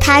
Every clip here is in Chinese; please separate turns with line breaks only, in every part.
他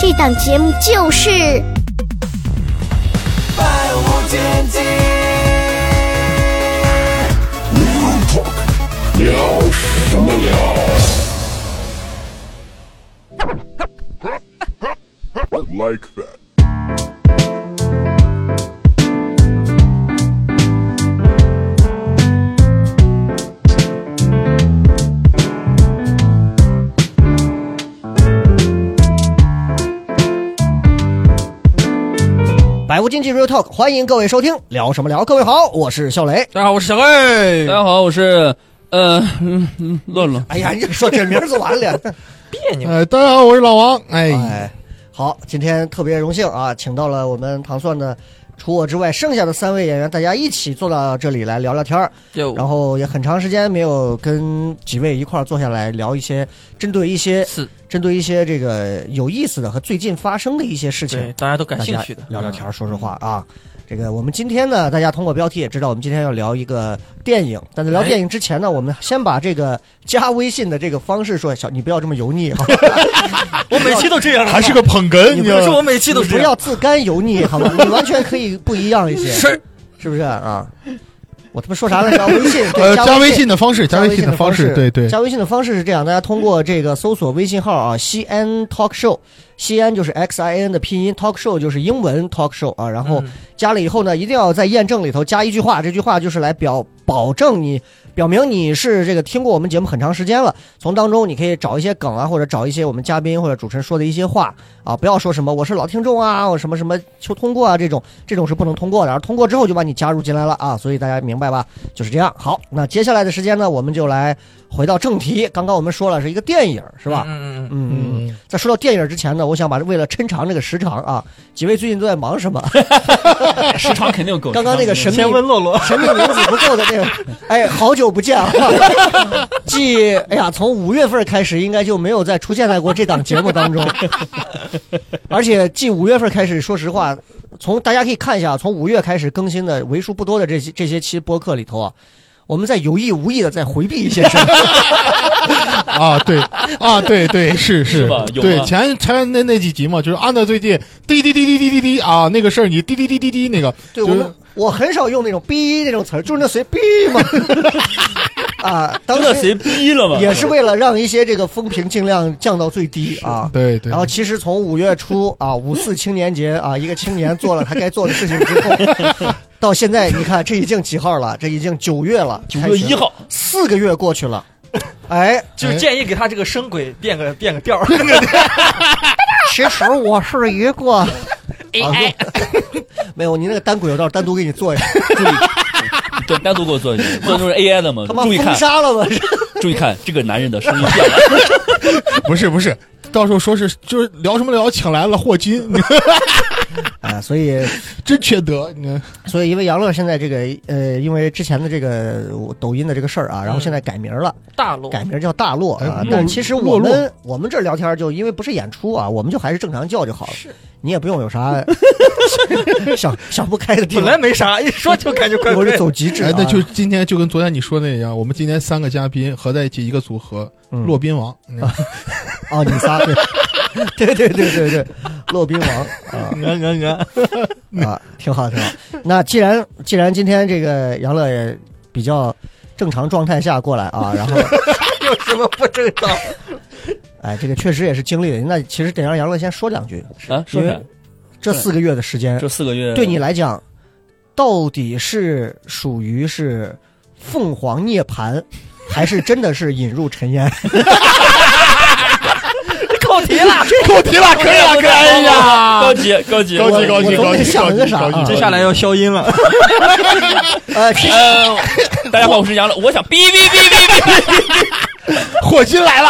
这档节目就是《
百无禁忌。
like that.
百无禁忌 Real Talk，欢迎各位收听，聊什么聊？各位好，我是笑雷。
大家好，我是小魏。
大家好，我是呃 嗯嗯乱乱，
哎呀，你说这名儿就完了。
哎，大家好，我是老王。哎，
哎，好，今天特别荣幸啊，请到了我们糖蒜的。除我之外，剩下的三位演员，大家一起坐到这里来聊聊天儿。
就
然后也很长时间没有跟几位一块儿坐下来聊一些针对一些
是
针对一些这个有意思的和最近发生的一些事情
对，大家都感
大
兴
家
趣的嗯
聊聊天儿，说说话啊。这个我们今天呢，大家通过标题也知道，我们今天要聊一个电影。但在聊
哎
电影之前呢，我们先把这个加微信的这个方式说，小你不要这么油 腻哈，
我每期都这样，
还是个捧哏，
你
你
不
知道
是
吗
我每期都
你
这
不
样，
要自甘油腻好吗？你完全可以不一样一些，
是
是不是啊？我他妈说啥来着？微信
呃
对，
加微
微
信的方式，
加
微
信
的
方
式，对对，
加微信的方式是这样，大家通过这个搜索微信号啊，西安 talk show，西安就是 X I N 的拼音，talk show 就是英文 talk show 啊，然后加了以后呢，一定要在验证里头加一句话，这句话就是来表保证你。表明你是这个听过我们节目很长时间了，从当中你可以找一些梗啊，或者找一些我们嘉宾或者主持人说的一些话啊，不要说什么我是老听众啊，我什么什么求通过啊这种，这种是不能通过的。而通过之后就把你加入进来了啊，所以大家明白吧？就是这样。好，那接下来的时间呢，我们就来回到正题。刚刚我们说了是一个电影，是吧？
嗯嗯
嗯嗯。
嗯，
在说到电影之前呢，我想把为了抻长这个时长啊，几位最近都在忙什么？
嗯，时长肯定够。
刚刚那个神秘
先问洛洛，
神秘名字不够的这 个，哎，好久不见啊！ 继哎呀，从五月份开始，应该就没有再出现在过这档节目当 中。而且继五月份开始，说实话，从大家可以看一下，从五月开始更新的为数不多的这些这些期播客里头啊，我们在有意无意的在回避一些事 儿。
啊对 啊对对是
是
是
吧，有
对
吗
前前那那几集嘛，就是按照最近滴滴滴滴滴滴滴啊那个事儿，你滴滴滴滴滴那个，
对
就
我
是
们，我很少用那种“逼”那种词儿，就是那随“逼”嘛。 啊，当
这
时
谁逼了吧？
也是为了让一些这个风评尽量降到最低啊。
对对
然，后其实从五月初啊，五四青年节啊，一个青年做了他该做的事情之后， 到现在你看这已经几号了？这已经九月了，
九月一，号，
四个月过去了。哎，
就是建议给他这个声轨变个变个调儿，
其实我是一 个
哎
AI，没有你那个单轨，我到时候单独给你 做一下。
注意， 对，单独给我做一下，做就是 AI 的嘛
他妈，
注意
封
看，
杀了吧？
注意看，这个男人的声音变了，
不是不是，到时候说是就是聊什么聊，请来了霍金， 你
啊，所以
真缺德，你看
所以因为杨乐现在这个呃，因为之前的这个呃抖音的这个事儿啊，然后现在改名了。
大 陆
改名叫大洛啊
哎。
但
洛
其实我
洛
们我们这儿聊天就因为不是演出啊，我们就还是正常叫就好了。你也不用有啥想想不开的地
本来
方。
没啥，一说就感觉怪
我
怪
是
的。
走极致啊
哎，那就今天就跟昨天你说那一样，我们今天三个嘉宾合在一起一个组合，
嗯
骆宾王，
哦，你仨对，对对对对对，骆宾王啊
嗯嗯 嗯，
啊，挺好挺好。那既然既然今天这个杨乐也比较正常状态下过来啊，然后
有什么不正常？
哎，这个确实也是经历了。那其实得让杨乐先说两句，
啊，说
因
啥
为？这四个月的时间，
这四个月
对你来讲，到底是属于是凤凰涅槃，还是真的是引入尘烟？
扣题了，
扣题了，可以了，可以呀
高级高级
高级高级
我我
高
都没
级
想
高
那
级
个啥啊
高级，
接下来要消音了。
呃，其实
呃，大家好，我是杨乐，我想哔哔哔哔哔，
火金来了，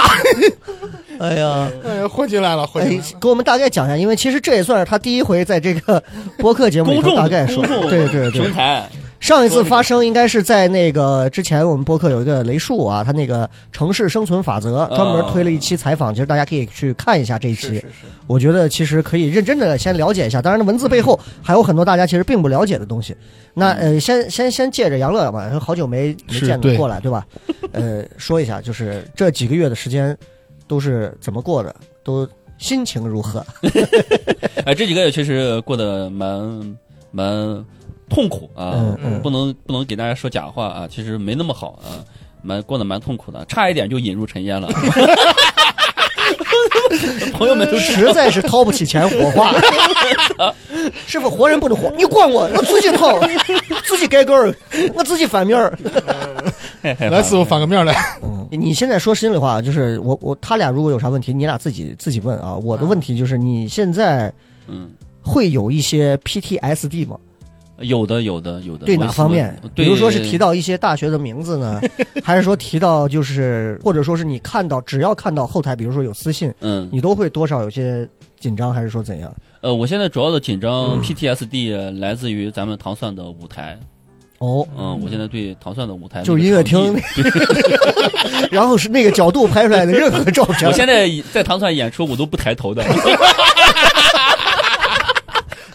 哎呀，
哎，混进来了，混进
哎
来了。，
给我们大概讲一下，因为其实这也算是他第一回在这个播客节目里
公
头
众
大概说，
公众
对对对
平，台，
上一次发生应该是在那个之前，我们播客有一个雷树啊，他那个城市生存法则专门推了一期采访，其实大家可以去看一下这一期。我觉得其实可以认真的先了解一下，当然文字背后还有很多大家其实并不了解的东西。那呃，先先先借着杨乐吧，好久没没
是
见你
对
过来，对吧？呃，说一下，就是这几个月的时间都是怎么过的，都心情如何？
哎，这几个月确实过得蛮蛮痛苦啊
嗯，嗯
不能不能给大家说假话啊，其实没那么好啊，蛮过得蛮痛苦的，差一点就引入尘烟了。朋友们都知
实在是掏不起钱火化。师傅，活人不能活，你管我，我自己掏，自己改杆儿，我自己翻面儿。哎
道，
来，师傅反个面来。
你现在说心里话，就是我我他俩如果有啥问题，你俩自己自己问啊。我的问题就是你现在
嗯，
会有一些 PTSD 吗？
有的有的有的，
对
我
哪
喜
方
欢
面？
对
比如说是提到一些大学的名字呢，还是说提到就是或者说是你看到只要看到后台，比如说有私信，
嗯
你都会多少有些紧张，还是说怎样？
呃，我现在主要的紧
嗯
张 PTSD 来自于咱们糖蒜的舞台，
哦，
嗯，我现在对糖蒜的舞台
就是
那
音乐
个场地
厅 然后是那个角度拍出来的任何照片。
我现在 在唐蒜演出，我都不抬头的。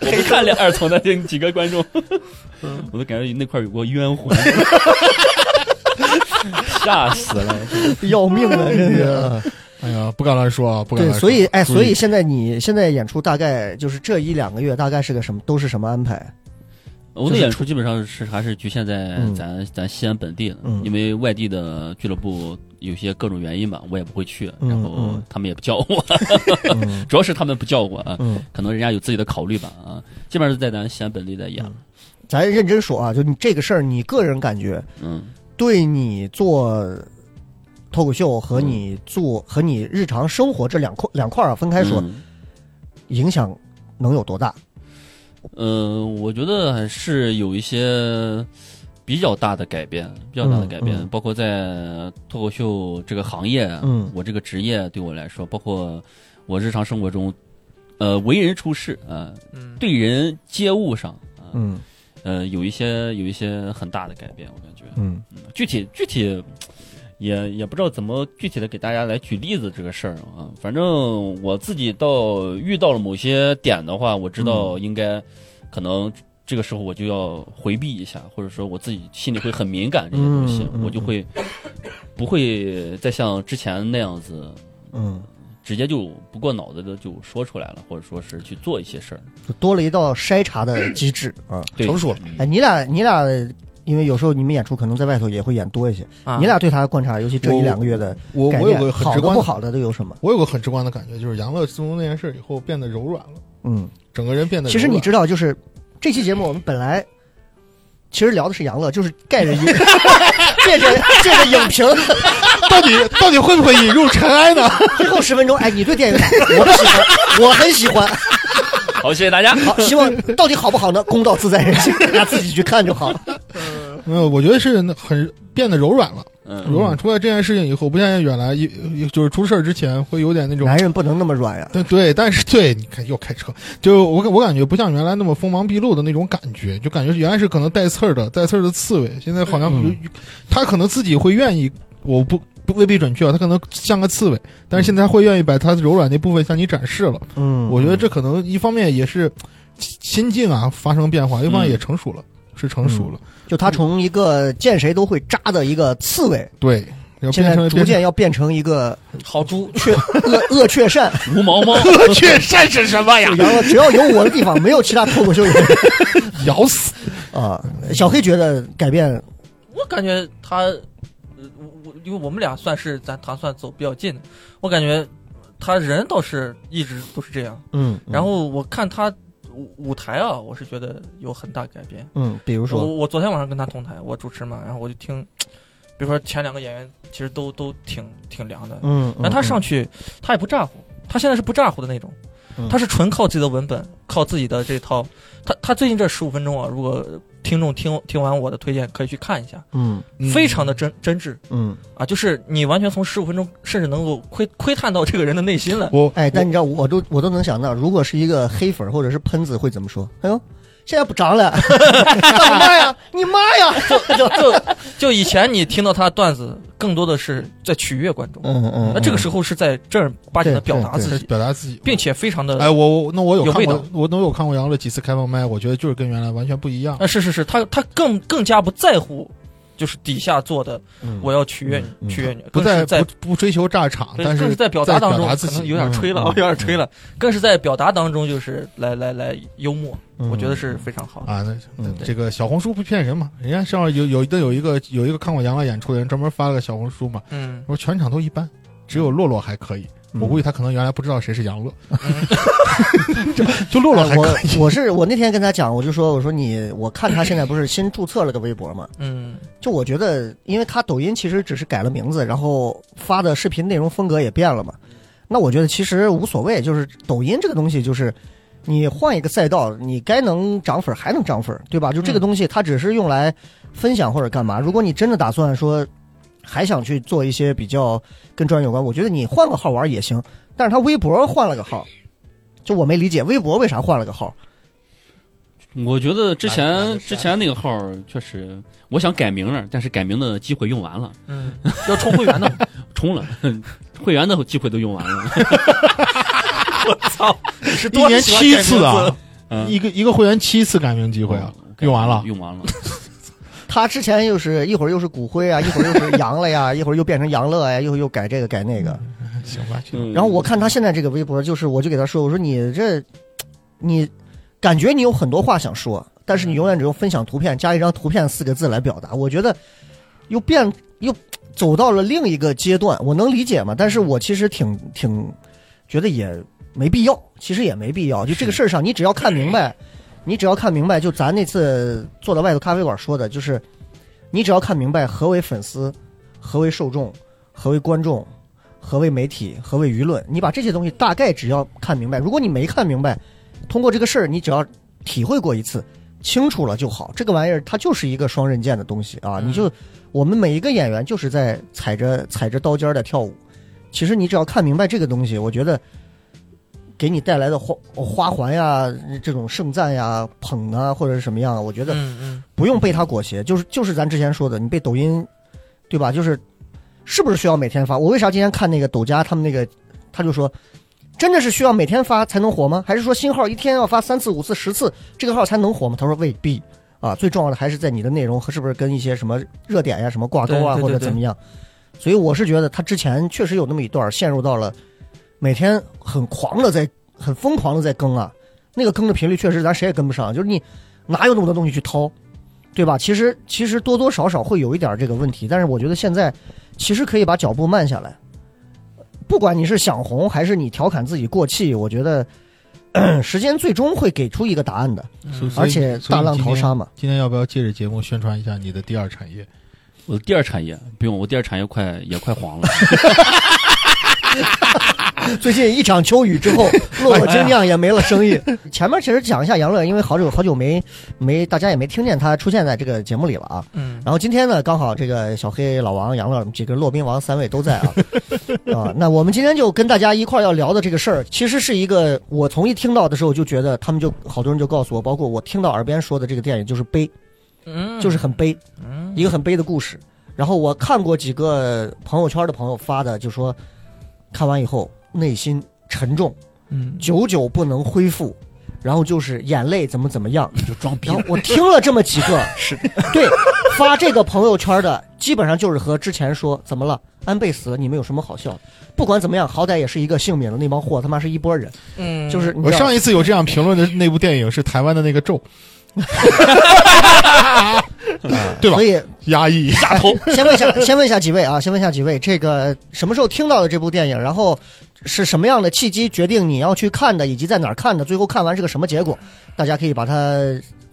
我不看两二层的这几个观众，
嗯
我都感觉那块有过冤 魂，吓死了！
要命了，真的。
哎呀，不敢乱说啊，不敢
对，
乱说。
所以哎，
注意
所以现在你现在演出大概就是这一两个月，大概是个什么都是什么安排？
我的演出基本上是还是局限在
嗯
咱、咱西安本地的，
嗯
因为外地的俱乐部有些各种原因吧，我也不会去，
嗯
然后
嗯
他们也不叫我，
嗯
主要是他们不叫我啊，
嗯，
可能人家有自己的考虑吧啊，基本上是在咱西安本地在演，
咱认真说啊，就你这个事儿，你个人感觉
嗯
对你做脱口秀和你做、和你日常生活这两块两块儿啊分开说，
嗯
影响能有多大？
呃，我觉得还是有一些比较大的改变，比较大的改变，
嗯嗯
包括在脱口秀这个行业，
嗯
我这个职业对我来说，包括我日常生活中，呃，为人处事啊、呃
嗯
对人接物上，啊
嗯
呃，有一些有一些很大的改变，我感觉，
嗯
嗯具体具体。也也不知道怎么具体的给大家来举例子这个事儿啊，反正我自己到遇到了某些点的话，我
嗯
知道应该可能这个时候我就要回避一下，或者说我自己心里会很敏感这些东西
嗯，嗯
我就会不会再像之前那样子
嗯，
直接就不过脑子的就说出来了，或者说是去做一些事儿。
就多了一道筛查的机制
嗯
啊。
对
成熟了，
哎，你俩你俩，因为有时候你们演出可能在外头也会演多一些，
啊
你俩对他的观察，尤其这一两个月的
我
改
我有
变，
个很
好
直
的
观
不
的，
好的都有什么？
我有个很直观的感觉，就是杨乐自从那件事以后变得柔软了，
嗯，
整个人变得柔
其
软。
实你知道，就是这期节目我们本来其实聊的是杨乐，就是盖着 影，借着借着影评，
到底到底会不会引入尘埃 呢？
最后十分钟，哎，你对电影我不喜欢，我很喜欢，
好，谢谢大家。
好，希望到底好不好呢？公道自在人心，大家自己去看就好。
没有，我觉得是很变得柔软了。
嗯
柔软出来这件事情以后，不像原来一就是出事儿之前会 有点那种
男人不能那么软呀。
对对，但是对，你看又开车，就我感我感觉不像原来那么锋芒毕露的那种感觉，就感觉原来是可能带刺儿的带刺儿的刺猬，现在好像、
嗯
他可能自己会愿意，我不不未必准确啊，他可能像个刺猬，但是现在他会愿意把他柔软那部分向你展示了。
嗯，
我觉得这可能一方面也是心境啊发生变化，一方
嗯
面也成熟了，是成熟了，
就他从一个见谁都会扎的一个刺猬，
对，要
现
变
在
成
逐
变
渐
成
要变成一个
豪猪，
恶恶雀善。
无毛猫，
恶雀善是什么呀？
然后只要有我的地方，没有其他脱口秀演员
咬死。
啊。小黑觉得改变，
我感觉他，呃我我因为我们俩算是咱糖蒜走比较近的，我感觉他人倒是一直都是这样。
嗯，
然后我看他舞舞台啊，我是觉得有很大改变。
嗯，比如
我
说，
我昨天晚上跟他同台，我主持嘛，然后我就听，比如说前两个演员其实都都挺挺凉的，
嗯，
然后他上去他也不咋呼，他现在是不咋呼的那种，
嗯
他是纯靠自己的文本，靠自己的这套。他他最近这十五分钟啊，如果听众听听完我的推荐，可以去看一下，
嗯
嗯
非常的真真挚
嗯，
啊，就是你完全从十五分钟，甚至能够窥窥探到这个人的内 心来。
我
哎，但你知道，我都我都能想到，如果是一个黑粉或者是喷子会怎么说？哎呦，现在不涨了， 干嘛呀？你妈呀！
就就就以前你听到他的段子，更多的是在取悦观众，
嗯嗯，
那这个时候是在正儿八经的表达自
是
己，
表达自己，
并且非常的
哎，我我那我有
有
看
味
过
道，
我都有看过杨乐几次开放麦，我觉得就是跟原来完全不一样。
啊，是是是，他他更更加不在乎，就是底下做的，我要取悦
嗯
你，取悦你，
不
更是在
不不追求炸场，
对
但
更
是
是在表达当中，
表达
可
自
能
己
有点吹了啊，有
嗯
点吹了，更是在表达当中，就是来来来幽默，我觉得是非常好的。
啊，那那
嗯
这个小红书不骗人嘛，人家上面有有的有一个有一个看过杨乐演出的人专门发了个小红书嘛，
嗯，
说全场都一般，只有洛洛还可以。我估计他可能原来不知道谁是杨乐， 就就洛洛还
哎
可以。
我我是我那天跟他讲，我就说我说你，我看他现在不是新注册了个微博嘛，
嗯，
就我觉得，因为他抖音其实只是改了名字，然后发的视频内容风格也变了嘛。那我觉得其实无所谓，就是抖音这个东西，就是你换一个赛道，你该能涨粉儿还能涨粉儿，对吧？就这个
嗯
东西，它只是用来分享或者干嘛。如果你真的打算说还想去做一些比较跟专业有关，我觉得你换个号玩儿也行。但是他微博换了个号，就我没理解微博为啥换了个号。
我觉得之
懒懒
前
得删
之前那个号儿确实，我想改名了，但是改名的机会用完了，
嗯，要充会员 的，
充了， 会员的机会都用完了。
是
一年七次啊，
嗯，
一个一个会员七次改名机会啊，
改
用完了
用完了。
他之前又是一会儿又是骨灰啊，一会儿又是杨了呀，一会儿又变成杨乐呀，一会儿又改这个改那个。
行吧？就
嗯
然后我看他现在这个微博，就是我就给他说，我说你这，你感觉你有很多话想说，但是你永远只用分享图片加一张图片四个字来表达，我觉得又变又走到了另一个阶段，我能理解嘛？但是我其实挺挺觉得也没必要，其实也没必要，就这个事儿上，你只要看明白，你只要看明白，就咱那次坐在外头咖啡馆说的，就是你只要看明白何为粉丝，何为受众，何为观众。何为媒体，何为舆论，你把这些东西大概只要看明白。如果你没看明白，通过这个事儿，你只要体会过一次，清楚了就好。这个玩意儿它就是一个双刃剑的东西啊！
嗯
你就我们每一个演员就是在踩着踩着刀尖儿在跳舞。其实你只要看明白这个东西，我觉得给你带来的花花环呀、这种盛赞呀、捧啊或者是什么样啊，我觉得
嗯嗯，
不用被他裹挟，就是就是咱之前说的，你被抖音，对吧？就是是不是需要每天发？我为啥今天看那个抖加他们那个，他就说，真的是需要每天发才能火吗？还是说新号一天要发三次、五次、十次，这个号才能火吗？他说未必啊，最重要的还是在你的内容和是不是跟一些什么热点呀、什么挂钩啊，
对对对
或者怎么样。所以我是觉得他之前确实有那么一段陷入到了每天很狂的在很疯狂的在更啊，那个更的频率确实咱谁也跟不上，就是你哪有那么多东西去掏，对吧？其实其实多多少少会有一点这个问题，但是我觉得现在其实可以把脚步慢下来，不管你是想红还是你调侃自己过气，我觉得。 咳时间最终会给出一个答案的，
嗯所
嗯
以
而且
所以
大浪淘沙嘛。
今天要不要借着节目宣传一下你的第二产业？
我的第二产业不用，我第二产业快也快黄了。
最近一场秋雨之 后，落落精酿也没了生意。前面其实讲一下杨乐，因为好久好久没没大家也没听见他出现在这个节目里了啊。
嗯
然后今天呢，刚好这个小黑、老王、杨乐这个骆宾王三位都在啊啊。那我们今天就跟大家一块儿要聊的这个事儿，其实是一个我从一听到的时候就觉得，他们就好多人就告诉我，包括我听到耳边说的这个电影就是悲，
嗯，
就是很悲，
嗯
一个很悲的故事。然后我看过几个朋友圈的朋友发的，就说看完以后内心沉重，
嗯，
久久不能恢复，然后就是眼泪怎么怎么样。
就装逼
然后我听了这么几 个，是 对发这个朋友圈的，基本上就是和之前说怎么了，安倍死了，你们有什么好笑的？不管怎么样，好歹也是一个幸免的那帮货，他妈是一拨人，
嗯
就是你
我
知道
上一次有这样评论的那部电影是台湾的那个《咒》，对吧
所？以
压抑，
哎
大头，
先问一下，先问一下几位啊，先问一下几位，这个什么时候听到的这部电影？然后是什么样的契机决定你要去看的，以及在哪儿看的？最后看完是个什么结果？大家可以把它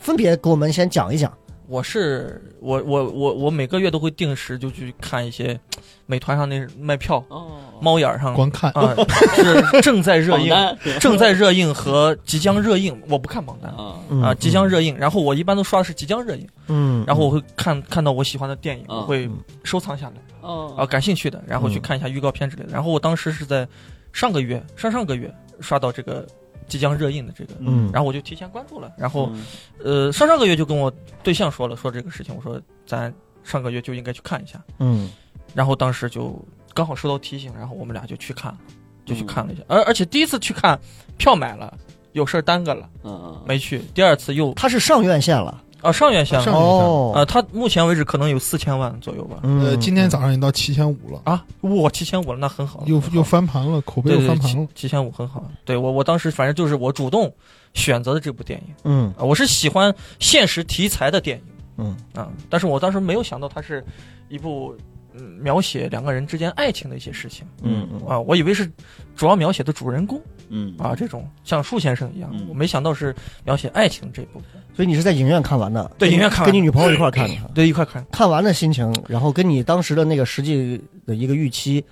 分别给我们先讲一讲。
我是我我我我每个月都会定时就去看一些美团上那卖票，
哦，
猫眼儿上
光看
啊是 正在热
榜
映，
单
正在热映和即将热映，我不看榜单
啊，
嗯
啊，即将热映，然后我一般都刷的是即将热映，
嗯，
然后我会看看到我喜欢的电影，
嗯
我会收藏下来
哦
啊，感兴趣的，然后去
嗯
看一下预告片之类的。然后我当时是在上个月、上上个月刷到这个即将热映的这个，
嗯，
然后我就提前关注了，然后。
嗯
呃，上上个月就跟我对象说了说这个事情，我说咱上个月就应该去看一下，
嗯
然后当时就刚好收到提醒，然后我们俩就去看了，就
嗯
去看了一下，而、而且第一次去看票买了，有事儿耽搁了
嗯，
没去，第二次又
他是上院线了
啊上院线
上
了
院
啊、
哦，
他目前为止可能有四千万左右吧，
呃，
嗯，
今天早上也到七千五了，
啊，我七千五了，那很好了，
又
很好
又
了
翻盘了，口碑
对
又
对
翻盘
七
了。
七千五很好，对我我当时反正就是我主动选择的这部电影
嗯
啊、我是喜欢现实题材的电影。
嗯
啊、但是我当时没有想到它是一部嗯描写两个人之间爱情的一些事情
嗯嗯
啊、我以为是主要描写的主人公
嗯
啊、这种像树先生一样，
嗯
我没想到是描写爱情这部分，
所以你是在影院看完的，
对
跟
影院看完
跟你女朋友一块儿看的，
对，一块看，
看完的心情，然后跟你当时的那个实际的一个预期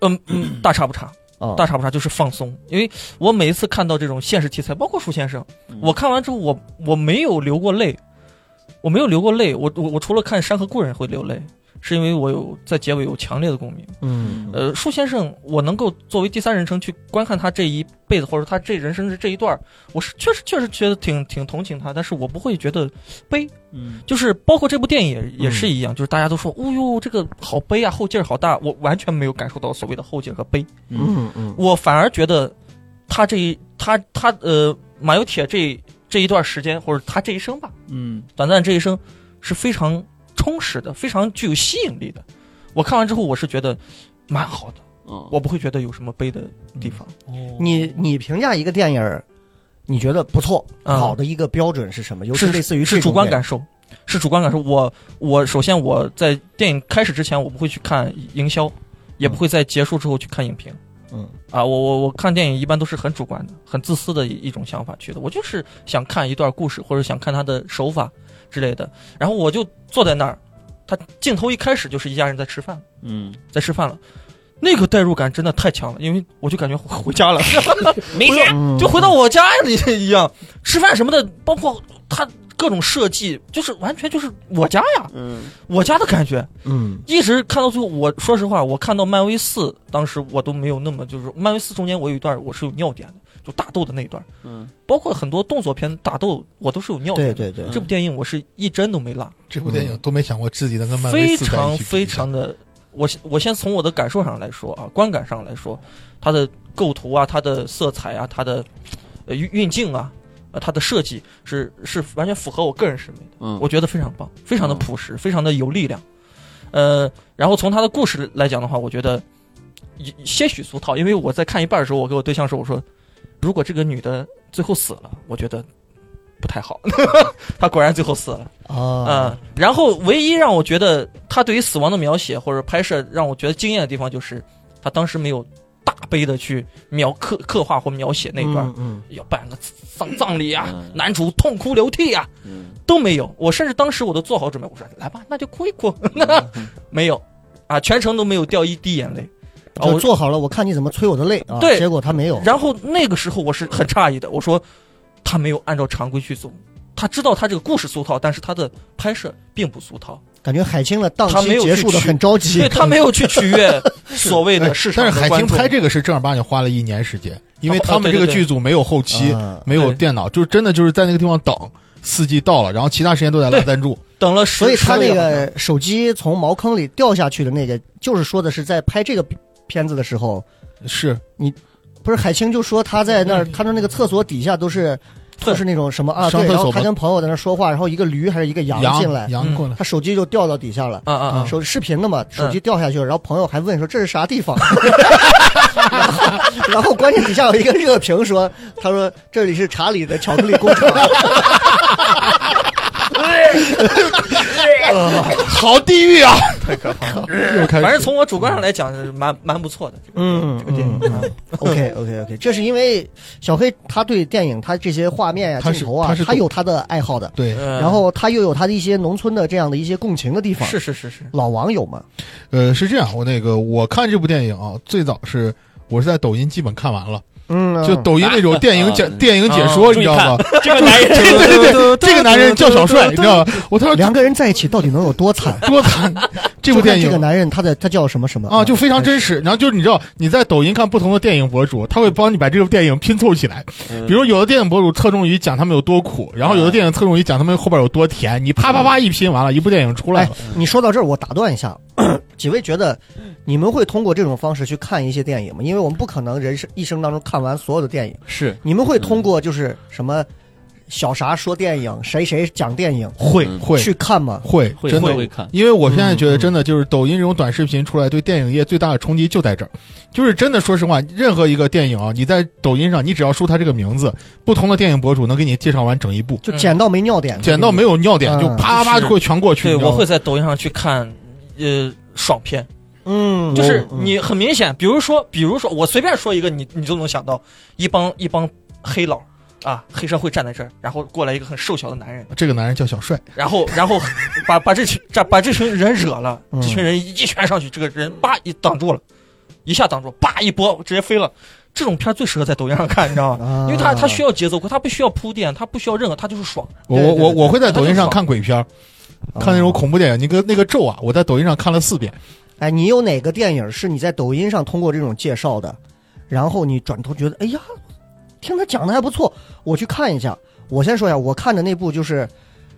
嗯嗯，大差不差，
啊，
大差不差就是放松，因为我每一次看到这种现实题材，包括树先生，我看完之后我我没有流过泪，我没有流过泪，我我我除了看《山河故人》会流泪，是因为我有在结尾有强烈的共鸣。
嗯
呃，舒先生，我能够作为第三人称去观看他这一辈子，或者说他这人生的这一段儿，我是确实确实觉得挺挺同情他，但是我不会觉得悲，
嗯
就是包括这部电影也也是一样，就是大家都说，哦呦，这个好悲啊，后劲儿好大，我完全没有感受到所谓的后劲儿和悲，
嗯嗯
我反而觉得他这一他他呃马有铁这这一段时间，或者他这一生吧，
嗯
短暂这一生是非常充实的，非常具有吸引力的。我看完之后，我是觉得蛮好的。
哦
我不会觉得有什么悲的
嗯
地方。
你你评价一个电影儿，你觉得不错，
嗯
好的一个标准是什么？尤其类似于这
是
种
主观
电
感受，是主观感受。我我首先我在电影开始之前，我不会去看营销，也不会在结束之后去看影评。
嗯
啊，我我我看电影一般都是很主观的、很自私的一一种想法去的。我就是想看一段故事，或者想看他的手法之类的。然后我就坐在那儿，他镜头一开始就是一家人在吃饭，
嗯，
在吃饭了。那个代入感真的太强了，因为我就感觉回回家了，
没事，
影，嗯
就回
到
到我家里一样，吃饭什么的，包括他各种设计，就是完全就是我家呀，
嗯
我家的感觉。
嗯
一直看到最后，我说实话，我看到漫威四，当时我都没有那么就是漫威四中间我有一段我是有尿点的，就打斗的那一段，
嗯
包括很多动作片打斗我都是有尿点
对
的。
对对，
这部电影我是一帧都没落，
这部电影都没想过自己能跟漫威
嗯非
四在一
常
起比
非常的，我先我先从我的感受上来说啊，观感上来说，它的构图啊，它的色彩啊，它的呃运运镜啊，呃它的设计是是完全符合我个人审美的，
嗯，
我觉得非常棒，非常的
嗯
朴实，非常的有力量。呃，然后从它的故事来讲的话，我觉得一些许俗套，因为我在看一半的时候，我给我对象说，我说如果这个女的最后死了，我觉得不太好。 她果然最后死了。
啊
嗯，然后唯一让我觉得他对于死亡的描写或者拍摄让我觉得惊艳的地方，就是他当时没有大悲的去描刻刻画或描写那段，
嗯
要办个葬葬礼啊
嗯，
男主痛哭流涕啊，
嗯
都没有。我甚至当时我都做好准备，我说来吧，那就哭一哭， 没有啊，全程都没有掉一滴眼泪。啊，
就
我
做好了，我看你怎么催我的泪啊，
对
结果他没有，
然后那个时候我是很诧异的，我说他没有按照常规去走，他知道他这个故事俗套，但是他的拍摄并不俗套。
感觉海清的档
他
期
没有
结
去
束的
取
很着 急，啊
对他没有去取悦 所谓的市场
但
的
是海清
观众
拍这个是正儿八经花了一年时间，因为
哦
他们
对
这
对
个
对嗯
剧组没有后期，
啊
没有
对
电脑，就是真的就是在那个地方等四季到了，然后其他时间都在拉
对
赞助。
等了
所以
十，
他
十
那
个嗯月
个手机从茅坑里掉下去的那个，就是说的是在拍这个片子的时候，
是，
不是海清就说他在那儿，他说那个厕所底下都是
对
都是那种什么啊，
上
对，
厕
然后
所
他
吧
跟朋友在那儿说话，然后一个驴还是一个羊进来，
羊
嗯
过来，
他手机就掉到底下了。
啊啊啊！
手视频的嘛，手机掉下去了，然后朋友还问说这是啥地方，然后然后关键底下有一个热评说，他说这里是查理的巧克力工厂，
好地狱啊！
太可怕了。
又开始，
反正从我主观上来讲，是蛮蛮不错的。
嗯
这个电影，
嗯 OK OK OK，这是因为小黑他对电影他这些画面呀、
他
镜
是
头啊
他是，嗯
他有他的爱好的，
对，
呃
嗯然后他又有他的一些农村的这样的一些共情的地方。
是是是是，
老网友嘛，
呃，是这样，我那个我看这部电影啊，最早是我是在抖音基本看完了，
嗯，
就抖音那种电影解
啊
电影解说，你知道吗？
这个男人
对对对，这个男人叫小帅，你知道吗？我他说
嗯两个人在一起到底能有多惨？
多惨， 这部
就看
电
这个
影。
男人他的他叫什么什么
啊，就非常真实。然后就是你知道，你在抖音看不同的电影博主，他会帮你把这部电影拼凑起来。比如有的电影博主侧重于讲他们有多苦，然后有的电影侧重于讲他们后边有多甜。你啪啪啪一拼完了，一部电影出来了。
哎你说到这儿，我打断一下， 几位觉得你们会通过这种方式去看一些电影吗？因为我们不可能人生一生当中看完所有的电影，
是
你们会通过就是什么小啥说电影，谁谁讲电影
会
嗯
会
去看吗？
会，
会
真的
会看，
因为我现在觉得，真的就是抖音这种短视频出来，对电影业最大的冲击就在这儿。就是真的，说实话，任何一个电影啊，你在抖音上，你只要输它这个名字，不同的电影博主能给你介绍完整一部，
就捡到没尿点，
捡到没有尿点，
嗯
就啪啪啪就会全过去。
对
你知道
我
吗
会在抖音上去看，呃，爽片，
嗯，
就是
嗯
你很明显，比如说，比如说我随便说一个，你你都能想到一帮一帮黑佬。啊，黑社会站在这儿，然后过来一个很瘦小的男人，
这个男人叫小帅，
然后然后 把把这群把把这群人惹了，
嗯
这群人一拳上去，这个人叭一挡住了，一下挡住，叭一拨直接飞了。这种片儿最适合在抖音上看，你知道吗？
啊
因为它它需要节奏，它不需要铺垫，它不需要任何，它就是爽。
我
对
我
对对
我我会在抖音上看鬼片儿，看那种。
啊
恐怖电影。那个那个咒啊，我在抖音上看了四遍。
哎，你有哪个电影是你在抖音上通过这种介绍的，然后你转头觉得，哎呀，听他讲的还不错，我去看一下。我先说一下，我看的那部就是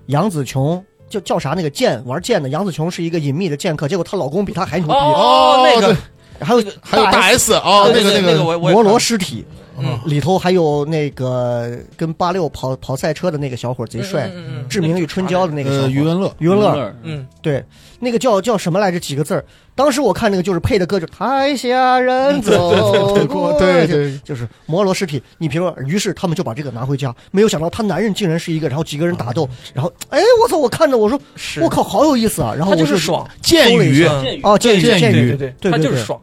杨紫琼。叫叫啥那个剑玩剑的杨紫琼是一个隐秘的剑客，结果她老公比她还牛逼，
哦，那个
对
还有
还有大 S
啊
哦，
对
那个
对对
个
我我
摩
也看
罗
了
尸体
嗯
里头还有那个跟八六跑跑赛车的那个小伙贼帅，
嗯嗯嗯嗯
志明与春娇的那个小
呃
伙
余文乐，
余文乐，
嗯，
对，那个叫叫什么来着？几个字儿？当时我看那个就是配的歌，就台下 人走过，
对
就。
对。
就是摩罗尸体，你评论，于是他们就把这个拿回家。没有想到她男人竟然是一个，然后几个人打
哦
斗，然后哎，我操！我看着我说，
是
我，靠，好有意思啊！然后我
它就是
就
爽，
剑雨，
嗯
剑雨
哦，剑
剑
剑
雨
对
雨，
对对，
对
它就是
对
爽。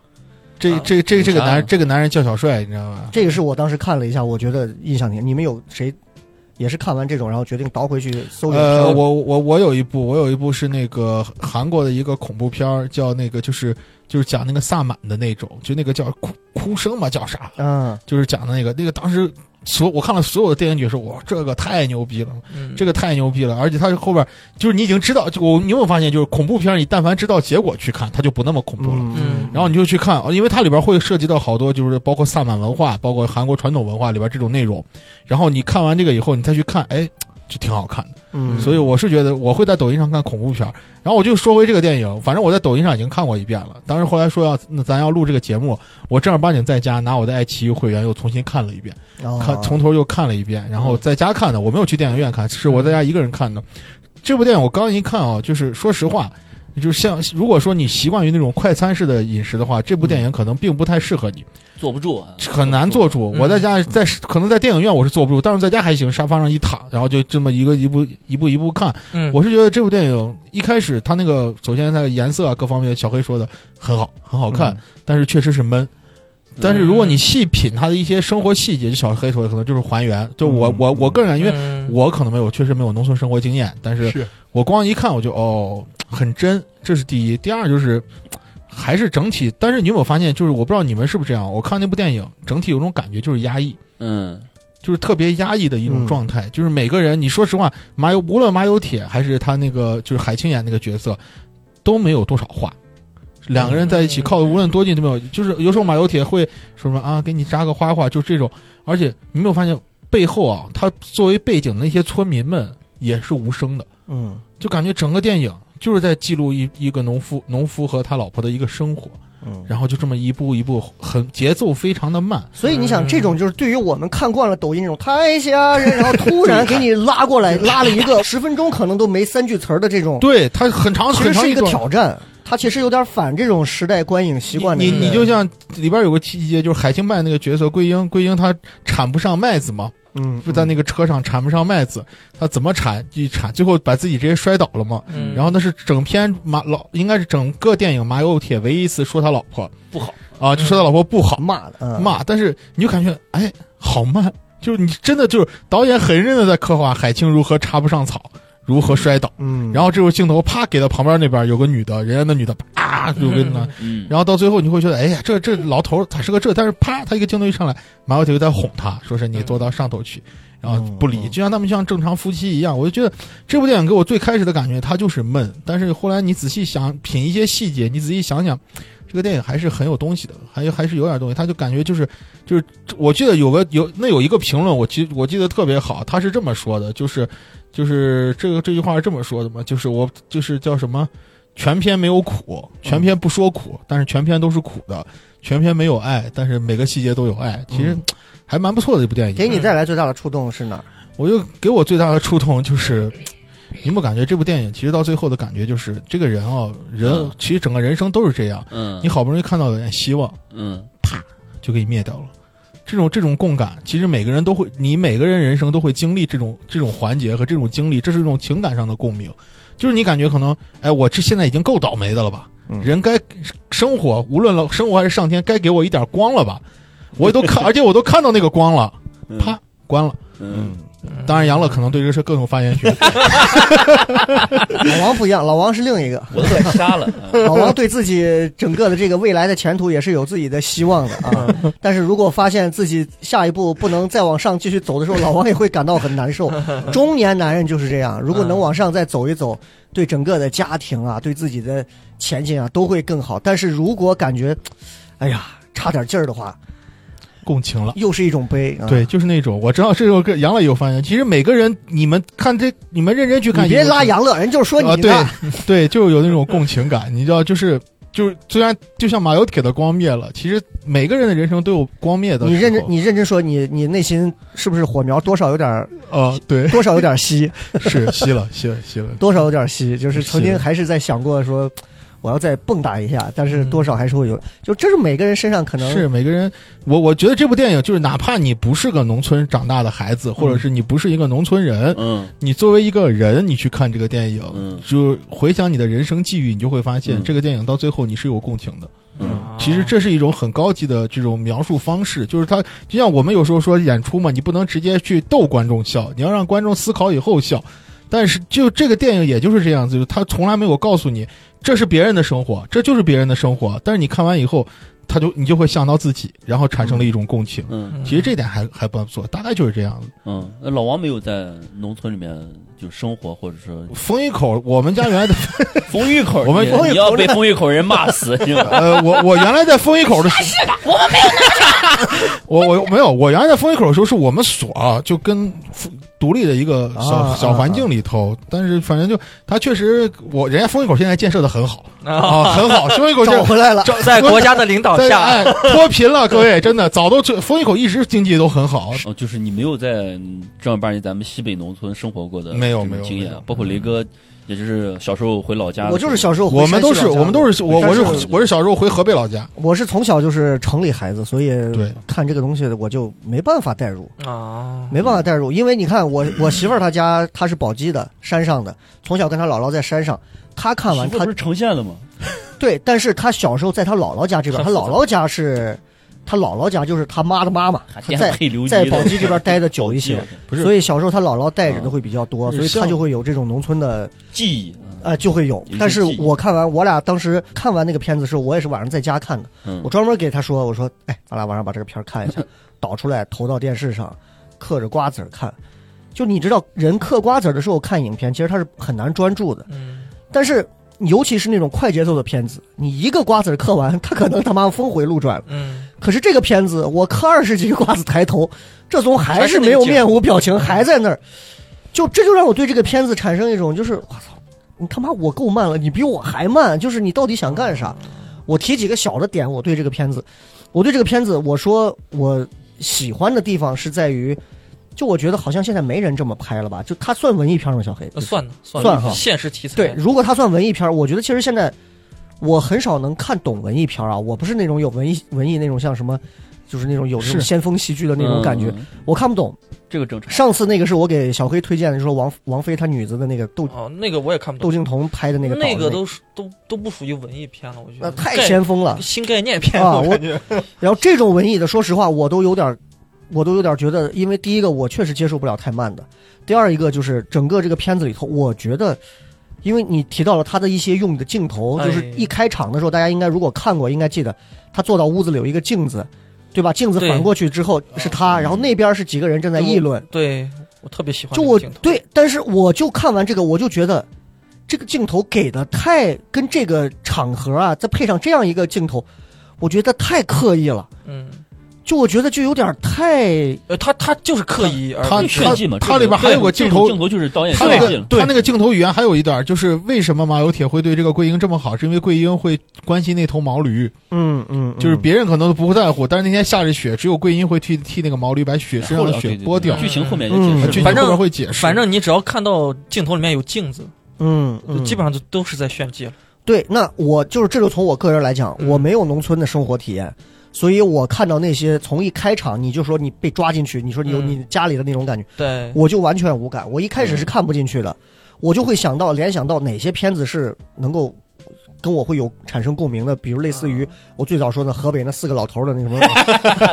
这这这这个男
嗯
这个男人叫小帅，你知道吗？
这个是我当时看了一下，我觉得印象挺。你们有谁也是看完这种，然后决定倒回去搜一下？
呃，我我我有一部，我有一部是那个韩国的一个恐怖片儿，叫那个就是就是讲那个萨满的那种，就那个叫哭哭声嘛，叫啥？
嗯，
就是讲的那个那个当时所我看了所有的电影解说，哇，这个太牛逼了，
嗯
这个太牛逼了，而且它后边就是你已经知道，就我你有没有发现，就是恐怖片儿你但凡知道结果去看，它就不那么恐怖了。
嗯
然后你就去看，哦因为它里边会涉及到好多，就是包括萨满文化，包括韩国传统文化里边这种内容。然后你看完这个以后，你再去看，哎，就挺好看的。
嗯，
所以我是觉得我会在抖音上看恐怖片儿。然后我就说回这个电影，反正我在抖音上已经看过一遍了。当时后来说要那咱要录这个节目，我正儿八经在家拿我的爱奇艺会员又重新看了一遍，
哦
看从头又看了一遍，然后在家看的，我没有去电影院看，是我在家一个人看的。这部电影我刚一看啊，就是说实话，就像如果说你习惯于那种快餐式的饮食的话，这部电影可能并不太适合你，
坐不住啊，
很难坐住。
嗯
我在家在可能在电影院我是坐不住，但是在家还行，沙发上一躺，然后就这么一个一步一步一步看。
嗯，
我是觉得这部电影一开始它那个首先它的颜色啊各方面，小黑说的很好，很好看，但是确实是闷。但是
嗯
如果你细品它的一些生活细节，就小黑说的可能就是还原。就我、
嗯
我我个人因为。
为
我可能没有，确实没有农村生活经验，但是
是
我光一看我就哦，很真，这是第一。第二就是还是整体，但是你有没有发现，就是我不知道你们是不是这样，我看那部电影整体有种感觉就是压抑，
嗯，
就是特别压抑的一种状态。就是每个人，你说实话，马友无论马友铁还是他那个就是海清演那个角色，都没有多少话。两个人在一起
嗯
靠的无论多近都没有，就是有时候马友铁会说什么啊，给你扎个花花，就这种。而且你没有发现背后啊，他作为背景的那些村民们也是无声的，
嗯
就感觉整个电影就是在记录一一个农夫农夫和他老婆的一个生活，
嗯。
然后就这么一步一步很节奏非常的慢。
所以你想，
嗯
这种就是对于我们看惯了抖音这种太吓人，然后突然给你拉 过来，拉了一个十分钟可能都没三句词儿的这种，
对他很长
其
很
实
长
是一个
段
挑战。他其实有点反这种时代观影习惯的
你
一个。
你就像里边有个情节，就是海清扮演那个角色桂英，桂英她产不上麦子嘛，
嗯，
就在那个车上产不上麦子，她怎么产一产，最后把自己直接摔倒了嘛。
嗯，
然后那是整篇马老，应该是整个电影马有铁唯一一次说他老婆
不好
啊，就说他老婆不好
骂的，嗯
骂，但是你就感觉哎，好慢，就是你真的就是导演很认真的在刻画海清如何插不上草，如何摔倒。
嗯，
然后这个镜头啪给到旁边那边有个女的，人家那女的啪就跟那，
嗯，
然后到最后你会觉得，哎呀，这这老头儿咋是个这？但是啪，他一个镜头一上来，马小铁就在哄他，说是你坐到上头去，然后不理，
嗯
就像他们像正常夫妻一样。我就觉得这部电影给我最开始的感觉，它就是闷，但是后来你仔细想品一些细节，你仔细想想。这个电影还是很有东西的，还有还是有点东西，他就感觉就是就是，我记得有个有那有一个评论，我记我记得特别好，他是这么说的，就是就是这个这句话是这么说的嘛，就是我就是叫什么，全篇没有苦，全篇不说苦，但是全篇都是苦的，全篇没有爱，但是每个细节都有爱，其实
嗯
还蛮不错的一部电影。
给你带来最大的触动是哪儿？
我就给我最大的触动就是，你有没有感觉这部电影其实到最后的感觉就是，这个人啊，人
嗯
其实整个人生都是这样，
嗯
你好不容易看到有点希望，
嗯
就给你灭掉了。这种这种共感，其实每个人都会，你每个人人生都会经历这种这种环节和这种经历，这是一种情感上的共鸣。就是你感觉可能，哎，我这现在已经够倒霉的了吧？
嗯
人该生活，无论了生活还是上天，该给我一点光了吧？我都看，而且我都看到那个光了，
嗯
啪，关了。
嗯，
当然，杨乐可能对这个事更有发言权。
老王不一样，老王是另一个。
我都快杀了，嗯
老王对自己整个的这个未来的前途也是有自己的希望的啊， 但是如果发现自己下一步不能再往上继续走的时候，老王也会感到很难受。中年男人就是这样，如果能往上再走一走，对整个的家庭啊，对自己的前景啊都会更好。但是如果感觉，哎呀，差点劲儿的话，
共情了。
又是一种悲。啊、
对，，就是那种我知道这首歌杨乐有发言。其实每个人，你们看这，你们认真去看，
你别拉杨乐，人就是说你
啊，
呢。
对对，就是有那种共情感，你知道，就是就是，虽然就像马油铁的光灭了，其实每个人的人生都有光灭的时候。
你认真，你认真说，你你内心是不是火苗多少有点儿
啊、对，
多少有点儿稀？
是吸了吸了吸了。
多少有点稀，就是曾
是
经还是在想过说，我要再蹦跶一下，但是多少还是会有，就这是每个人身上可能
嗯是每个人，我我觉得这部电影就是，哪怕你不是个农村长大的孩子，
嗯
或者是你不是一个农村人，
嗯
你作为一个人，你去看这个电影，
嗯
就回想你的人生际遇，你就会发现，
嗯
这个电影到最后你是有共情的。
嗯
啊
其
哦
实这是一种很高级的这种描述方式，就是它就像我们有时候说演出嘛，你不能直接去逗观众笑，你要让观众思考以后笑。但是就这个电影也就是这样子，就是他从来没有告诉你这是别人的生活，这就是别人的生活。但是你看完以后，他就你就会想到自己，然后产生了一种共情。
嗯
其实这点还还不错，大概就是这样子。
嗯，那老王没有在农村里面就生活，或者 说
风一口，我们家原来的
丰峪口，
我们
你
丰峪口
你要被丰峪口人骂 死，你
呃，我我原来在风一口的时候， 我们没有我我没有，我原来在风一口的时候，是我们所啊就跟复独立的一个小、
啊
小环境里头，但是反正就他确实，我人家风一口现在建设的很好啊，很好，风一口建
找回来了。
找
在国家的领导
在
下，
哎脱贫了，各位真的早都这风一口一直经济都很好，
哦，就是你没有在正儿八经咱们西北农村生活过的
没有
这种
没有
经
没
验啊
有，
包括雷哥，也就是小时候回老家的时候，
我就是小时候回
我们都
山
是
西老家
我们都是我我是
但
我是小时候回河北老家，
我是从小就是城里孩子，所以
对嗯
看这个东西我就没办法代入，
啊，
没办法代入，因为你看我我媳妇儿她家她是宝鸡的山上的，从小跟她姥姥在山上，她看完
媳妇
她
不是呈现了吗？
对，但是她小时候在她姥姥家这边，她
很复杂
姥姥家是她姥姥家就是她妈的妈妈，她
颠
在
沛流离
在
的
宝鸡这边 待的久一些，
不是
所以小时候他姥姥带人的会比较多，
嗯
所以
像
他就会有这种农村的，
记忆，
呃，就会有
有一些。
但是
记忆
我看完，我俩当时看完那个片子的时候，我也是晚上在家看的，
嗯
我专门给他说，我说，哎，咱俩晚上把这个片儿看一下， 导出来投到电视上，嗑着瓜子儿看。就你知道，人嗑瓜子儿的时候看影片，其实他是很难专注的。
嗯，
但是尤其是那种快节奏的片子，你一个瓜子儿嗑完， 他可能他妈峰回路转了。
嗯，
可是这个片子，我嗑二十几个瓜子抬头，这总还
还是
是
那个
没有
劲儿
面无表情，还在那儿，就这就让我对这个片子产生一种就是我操，你他妈我够慢了，你比我还慢，就是你到底想干啥？我提几个小的点，我对这个片子，我对这个片子，我说我喜欢的地方是在于，就我觉得好像现在没人这么拍了吧？就它算文艺片吗？小黑
呃，算了
算哈
现实题材，
对，如果它算文艺片儿，我觉得其实现在我很少能看懂文艺片啊，我不是那种有文艺文艺那种像什么，就是那种有这种
是
先锋戏剧的那种感觉，
嗯，
我看不懂。
这个正常。
上次那个是我给小黑推荐的，说王王菲她女子的那个窦
哦，那个我也看不
窦
懂，
靖童拍的那个导的
那
那
个都是都都不属于文艺片了，我觉
那
得
太
概
先锋了。
新概念片
啊
我感觉
然后这种文艺的，说实话，我都有点儿，我都有点儿觉得，因为第一个我确实接受不了太慢的，第二一个就是整个这个片子里头，我觉得，因为你提到了他的一些用的镜头，
哎
就是一开场的时候，大家应该如果看过，应该记得他坐到屋子里有一个镜子，对吧？镜子
对
反过去之后是他，然后那边是几个人正在议论，
对我特别喜欢
就
那
我
个镜头，
对，但是我就看完这个，我就觉得。这个镜头给的太跟这个场合啊，再配上这样一个镜头，我觉得太刻意了。
嗯，
就我觉得就有点太
呃，他他就是刻意而
他
为之
炫技嘛，
他他
这
里边还有个
这
镜
种
头
镜头就是导演
他
炫
那
技
个
了。
他那个镜头语言还有一段，就是为什么马有铁会对这个桂英这么好，是因为桂英会关心那头毛驴，
嗯嗯，
就是
嗯
别人可能都不会在乎，但是那天下着雪，只有桂英会替替那个毛驴把雪身上的
后
雪
对对
剥
对
掉。
剧情后面
嗯
也解
剧
释
情
了。
后边会解释，
反正你只要看到镜头里面有镜子，
嗯嗯，
基本上都都是在炫技了。
对。那我就是这就从我个人来讲，
嗯
我没有农村的生活体验，所以我看到那些从一开场你就说你被抓进去，你说你有
嗯
你家里的那种感觉，
对，
我就完全无感。我一开始是看不进去的，我就会想到联想到哪些片子是能够。跟我会有产生共鸣的，比如类似于我最早说的河北那四个老头的那什么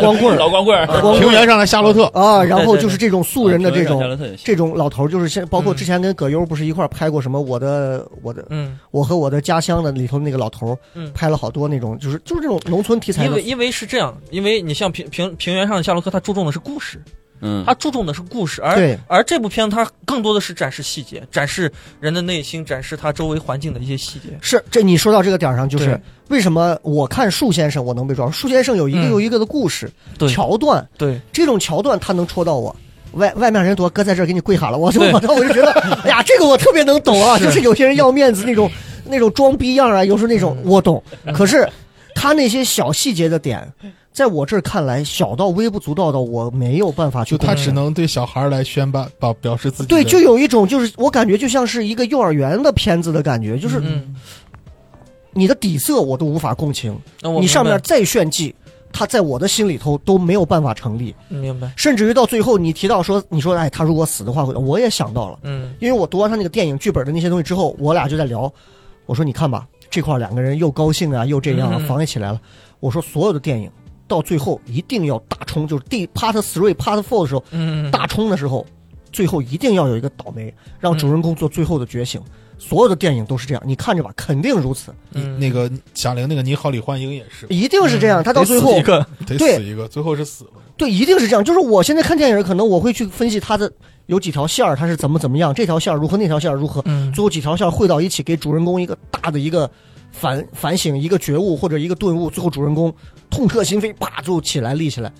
光棍儿
老光棍儿，
光
平
棍儿
原上的夏洛特，
啊，然后
对对
就是这种素人的这种
啊平原上夏洛特也行
这种老头儿就是现包括
嗯
之前跟葛优不是一块儿拍过什么我的我的
嗯，
我和我的家乡的里头那个老头儿
嗯
拍了好多那种就是就是这种农村题材
因
的
为因为是这样，因为你像平平平原上的夏洛克，他注重的是故事，
嗯，
他注重的是故事，而
对
而这部片它更多的是展示细节，展示人的内心，展示他周围环境的一些细节。
是这你说到这个点儿上，就是
对
为什么我看树先生我能被抓住？树先生有一个
嗯
又一个的故事、
对
桥段，
对，
这种桥段他能戳到我。外外面人多，哥在这儿给你跪下了，我 就
对
我就我就觉得，哎呀，这个我特别能懂啊，
是
就是有些人要面子那种那种装逼样啊，有时候那种
嗯
我懂。可是他那些小细节的点，在我这儿看来小到微不足道的，我没有办法去
就
懂。
他只能对小孩儿来宣吧，把表示自己
嗯
的
对，就有一种就是我感觉就像是一个幼儿园的片子的感觉，就是
嗯，
你的底色我都无法共情，
那我
你上
明
面
白
再炫技，它在我的心里头都没有办法成立，
明白，
甚至于到最后你提到说，你说哎，他如果死的话，会我也想到了，
嗯
因为我读完他那个电影剧本的那些东西之后，我俩就在聊，我说你看吧，这块儿两个人又高兴啊，又这样啊，
嗯
防也起来了，我说所有的电影到最后一定要大冲，就是第 part three part four 的时候，
嗯，
大冲的时候，最后一定要有一个倒霉，让主人公做最后的觉醒。所有的电影都是这样，你看着吧，肯定如此，
嗯
那个贾玲那个你好李焕英也是
一定是这样。他到最后
一，个
得
对
死一个，最后是死了。
对，一定是这样。就是我现在看电影，可能我会去分析他的有几条线儿，他是怎么怎么样，这条线儿如何，那条线儿如何，
嗯
最后几条线儿汇到一起，给主人公一个大的一个反反省，一个觉悟或者一个顿悟。最后主人公痛彻心扉，啪，最后起来立起来，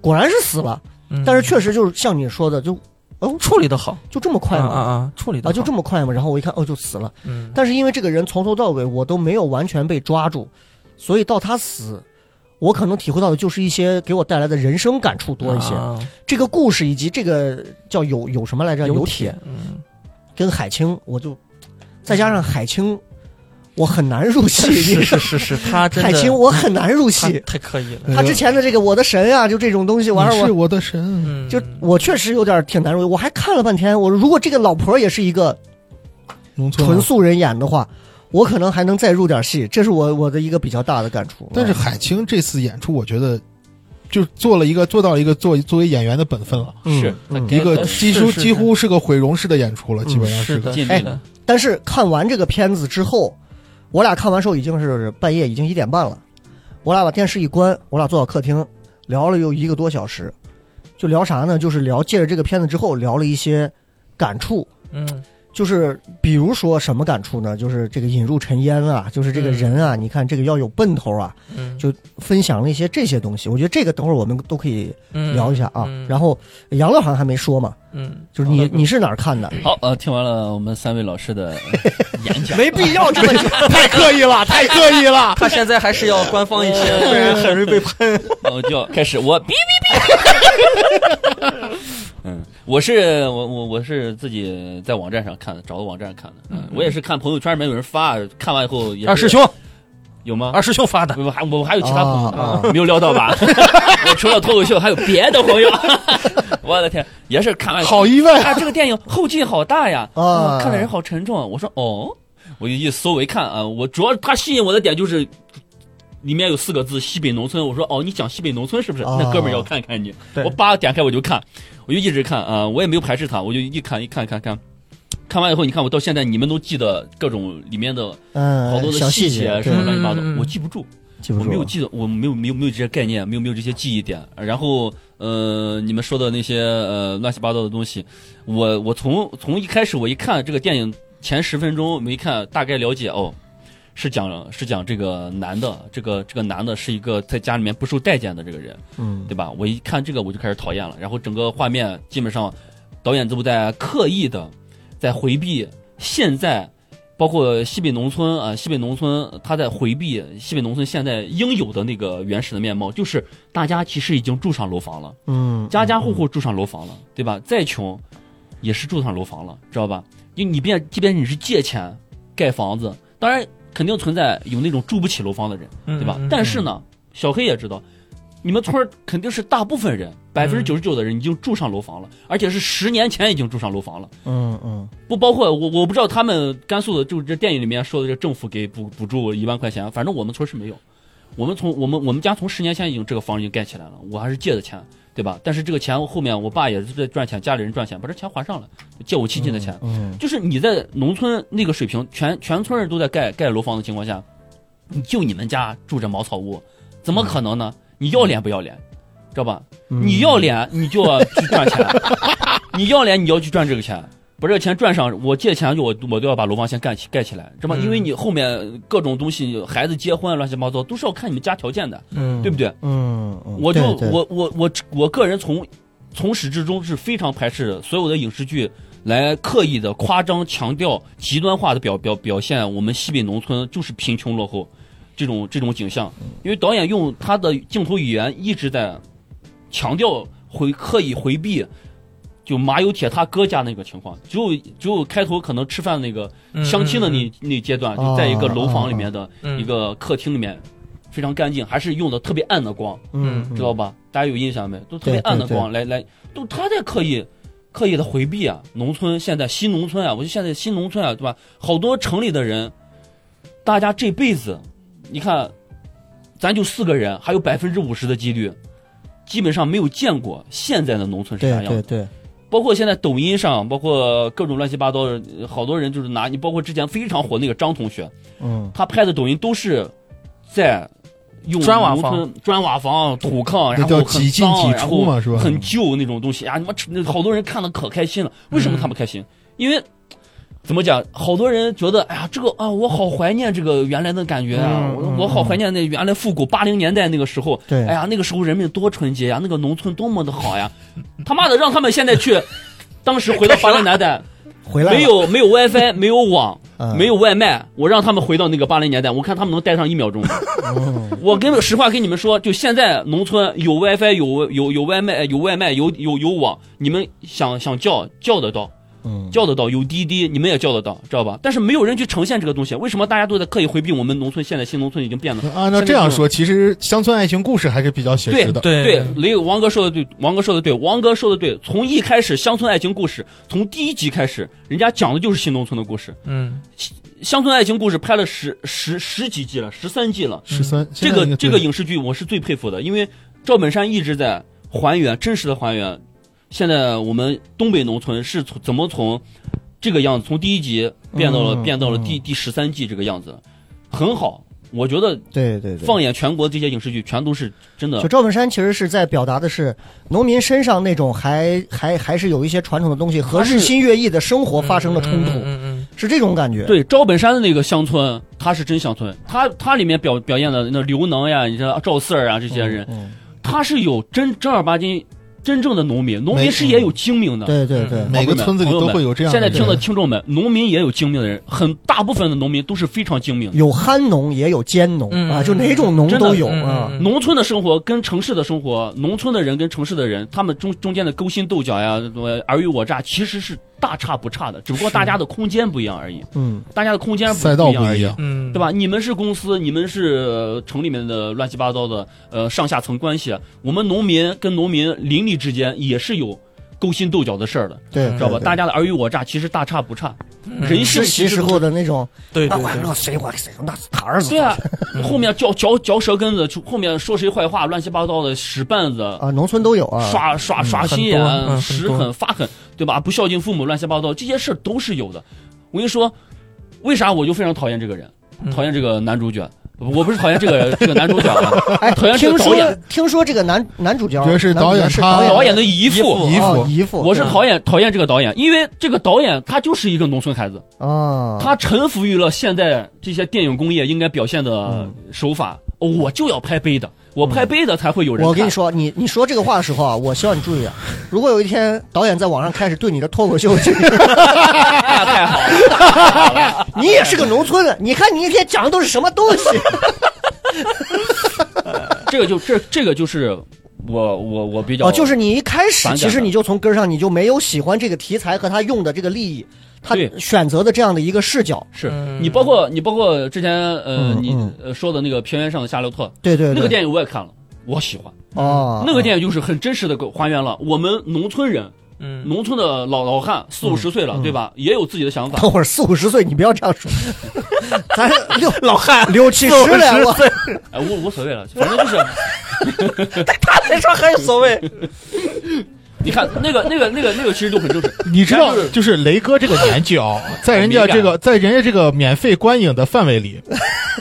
果然是死了。
嗯
但是确实就是像你说的，就哦，
处理的好，
就这么快
啊
吗？
啊啊，处理的
啊，就这么快吗？然后我一看，哦，就死了。
嗯，
但是因为这个人从头到尾我都没有完全被抓住，所以到他死，我可能体会到的就是一些给我带来的人生感触多一些。
啊
这个故事以及这个叫有有什么来着？
有
有
铁
铁，
嗯，
跟海清，我就再加上海清，我很难入戏。你知道
是是，他真的
海清我嗯很难入戏。
他太哎刻意了，
他
他之前的这个我的神啊，就这种东西玩意
你
儿
是
我。
我的神，
嗯，
就我确实有点挺难入戏，我还看了半天。我如果这个老婆也是一个
农村
纯
啊。
素人演的话，我可能还能再入点戏，这是我我的一个比较大的感触。
但是海清这次演出，我觉得就做了一个做到了一个作作为演员的本分了，
嗯
是他
嗯
给
一个
呃
几
是
乎
是
几乎是个毁容式的演出了，基本上
是
个
的，。
尽
哎
是
力
的，
但是看完这个片子之后，我俩看完之后已经是半夜，已经一点半了。我俩把电视一关，我俩坐到客厅聊了有一个多小时，就聊啥呢？就是聊借着这个片子之后聊了一些感触，
嗯
就是比如说什么感触呢？就是这个引入尘烟啊，就是这个人啊，你看这个要有奔头啊，
嗯，
就分享了一些这些东西。我觉得这个等会儿我们都可以
嗯
聊一下啊。
嗯
然后杨乐好像还没说嘛，
嗯，
就是
哦
你
好的。
你是哪儿 看的？
好呃，听完了我们三位老师的演讲，
没必要这么讲。
太刻 意了，太刻意了
哦
他现在还是要官方一些，不然很容易被喷。
我就要开始我哔哔嗯，我是我我我是自己在网站上看的，找的网站看的。嗯，我也是看朋友圈里面有人发，看完以后也是
二师兄，
有吗？
二师兄发的，
我还我还有其他朋友、
啊
没有撩到吧？我除了脱口秀还有别的朋友， 我的天，也是看完以后
好意外，
啊，这个电影后劲好大呀，
啊
嗯看的人好沉重啊。我说哦，我就一搜一看啊，我主要它吸引我的点就是。里面有四个字“西北农村”，我说哦，你讲西北农村是不是？
啊
那哥们儿要看看你，
对
我叭点开我就看，我就一直看啊、我也没有排斥它，我就一看一看看看，看完以后你看我到现在你们都记得各种里面的
嗯，
好多的
小
细
节
节啊什
对
么乱七八糟
嗯嗯嗯，
我记不住，
记不
我
住
没有记得，我没有没有没有这些概念，没有没有这些记忆点。然后呃，你们说的那些呃乱七八糟的东西，我我从从一开始我一看这个电影前十分钟没看，大概了解哦。是讲是讲这个男的，这个这个男的是一个在家里面不受待见的这个人，
嗯
对吧？我一看这个我就开始讨厌了，然后整个画面基本上，导演都在刻意的在回避现在，包括西北农村啊，西北农村他在回避西北农村现在应有的那个原始的面貌，就是大家其实已经住上楼房了，
嗯，
家家户户住上楼房了，对吧？再穷也是住上楼房了，知道吧？因为你便即便你是借钱盖房子，当然肯定存在有那种住不起楼房的人。
对
对吧？但是呢，小黑也知道，你们村儿肯定是大部分人，百分之九十九的人已经住上楼房了，而且是十年前已经住上楼房了，
嗯嗯
不包括我，我不知道他们甘肃的，就是这电影里面说的，这政府给补补助一万块钱，反正我们村儿是没有。我们从我们我们家从十年前已经这个房已经盖起来了，我还是借的钱，对吧？但是这个钱后面我爸也是在赚钱，家里人赚钱，把这钱还上了，借我亲戚的钱。
嗯
就是你在农村那个水平，全全村人都在盖盖楼房的情况下，你就你们家住着茅草屋，怎么可能呢？你要脸不要脸，知道吧？
嗯，
你要脸，你就要去赚钱；你要脸，你要去赚这个钱。把这个钱赚上，我借钱就我我都要把楼房先盖起盖起来，知道吧？
嗯
因为你后面各种东西，孩子结婚乱七八糟都是要看你们家条件的，
嗯，
对不对？
嗯，嗯，
我就
对对
我我我我个人从从始至终是非常排斥所有的影视剧来刻意的夸张、强调、极端化的表表表现我们西北农村就是贫穷落后这种这种景象，因为导演用他的镜头语言一直在强调回刻意回避。就马有铁他哥家那个情况，只有只有开头可能吃饭那个相亲的那那阶段，就在一
哦
个楼房里面的
嗯
一个客厅里面，非常干净，还是用的特别暗的光，
嗯，
知道吧？大家有印象没？都特别暗的光，来来，都他在刻意刻意的回避啊。农村现在新农村啊，我就现在新农村啊，对吧？好多城里的人，大家这辈子，你看，咱就四个人，还有百分之五十的几率，基本上没有见过现在的农村是啥
对
样
对
子。
对，
包括现在抖音上，包括各种乱七八糟的，呃好多人就是拿你，包括之前非常火那个张同学，
嗯
他拍的抖音都是在用
砖瓦
农
房
村、砖瓦房、土炕，
那
然
叫
后
几
很
进
脏，
几
然
出
后
嘛，是吧？
很旧那种东西啊！你妈吃，那好多人看的可开心了。
嗯
为什么他们开心？因为怎么讲，好多人觉得，哎呀，这个啊，我好怀念这个原来的感觉啊，
嗯
我
嗯
我好怀念那原来复古八零年代那个时候，
对
哎呀，那个时候人们多纯洁呀，那个农村多么的好呀！他妈的，让他们现在去，当时 回到八零年代，
回来了
没有没有 WiFi，没有网，
嗯
没有外卖，我让他们回到那个八零年代，我看他们能待上一秒钟。
哦
嗯
我跟实话跟你们说，就现在农村有 WiFi，有有有外卖，有外卖，有有有网，你们想想叫叫得到，
嗯
叫得到，有滴滴，你们也叫得到，知道吧？但是没有人去呈现这个东西，为什么大家都在刻意回避我们农村？现在新农村已经变得。
嗯按啊照这样说，其实乡村爱情故事还是比较写实的。
对
对，雷王哥说的对，王哥说的对，王哥说的对。从一开始乡村爱情故事，从第一集开始，人家讲的就是新农村的故事。
嗯，
乡村爱情故事拍了十十十几季了，十三季了，
十三，
这
现在
个
应该
这个影视剧我是最佩服的，因为赵本山一直在还原真实的还原，现在我们东北农村是从怎么从这个样子，从第一集变到了、
嗯
变到了第、第十三季这个样子，很好。我觉得
对对对，
放眼全国这些影视剧，全都是真的
就赵本山其实是在表达的是农民身上那种还还还是有一些传统的东西和日新月异的生活发生了冲突，
嗯
是这种感觉。
对赵本山的那个乡村，他是真乡村，他他里面表表现的那刘能呀，你像赵四儿啊这些人，
嗯，
他是有真正儿八经真正的农民，农
没
民是也有精明的。
对对对，
嗯
每个村子里都会有这样的
现在
人。
听的听众们，农民也有精明的人，很大部分的农民都是非常精
嗯
明的。
有憨农也有奸农
嗯
啊，就哪种农
真的
都有
嗯
啊。
嗯
农村的生活跟城市的生活，农村的人跟城市的人，他们中中间的勾心斗角呀，什么尔虞我诈，其实是大差不差的，只不过大家的空间不一样而已，
嗯，
大家的空间
赛道
一样
不
而
一
已，
样，
嗯，
对吧？你们是公司，你们是呃城里面的乱七八糟的呃上下层关系，我们农民跟农民邻里之间也是有勾心斗角的事儿的，
对，
知道吧？
对
大家的尔虞我诈其实大差不差，
嗯？
人
实
性
习
其实
时候的那种，
对
那
对
我
对
那谁我谁那是他儿子
对啊，后面嚼嚼嚼舌根子，就后面说谁坏话，乱七八糟的使绊子，
啊，农村都有啊。
耍耍耍心眼、
很多嗯
使
很多
狠发狠，对吧？不孝敬父母，乱七八糟，这些事儿都是有的。我跟你说，为啥我就非常讨厌这个人，
嗯
讨厌这个男主角？我不是讨厌这个这个男主角啊，
哎，
讨厌这
听
个导
说
演
听说这个男男主角
觉得是
男主
导演
是
他
导
啊导演
演
的姨父。
哦
姨父
啊姨父，
我是
啊
讨厌讨厌这个导演，因为这个导演他就是一个农村孩子，
啊，
他臣服于了现在这些电影工业应该表现
嗯
的手法。哦我就要拍悲的，我拍悲的才会有人看。
我跟你说，你你说这个话的时候啊，我希望你注意啊。如果有一天导演在网上开始对你的脱口秀，
哎，太好了，
你也是个农村的，你看你一天讲的都是什么东西？
这个就这这个就是我我我比较
哦，就是你一开始
反感的
其实你就从根儿上你就没有喜欢这个题材和他用的这个利益，他
对
选择的这样的一个视角。
是
嗯
你包括你包括之前呃
嗯
你
嗯
呃说的那个《平原上的夏洛特》
对对对，
那个电影我也看了，我喜欢
哦，
那个电影就是很真实的还原了我们农村人、
嗯，
农村的老老汉四
嗯
五十岁了，对吧？也有自己的想 法。
哦等会儿四五十岁，你不要这样说， 咱六老汉六七十了，我
哎，无无所谓了，反正就是
他才说很有所谓。
你看那个那个那个那个其实就很真实。
你知道，就是雷哥这个年 纪啊，在人家这个在人家这个免费观影的范围里，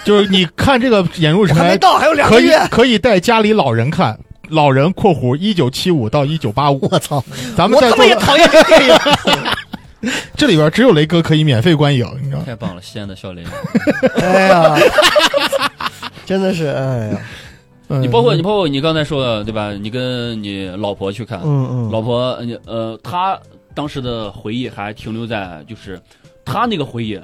就是你看这个演出
我还没
台
到，还有两
可
个
以
月。
可以带家里老人看，老人（括弧一九七五到一九八五
我操！）。
咱们
我
在
他妈
座
也
的
讨厌这个电影。
这里边只有雷哥可以免费观影，你知道吗？
太棒了，西安的笑雷！
哎呀，真的是哎 呀，
嗯
你包括你包括你刚才说的对吧？你跟你老婆去看，
嗯嗯，
老婆，你呃，她当时的回忆还停留在就是她那个回忆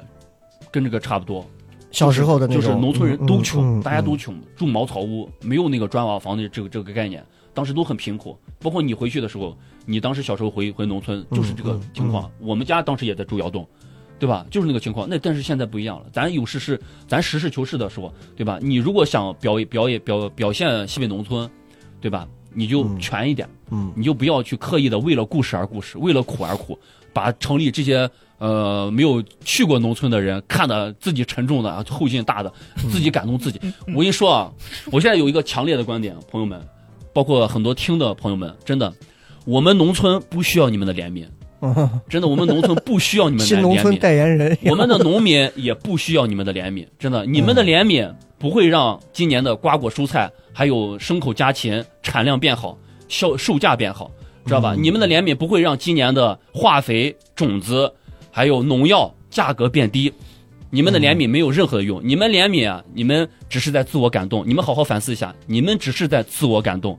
跟这个差不多，
小时候的那
就
种，
是农村人
嗯
都穷，
嗯嗯
大家都穷，住茅草屋，没有那个砖瓦房的这个这个概念，当时都很贫苦。包括你回去的时候，你当时小时候回回农村
嗯
就是这个情况。我们家当时也在住窑洞。对吧？就是那个情况。那但是现在不一样了，咱有事是，咱实事求是的说，对吧？你如果想表演表演表表现西北农村，对吧？你就
嗯
全一点，
嗯
你就不要去刻意的为了故事而故事，为了苦而苦，把城里这些呃没有去过农村的人看得自己沉重的啊后劲大的，自己感 动自己。我跟你说啊，我现在有一个强烈的观点，朋友们，包括很多听的朋友们，真的，我们农村不需要你们的怜悯，
嗯，
真的，我们农村不需要你们的
新
怜
农村
悯，
代言人，
我们的农民也不需要你们的怜悯，真的，你
嗯
们的怜悯不会让今年的瓜果蔬菜还有牲口家禽产量变好，销售价变好，知道吧？
嗯
你们的怜悯不会让今年的化肥、种子还有农药价格变低。你们的怜
嗯
悯没有任何的用，你们怜悯啊，你们只是在自我感动。你们好好反思一下，你们只是在自我感动，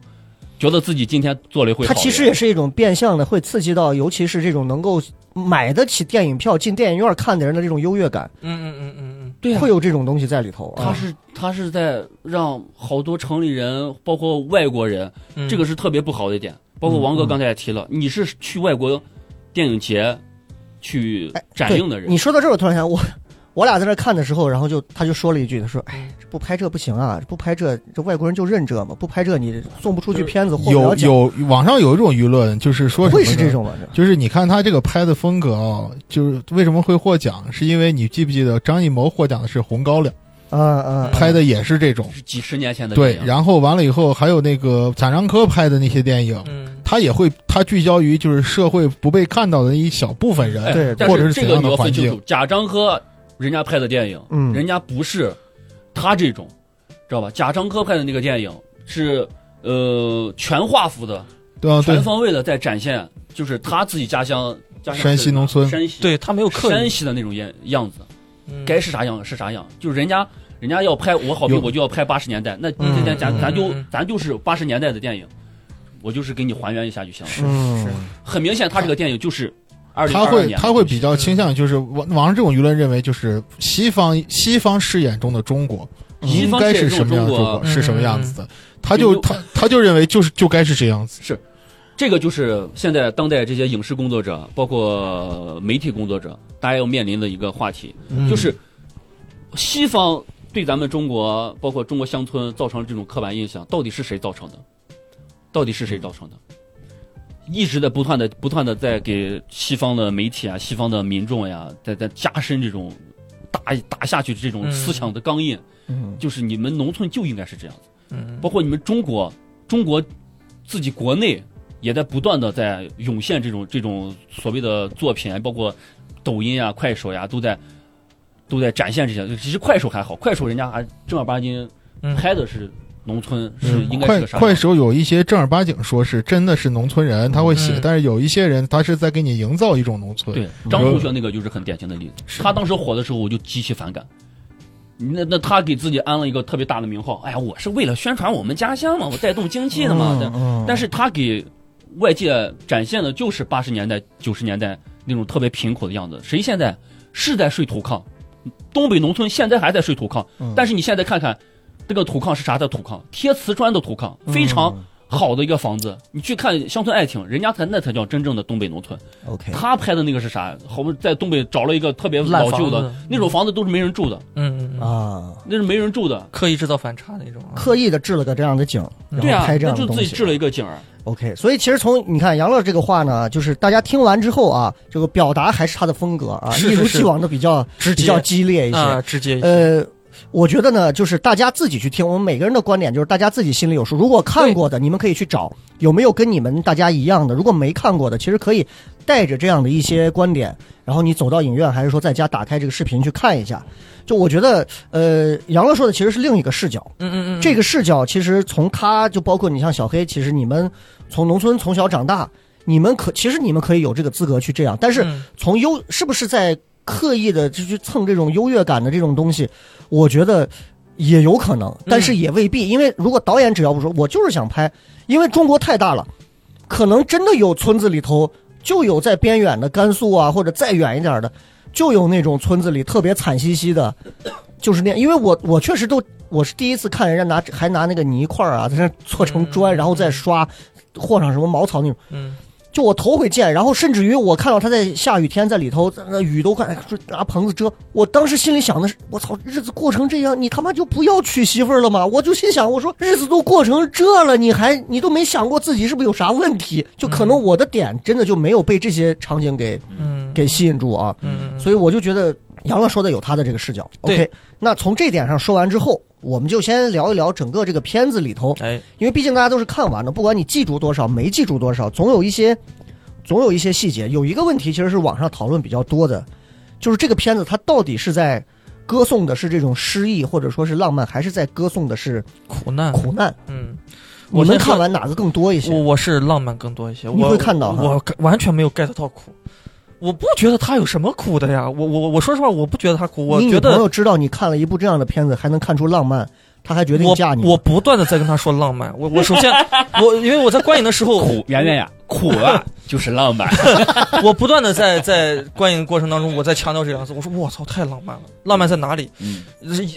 觉得自己今天做了一回好
它
人。
其实也是一种变相的，会刺激到，尤其是这种能够买得起电影票进电影院看的人的这种优越感，
嗯嗯嗯嗯嗯，
对啊
会有这种东西在里头
他
啊。
是他是在让好多城里人，包括外国人，
嗯
这个是特别不好的一点。包括
嗯
王哥刚才也提了，你是去外国电影节去
哎
展
对
映的人
你，说到这儿，我突然想，我我俩在那儿看的时候，然后就他就说了一句，他说：“哎，这不拍这不行啊，不拍这这外国人就认这嘛，不拍这你送不出去片子，获不了
有
奖，
有网上有一种舆论，就是说什么
会
呢
是这，种吧？”
就是你看他这个拍的风格啊，就是为什么会获奖，是因为你记不记得张艺谋获奖的是《红高粱
啊啊，》，
拍的也是这种。
是几十年前嗯的
对
电，影
然后完了以后，还有那个贾樟柯拍的那些电影，
嗯
他也会他聚焦于就是社会不被看到的一小部分人，
哎
对
但
或者是
这
怎
个
样
你
的
要分
环
清
境
楚，。贾樟柯人家拍的电影，
嗯
人家不是他这种，知道吧？贾樟柯拍的那个电影是呃全画幅的、
对啊，对
全，方位的在展现，就是他自己家乡家乡
山西
是
农村
山西
对他没有刻
山
意，
西的那种样样子。
嗯
该是啥样是啥样，就是人家人家要拍我好比
有
我就要拍八十年代，那
嗯
今天咱
嗯
咱就
嗯
咱就是八十年代的电影，我就是给你还原一下就行了。
嗯
是
很明显，他这个电影就是二零
他
二二
会
年的
他会
东西
比较倾向，就是网网上这种舆论认为，就是西方西方视野中的中国
嗯西
应
方
该
视野
是
中
什么
的
样的
中
中
国嗯
国是什么样子的，他
比
就
如
他他就认为就是就该是这样子。
这个就是现在当代这些影视工作者，包括媒体工作者，大家要面临的一个话题，
嗯
嗯就是西方对咱们中国，包括中国乡村造成了这种刻板印象，到底是谁造成的？到底是谁造成的？一直在不断的、不断的在给西方的媒体啊、西方的民众呀，在在加深这种打打下去这种思想的钢印，
嗯
就是你们农村就应该是这样。
嗯，
包括你们中国，中国自己国内也在不断的在涌现这种这种所谓的作品，包括抖音啊、快手呀、都在都在展现这些。其实快手还好，快手人家还正儿八经
嗯
拍的是农村，是
嗯
应该
快
是个啥？
快手有一些正儿八经说是真的是农村人，他会写
嗯，
但是有一些人他是在给你营造一种农村。
对，张同学那个就是很典型的例子。他当时火的时候，我就极其反感。那那他给自己安了一个特别大的名号，哎呀，我是为了宣传我们家乡嘛，我带动经济的
嗯
嗯
嘛。但
哦
但是他给外界展现的就是八十年代、九十年代那种特别贫苦的样子。谁现在是在睡土炕？东北农村现在还在睡土炕，但是你现在看看，这个土炕是啥的土炕？贴瓷砖的土炕，非常
嗯
好的一个房子。你去看《乡村爱情》，人家才那才叫真正的东北农村。
OK，
他拍的那个是啥？好不容易在东北找了一个特别
烂
老旧
房
的
子
那种房子，都是没人住的，
嗯嗯嗯，
啊，
那是没人住的。
刻意制造反差那种啊，
刻意的置了个这样的景儿，
对
然
啊
后拍，这
那
样
就
的东
自己
西。
置了一个景儿。
OK，所以其实从你看杨乐这个话呢，就是大家听完之后啊，这个表达还是他的风格啊，
是
一如
是是
既往的比较
直
比
接
较激烈一些。
啊，直接一些
呃，我觉得呢，就是大家自己去听，我们每个人的观点就是大家自己心里有数。如果看过的，你们可以去找有没有跟你们大家一样的；如果没看过的，其实可以带着这样的一些观点，然后你走到影院，还是说在家打开这个视频去看一下。就我觉得，呃，杨乐说的其实是另一个视角。
嗯嗯嗯，
这个视角其实从他就包括你像小黑，其实你们从农村从小长大，你们可其实你们可以有这个资格去这样，但是
嗯
从优是不是在刻意的就去蹭这种优越感的这种东西，我觉得。也有可能，但
嗯
是也未必，因为如果导演只要不说，我就是想拍，因为中国太大了，可能真的有村子里头就有在边远的甘肃啊，或者再远一点的，就有那种村子里特别惨兮兮的， 就是那样。因为我我确实都我是第一次看人家拿还拿那个泥块儿啊，在那搓成砖，然后再刷，和上什么茅草那种。
嗯
就我头回见，然后甚至于我看到他在下雨天在里头，在那雨都快说拿棚子遮，我当时心里想的是，我操，日子过成这样，你他妈就不要娶媳妇儿了吗？我就心想，我说日子都过成这了，你还你都没想过自己是不是有啥问题？就可能我的点真的就没有被这些场景给
嗯
给吸引住啊，
嗯，
所以我就觉得杨乐说的有他的这个视角。
对
OK，那从这点上说完之后，我们就先聊一聊整个这个片子里头
以哎，
因为毕竟大家都是看完的，不管你记住多少，没记住多少，总有一些，总有一些细节。有一个问题其实是网上讨论比较多的，就是这个片子它到底是在歌颂的是这种诗意或者说是浪漫，还是在歌颂的是
苦难，
苦难？
嗯，
你
我
们
先
看
说
完哪个更多一
我
些？
我是浪漫更多一些，
你
我
会看到哈
我我完全没有 get 到苦，我不觉得他有什么苦的呀，我我我说实话，我不觉得他苦，我
你
觉
女朋
得
友知道你看了一部这样的片子，还能看出浪漫，她还决定
我
嫁你。
我不断的在跟他说浪漫，我我首 先我因为我在观影的时候
苦，圆圆呀，苦 啊，就是浪漫。
我不断的在在观影过程当中，我在强调这两个字，我说我操，太浪漫了，浪漫在哪里？
嗯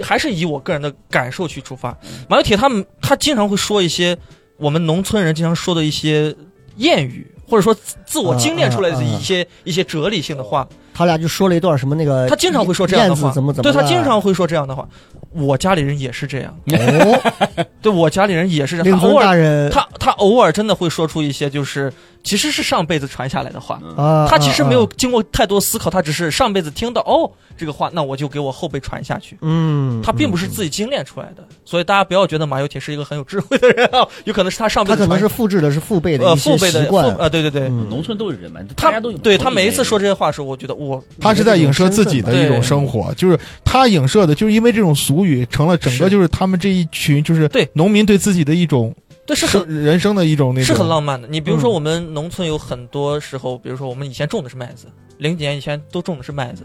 还是以我个人的感受去出发。
嗯
马小铁他们他经常会说一些我们农村人经常说的一些谚语，或者说自自我精炼出来的一
嗯
些、一些哲理性的话，
他俩就说了一段什么那个，
他经常会说这样的
呃燕
话，
子怎么怎么哦
对
了，
他经 常会说这样的话。我家里人也是这样，
哦，
对我家里人也是这样，
令
他
尊
偶
大
尔
人
他他偶尔真的会说出一些就是其实是上辈子传下来的话。
嗯
啊，
他其实
啊
没有
啊
经过太多思考，他只是上辈子听到哦这个话，那我就给我后辈传下去。
嗯，
他并不是自己精炼出来的，所以大家不要觉得马有铁是一个很有智慧的人啊，有可能是他上辈
嗯他
子
可能是
传
复制的是父辈的
呃
一些
父辈的
习
父
惯，
呃对对对，
嗯
农村都是人嘛，大
他
家都有
对他每一次说这些话的时候，我觉得我
他是在影射自己的一种生活，就是他影射的，就是因为这种俗语成了整个
是
就是他们这一群就是
对
农民对自己的一种
对是
生
很
人生的一种那种
是很浪漫的。你比如说
嗯
我们农村有很多时候，比如说我们以前种的是麦子，零几年以前都种的是麦子，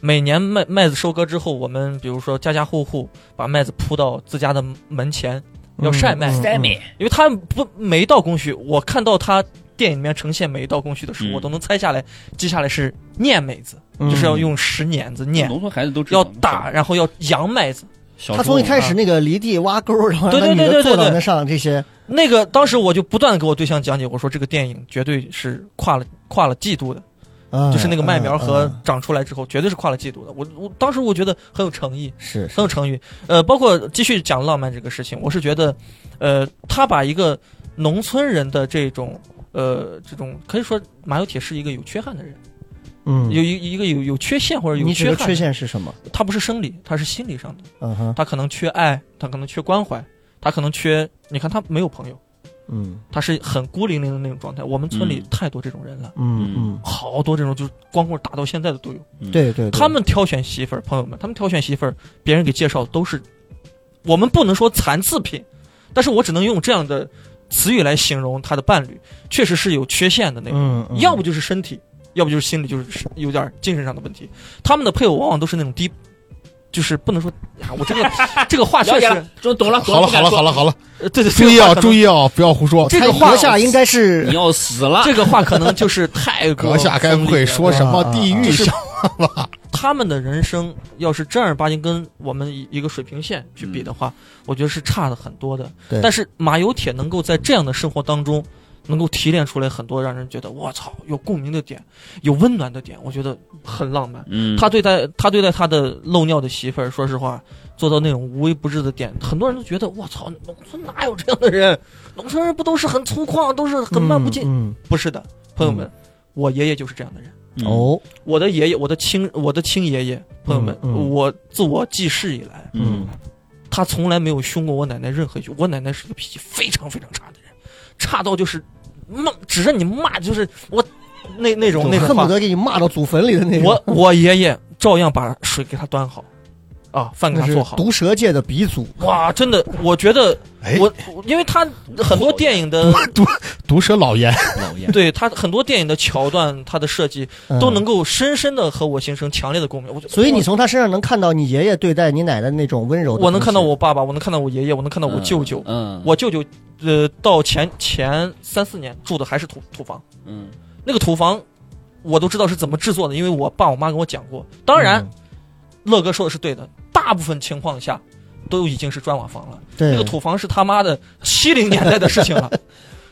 每年麦麦子收割之后，我们比如说家家户户把麦子铺到自家的门前，要晒麦，
嗯
，Sammy，
因为他不每一道工序，我看到他电影里面呈现每一道工序的时候，
嗯
我都能猜下来，接下来是碾麦子，
嗯
就是要用石碾子碾，
农村孩子都知道
要打，，然后要扬麦子。
小
他
时候
从一
啊
开始那个离地挖沟，然后让
对
那
对
女
对对
的坐
对
到
对
那上这些，
那个当时我就不断地给我对象讲解，我说这个电影绝对是跨了跨了季度的，
就
就是那个麦
啊
苗和
嗯
长出来之后，绝对是跨了季度的。我我当时我觉得很有诚意，
是是
很有诚意。呃，包括继续讲浪漫这个事情，我是觉得，呃，他把一个农村人的这种呃这种可以说马有铁是一个有缺憾的人，
嗯
有一一个有有缺陷或者有
你指
缺
的
憾，
缺陷是什么？
他不是生理，他是心理上的，
嗯哼，
他可能缺爱，他可能缺关怀，他可能缺，你看他没有朋友。
嗯
他是很孤零零的那种状态。我们村里
嗯
太多这种人了，
嗯
嗯
嗯，
好多这种就是光棍打到现在的都有。
对对，对
他们挑选媳妇儿，朋友们，他们挑选媳妇儿，别人给介绍都是，我们不能说残次品，但是我只能用这样的词语来形容他的伴侣，确实是有缺陷的那种，
嗯，嗯
要不就是身体，要不就是心理，就是有点精神上的问题。他们的配偶往往都是那种低。就是不能说，啊、我这个这个话确
了
实
解，了，就懂了，懂
好了好了好
了，
了好了，
呃对对，
注意啊注
意，
意啊，不要胡说。
这
他
个话
阁下应该是
嗯
你要死了，
这个话可能就是太过
啊阁下该不
锋利
会
了
说什
啊
么地狱笑吧？
他们的人生要是正儿八经跟我们一一个水平线去比的话，我觉得是差的很多的。
对
但是马有铁能够在这样的生活当中，能够提炼出来很多让人觉得我操有共鸣的点，有温暖的点，我觉得很浪漫。
嗯，
他对待他对待他的漏尿的媳妇儿，说实话，做到那种无微不至的点，很多人都觉得我操，农村哪有这样的人？农村人不都是很粗犷，都是很漫不经？
嗯
不是的，朋友们，我爷爷就是这样的人。
嗯
嗯，
哦，
我的爷爷，我的亲，我的亲爷爷，朋友们，
嗯嗯
我自我记事以来，
嗯
他从来没有凶过我奶奶任何一句。我奶奶是个脾气非常非常差的人，差到就是骂，指着你骂，就是我那那种
就
那
哦恨
种
不
话。
得给你骂到祖坟里的那种。
我我爷爷照样把水给他端好，啊，饭给
那
他
是
做好。
毒蛇界的鼻祖，
哇，真的，我觉得
哎
我，我因为他很多电影的，
毒舌老严，
老爷，
对他很多电影的桥段，他的设计都
嗯
能够深深的和我形成强烈的共鸣。我就
所以你
哇
从他身上能看到你爷爷对待你奶奶那种温柔的。
我能看到我，爸爸，我能看到我爷爷，我能看到我舅舅。
嗯，
我舅舅，呃，到前前三四年住的还是土土房，
嗯
那个土房我都知道是怎么制作的，因为我爸我妈跟我讲过。当然，
嗯
乐哥说的是对的，大部分情况下都已经是砖瓦房了。
对
那个土房是他妈的七零年代的事情 了，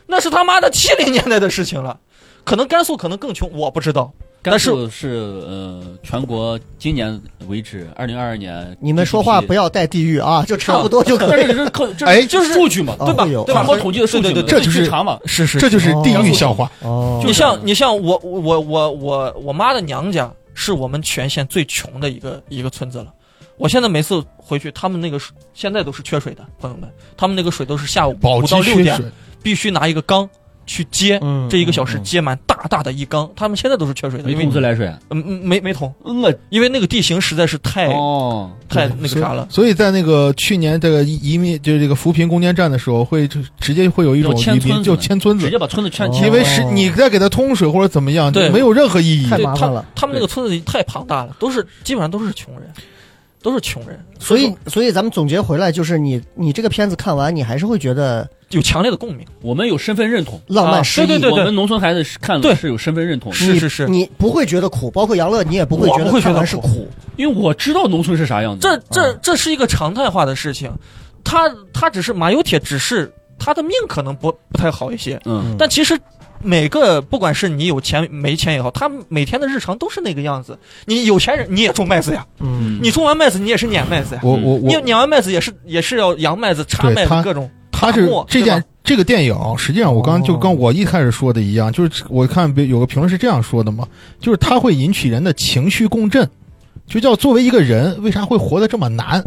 那是他妈的七零年代的事情了。可能甘肃可能更穷，我不知道。
甘
但是
肃是呃，全国今年为止，二零二二年，
你们说话不
要，
要带地狱啊，就差不多就可
但
以。
是这是可，这
哎
就是数据嘛，
啊
对吧
会有
对吧
全国统计的数据嘛，
对对对
这就是
去查嘛，
是是
这就是地狱笑话。
哦，
你
是
啊像你像我我我我我妈的娘家是我们全县最穷的一个一个村子了。我现在每次回去，他们那个水现在都是缺水的，朋友们，他们那个水都是下午
宝
五
鸡
到六
缺
点
水，
必须拿一个缸去接，
嗯
这一个小时
嗯嗯
接满大大的一缸。他们现在都是缺水的，因为
公自来水，
嗯嗯没没桶，
我
因为那个地形实在是太、
哦，
太那个啥了。
所以在那个去年这个移民就是这个扶贫攻坚战的时候，会就直接会有一种
就
移
迁村
民
子
就
呢
迁村
直
子，
接把村子圈起
因
来，
为是
哦
你再给他通水或者怎么样，
对
就没有任何意义
太。
对
麻烦了
他。他们那个村子太庞大了，都是基本上都是穷人，都是穷人，
所以，所以咱们总结回来就是你，你这个片子看完，你还是会觉得
有强烈的共鸣。
我们有身份认同，
浪漫
啊
诗意。
对对
我们农村孩子是看
对
了是有身份认同的，
是
你
是是
你不会觉得苦，包括杨乐，你也不会
我
觉
不会
得
觉
看
得
完是
苦
苦。
因为我知道农村是啥样子，
这这这是一个常态化的事情，他他只是马有铁，只是他的命可能不不太好一些，
嗯
但其实每个不管是你有钱没钱也好，他每天的日常都是那个样子。你有钱人你也种麦子呀，
嗯，
你种完麦子你也是碾麦子呀，
我我
你
我，
碾完麦子也是也是要扬麦子、插
对
麦子
他
各种。
他是
打磨
这
对吧
件这个电影啊，实际上我刚就跟我一开始说的一样，就是我看别有个评论是这样说的嘛，就是它会引起人的情绪共振，就叫作为一个人为啥会活得这么难？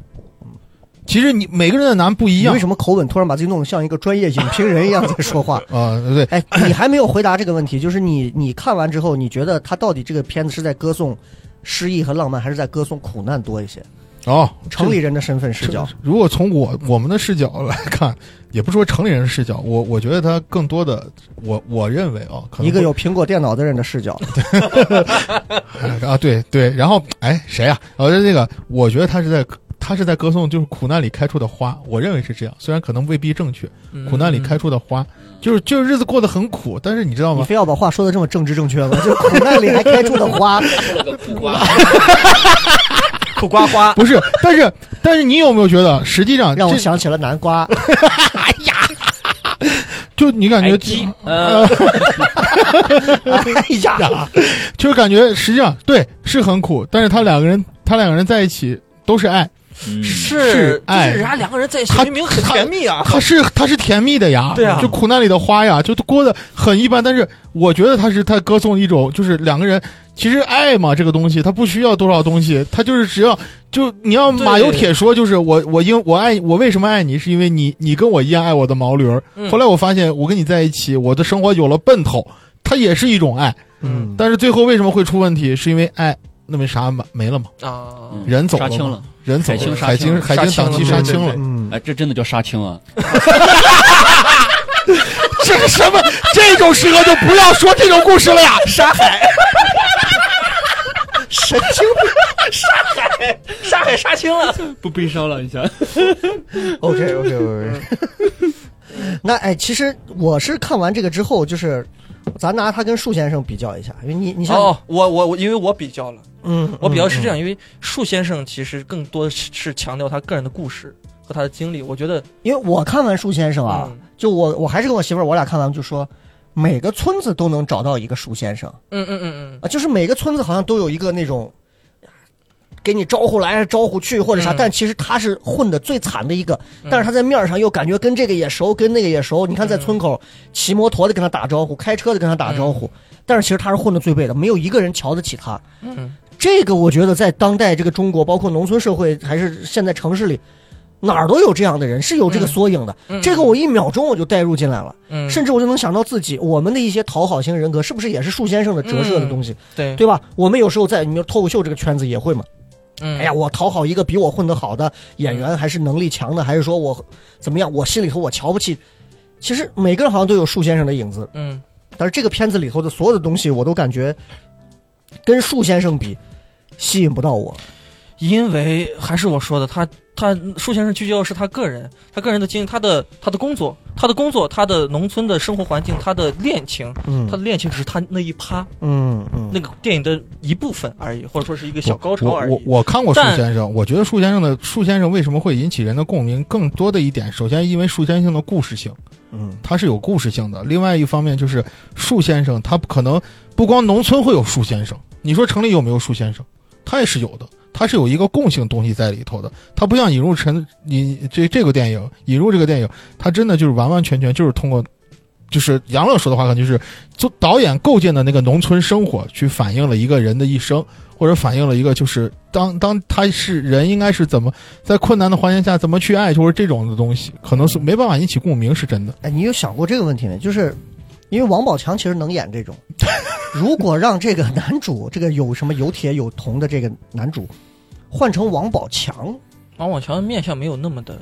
其实你每个人的难不一
你
样
为什么口吻突然把自己弄得像一个专业影评人一样在说 话？
啊、对，
哎，你还没有回答这个问题，就是你你看完之后，你觉得他到底这个片子是在歌颂诗意和浪漫，还是在歌颂苦难多一些？
哦，
城里人的身份视角，
如果从我我们的视角来看，也不说城里人的视角，我我觉得他更多的，我我认为啊，可能
一个有苹果电脑的人的视角，
哎啊，对对，然后哎，谁呀、啊？呃，这个，我觉得他是在他是在歌颂就是苦难里开出的花，我认为是这样，虽然可能未必正确。
嗯
苦难里开出的花，就是就是日子过得很苦，但是你知道
你
吗？
非要把话说的这么政治正确吗？ 就苦难里还开出的花，
这个苦 瓜，
苦瓜花，
不是，但是但是你有没有觉得，实际上
让我
这
想起了南瓜。
就你感觉
哎鸡，呃，
嗯
哎呀，
呀， 就是感觉实际上对是很苦，但是他两个人他两个人在一起都是爱，
嗯
是
是，但
哎
是人家两个人在一起
他
明明很甜蜜啊，
他是他是甜蜜的呀，
对啊
就苦难里的花呀，就过得很一般。但是我觉得他是他歌颂一种，就是两个人其实爱嘛，这个东西他不需要多少东西，他就是只要就你要马有铁说，就是我我因我爱我为什么爱你，是因为你你跟我一样爱我的毛驴儿。
嗯
后来我发现我跟你在一起，我的生活有了奔头，它也是一种爱。
嗯
但是最后为什么会出问题，是因为爱那没啥嘛没了嘛，
啊，
嗯
人走
杀
了
青
嘛
了，
人走
海清
了，
杀
海
青
清
了
海
杀
清
青
档
了
期杀
对对
青
对
了。
嗯，
哎，这真的叫杀青啊！
这个什么这种时候就不要说这种故事了 呀！
沙海，
神经
沙海杀青了，
不悲伤了，你想，
病。OK OK OK。那 哎，其实我是看完这个之后，就是咱拿他跟树先生比较一下，因为你你像、
哦，我我我，因为我比较了，
嗯，
我比较
嗯
是这样，因为树先生其实更多是是强调他个人的故事和他的经历，我觉得
嗯因为我看完树先生啊，
嗯
就我我还是跟我媳妇儿，我俩看完就说，每个村子都能找到一个树先生
嗯嗯嗯
啊，就是每个村子好像都有一个那种。给你招呼来招呼去或者啥，
嗯
但其实他是混的最惨的一个，
嗯，
但是他在面儿上又感觉跟这个也熟，跟那个也熟。你看，在
嗯
村口骑摩托的跟他打招呼，开车的跟他打招呼，但是其实他是混的最背的，没有一个人瞧得起他。
嗯
这个我觉得在当代这个中国，包括农村社会，还是现在城市里，哪儿都有这样的人，是有这个缩影的。
嗯
这个我一秒钟我就带入进来了，
嗯
甚至我就能想到自己我们的一些讨好型人格是不是也是树先生的折射的东西，
对，
对吧？我们有时候在你们脱口秀这个圈子也会嘛。
嗯
哎呀，，我讨好一个比我混得好的演员，还是能力强的，还是说我怎么样？我心里头我瞧不起。其实每个人好像都有树先生的影子，
嗯
但是这个片子里头的所有的东西，我都感觉跟树先生比，吸引不到我。
因为还是我说的，他他舒先生聚焦的是他个人，他个人的经历，他的他的工作，他的工作，他的农村的生活环境，他的恋情，
嗯
他的恋情只是他那一趴
嗯嗯，
那个电影的一部分而已，或者说是一个小高潮而
我
已。
我我看过树
但
先生，我觉得树先生的树先生为什么会引起人的共鸣，更多的一点，首先因为树先生的故事性，
嗯
它是有故事性的。另外一方面就是树先生，他可能不光农村会有树先生，你说城里有没有树先生？他也是有的，他是有一个共性东西在里头的。他不像引入陈你这这个电影，引入这个电影，他真的就是完完全全就是通过。就是杨乐说的话，可能就是做导演构建的那个农村生活，去反映了一个人的一生，或者反映了一个就是当当他是人应该是怎么在困难的环境下怎么去爱，就是这种的东西，可能是没办法引起共鸣，是真的。
哎，你有想过这个问题没？就是因为王宝强其实能演 这种，如果让这个男主，这个有什么有铁有铜的这个男主，换成王宝强，
王宝强的面相没有那么的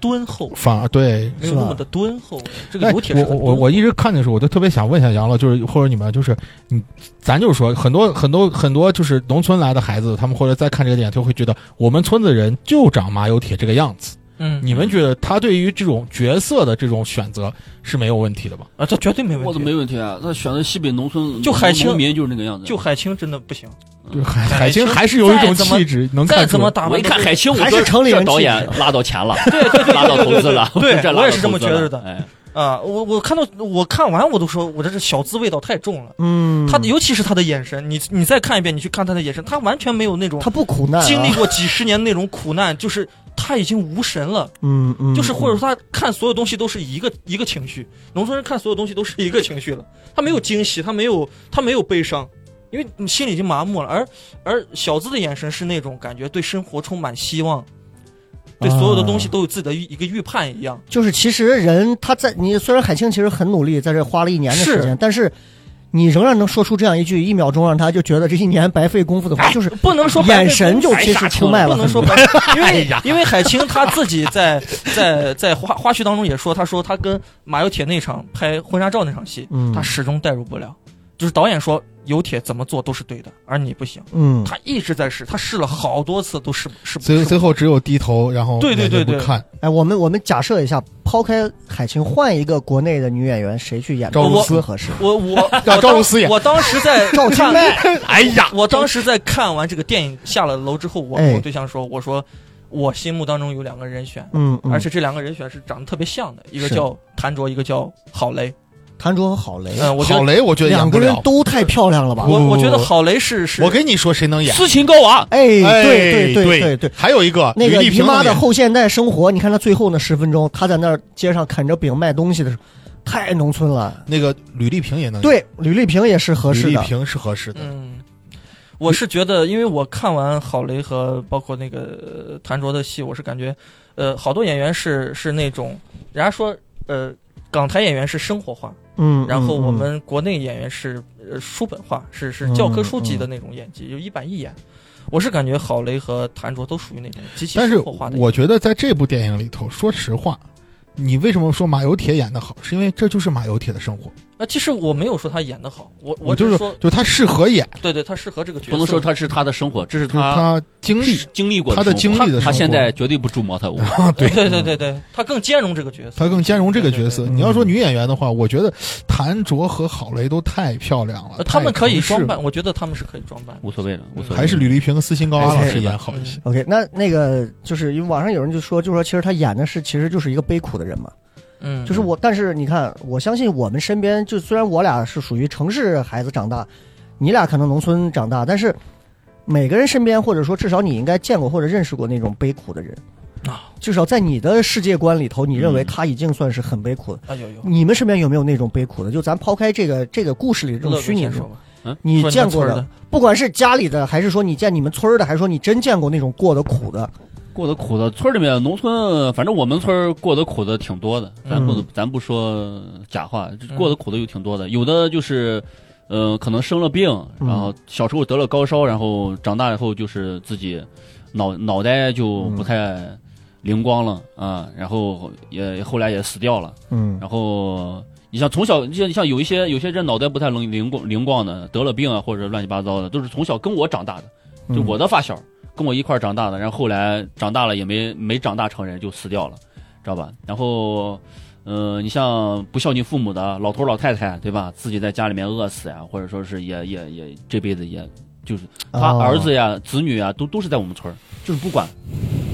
敦厚，
反而对。
没
是
有
吧
那么的敦厚。这个
哎
有铁是
我
很
我我
敦厚
我一直看的时候，我就特别想问一下杨乐，就是或者你们，就是你，咱就是说，很多很多很多就是农村来的孩子，他们或者再看这个电影，就会觉得我们村子人就长马有铁这个样子。
嗯，
你们觉得他对于这种角色的这种选择是没有问题的吧？
啊，这绝对没问
我
题。
怎么没问题啊？他选择西北农村，
就海清
农民就是那个样子，
就海清真的不行，
就是海
海
海清
清
还是有一种
再怎么
气质，能
再
看
怎
出
么
来。
打
我
扮
一
都，
看海清，我
还
说
是城里
这
人
导
气质
演拉到钱了，拉到投资了，
对
这拉到
我也是这么
投资了
觉得的
哎，
啊，我我看到我看完我都说，我这是小资味道太重了。
嗯，
他的尤其是他的眼神，你你再看一遍，你去看他的眼神，他完全没有那种
他不苦难、啊，
哦经历过几十年那种苦难，就是他已经无神了，
嗯嗯，
就是或者说他看所有东西都是一个一个情绪，农村人看所有东西都是 一个情绪了，他没有惊喜，他没有他没有悲伤，因为你心里已经麻木了。而而小资的眼神是那种感觉对生活充满希望，对所有的东西都有自己的一一个预判一样。
就是其实人他在你虽然海清其实很努力，在这花了一年的时间，但是你仍然能说出这样一句，一秒钟让他就觉得这一年白费功夫的话，就是
不能说白费
眼神就
功夫
其实出卖了
不能
很多
说白， 因为因为海清她自己在在在花花絮当中也说，她说她跟马有铁那场拍婚纱照那场戏，
嗯
她始终代入不了。就是导演说有铁怎么做都是对的，而你不行。
嗯，
他一直在试，他试了好多次都试不试不
最
试
最后只有低头，然后
对对
眼睛
对对
不看
哎，我们我们假设一下，抛开海清，换一个国内的女演员，谁去演
赵
露
思
合适？
不我我
让赵露思演
我当时在
赵今
看，
麦，
哎呀，
我当时在看完这个电影下了楼之后，我
哎
我对象说，我说我心目当中有两个人选，
嗯，嗯
而且这两个人选是长得特别像的，一个
是
叫谭卓，一个叫郝蕾。
谭卓和郝蕾，
嗯，我觉
郝
得
蕾，我觉得
两
演
个
不
人
了。
都太漂亮了吧？
我
不
我觉得
不
郝蕾是是
我跟你说，谁能演？
斯琴高娃，
哎，
哎
对对
对
对对，
还有一
啊
个
那个
吕丽
姨
萍
妈的
能演
后现代生活，你看她最后那十分钟，她在那儿街上啃着饼卖东西的时候，太农村了。
那个吕丽萍也能演，
对，吕丽萍也是合
吕
适
丽
的。
萍是合适的。
嗯，我是觉得，因为我看完郝蕾和包括那个呃谭卓的戏，我是感觉，呃，好多演员是是那种，人家说，呃，港台演员是生活化，
嗯，
然后
嗯
我们国内演员是呃书本化，是是教科书级的那种演技，就一板一眼。我是感觉郝蕾和谭卓都属于那种极其
但是
生活化的演技。
我觉得在这部电影里头，说实话，你为什么说马有铁演的好？是因为这就是马有铁的生活，
啊，其实我没有说他演的好，我我
就
只
是
说，
就他适合演，
对对，他适合这个角色。
不能说他是他的生活，这是
就是
他
他经历，
经历过
他的经历的生活
他现在绝对不住茅台屋。
对对对对对，他更兼容这个角色。
嗯他更兼容这个角色。
对
对对
你要说女演员的话，我觉得谭卓和郝蕾都太漂亮了
啊
呃，他们
太
可以
合适
装
了
扮，我觉得他们是可以装扮的。
无所谓了，无所谓了。
还是吕丽萍和斯琴高娃老师演好一些。
OK，那那个就是因为网上有人就说，就说其实她演的是其实就是一个悲苦的人嘛，
嗯，
就是我，但是你看，我相信我们身边就虽然我俩是属于城市孩子长大，你俩可能农村长大，但是每个人身边或者说至少你应该见过或者认识过那种悲苦的人
啊，
至少在你的世界观里头，你认为
嗯
他已经算是很悲苦的。
啊有有，
你们身边有没有那种悲苦的？就咱抛开这个这个故事里的这
乐
种
哥
虚拟
先
的
说，吧，
你
说你
见
们
过
村儿
的
的，
不管是家里的，还是说你见你们村儿的，还是说你真见过那种过得苦的，
过得苦的，村儿里面农村，反正我们村儿过得苦的挺多的。咱不、
嗯
咱不说假话，就
嗯
过得苦的有挺多的，有的就是。呃，可能生了病，
嗯
然后小时候得了高烧，然后长大以后就是自己脑脑袋就不太灵光了啊、然后也后来也死掉了。
嗯，
然后你像从小，你像你像有一些有些人脑袋不太灵灵光灵光的，得了病啊或者乱七八糟的，都是从小跟我长大的。
嗯
嗯
就我的发小，跟我一块儿长大的，然后后来长大了也没没长大成人就死掉了，知道吧？然后，呃，你像不孝敬父母的老头儿老太太，对吧？自己在家里面饿死呀，或者说是也也也这辈子也就是他
哦
儿子呀、子女呀，都都是在我们村儿，就是不管，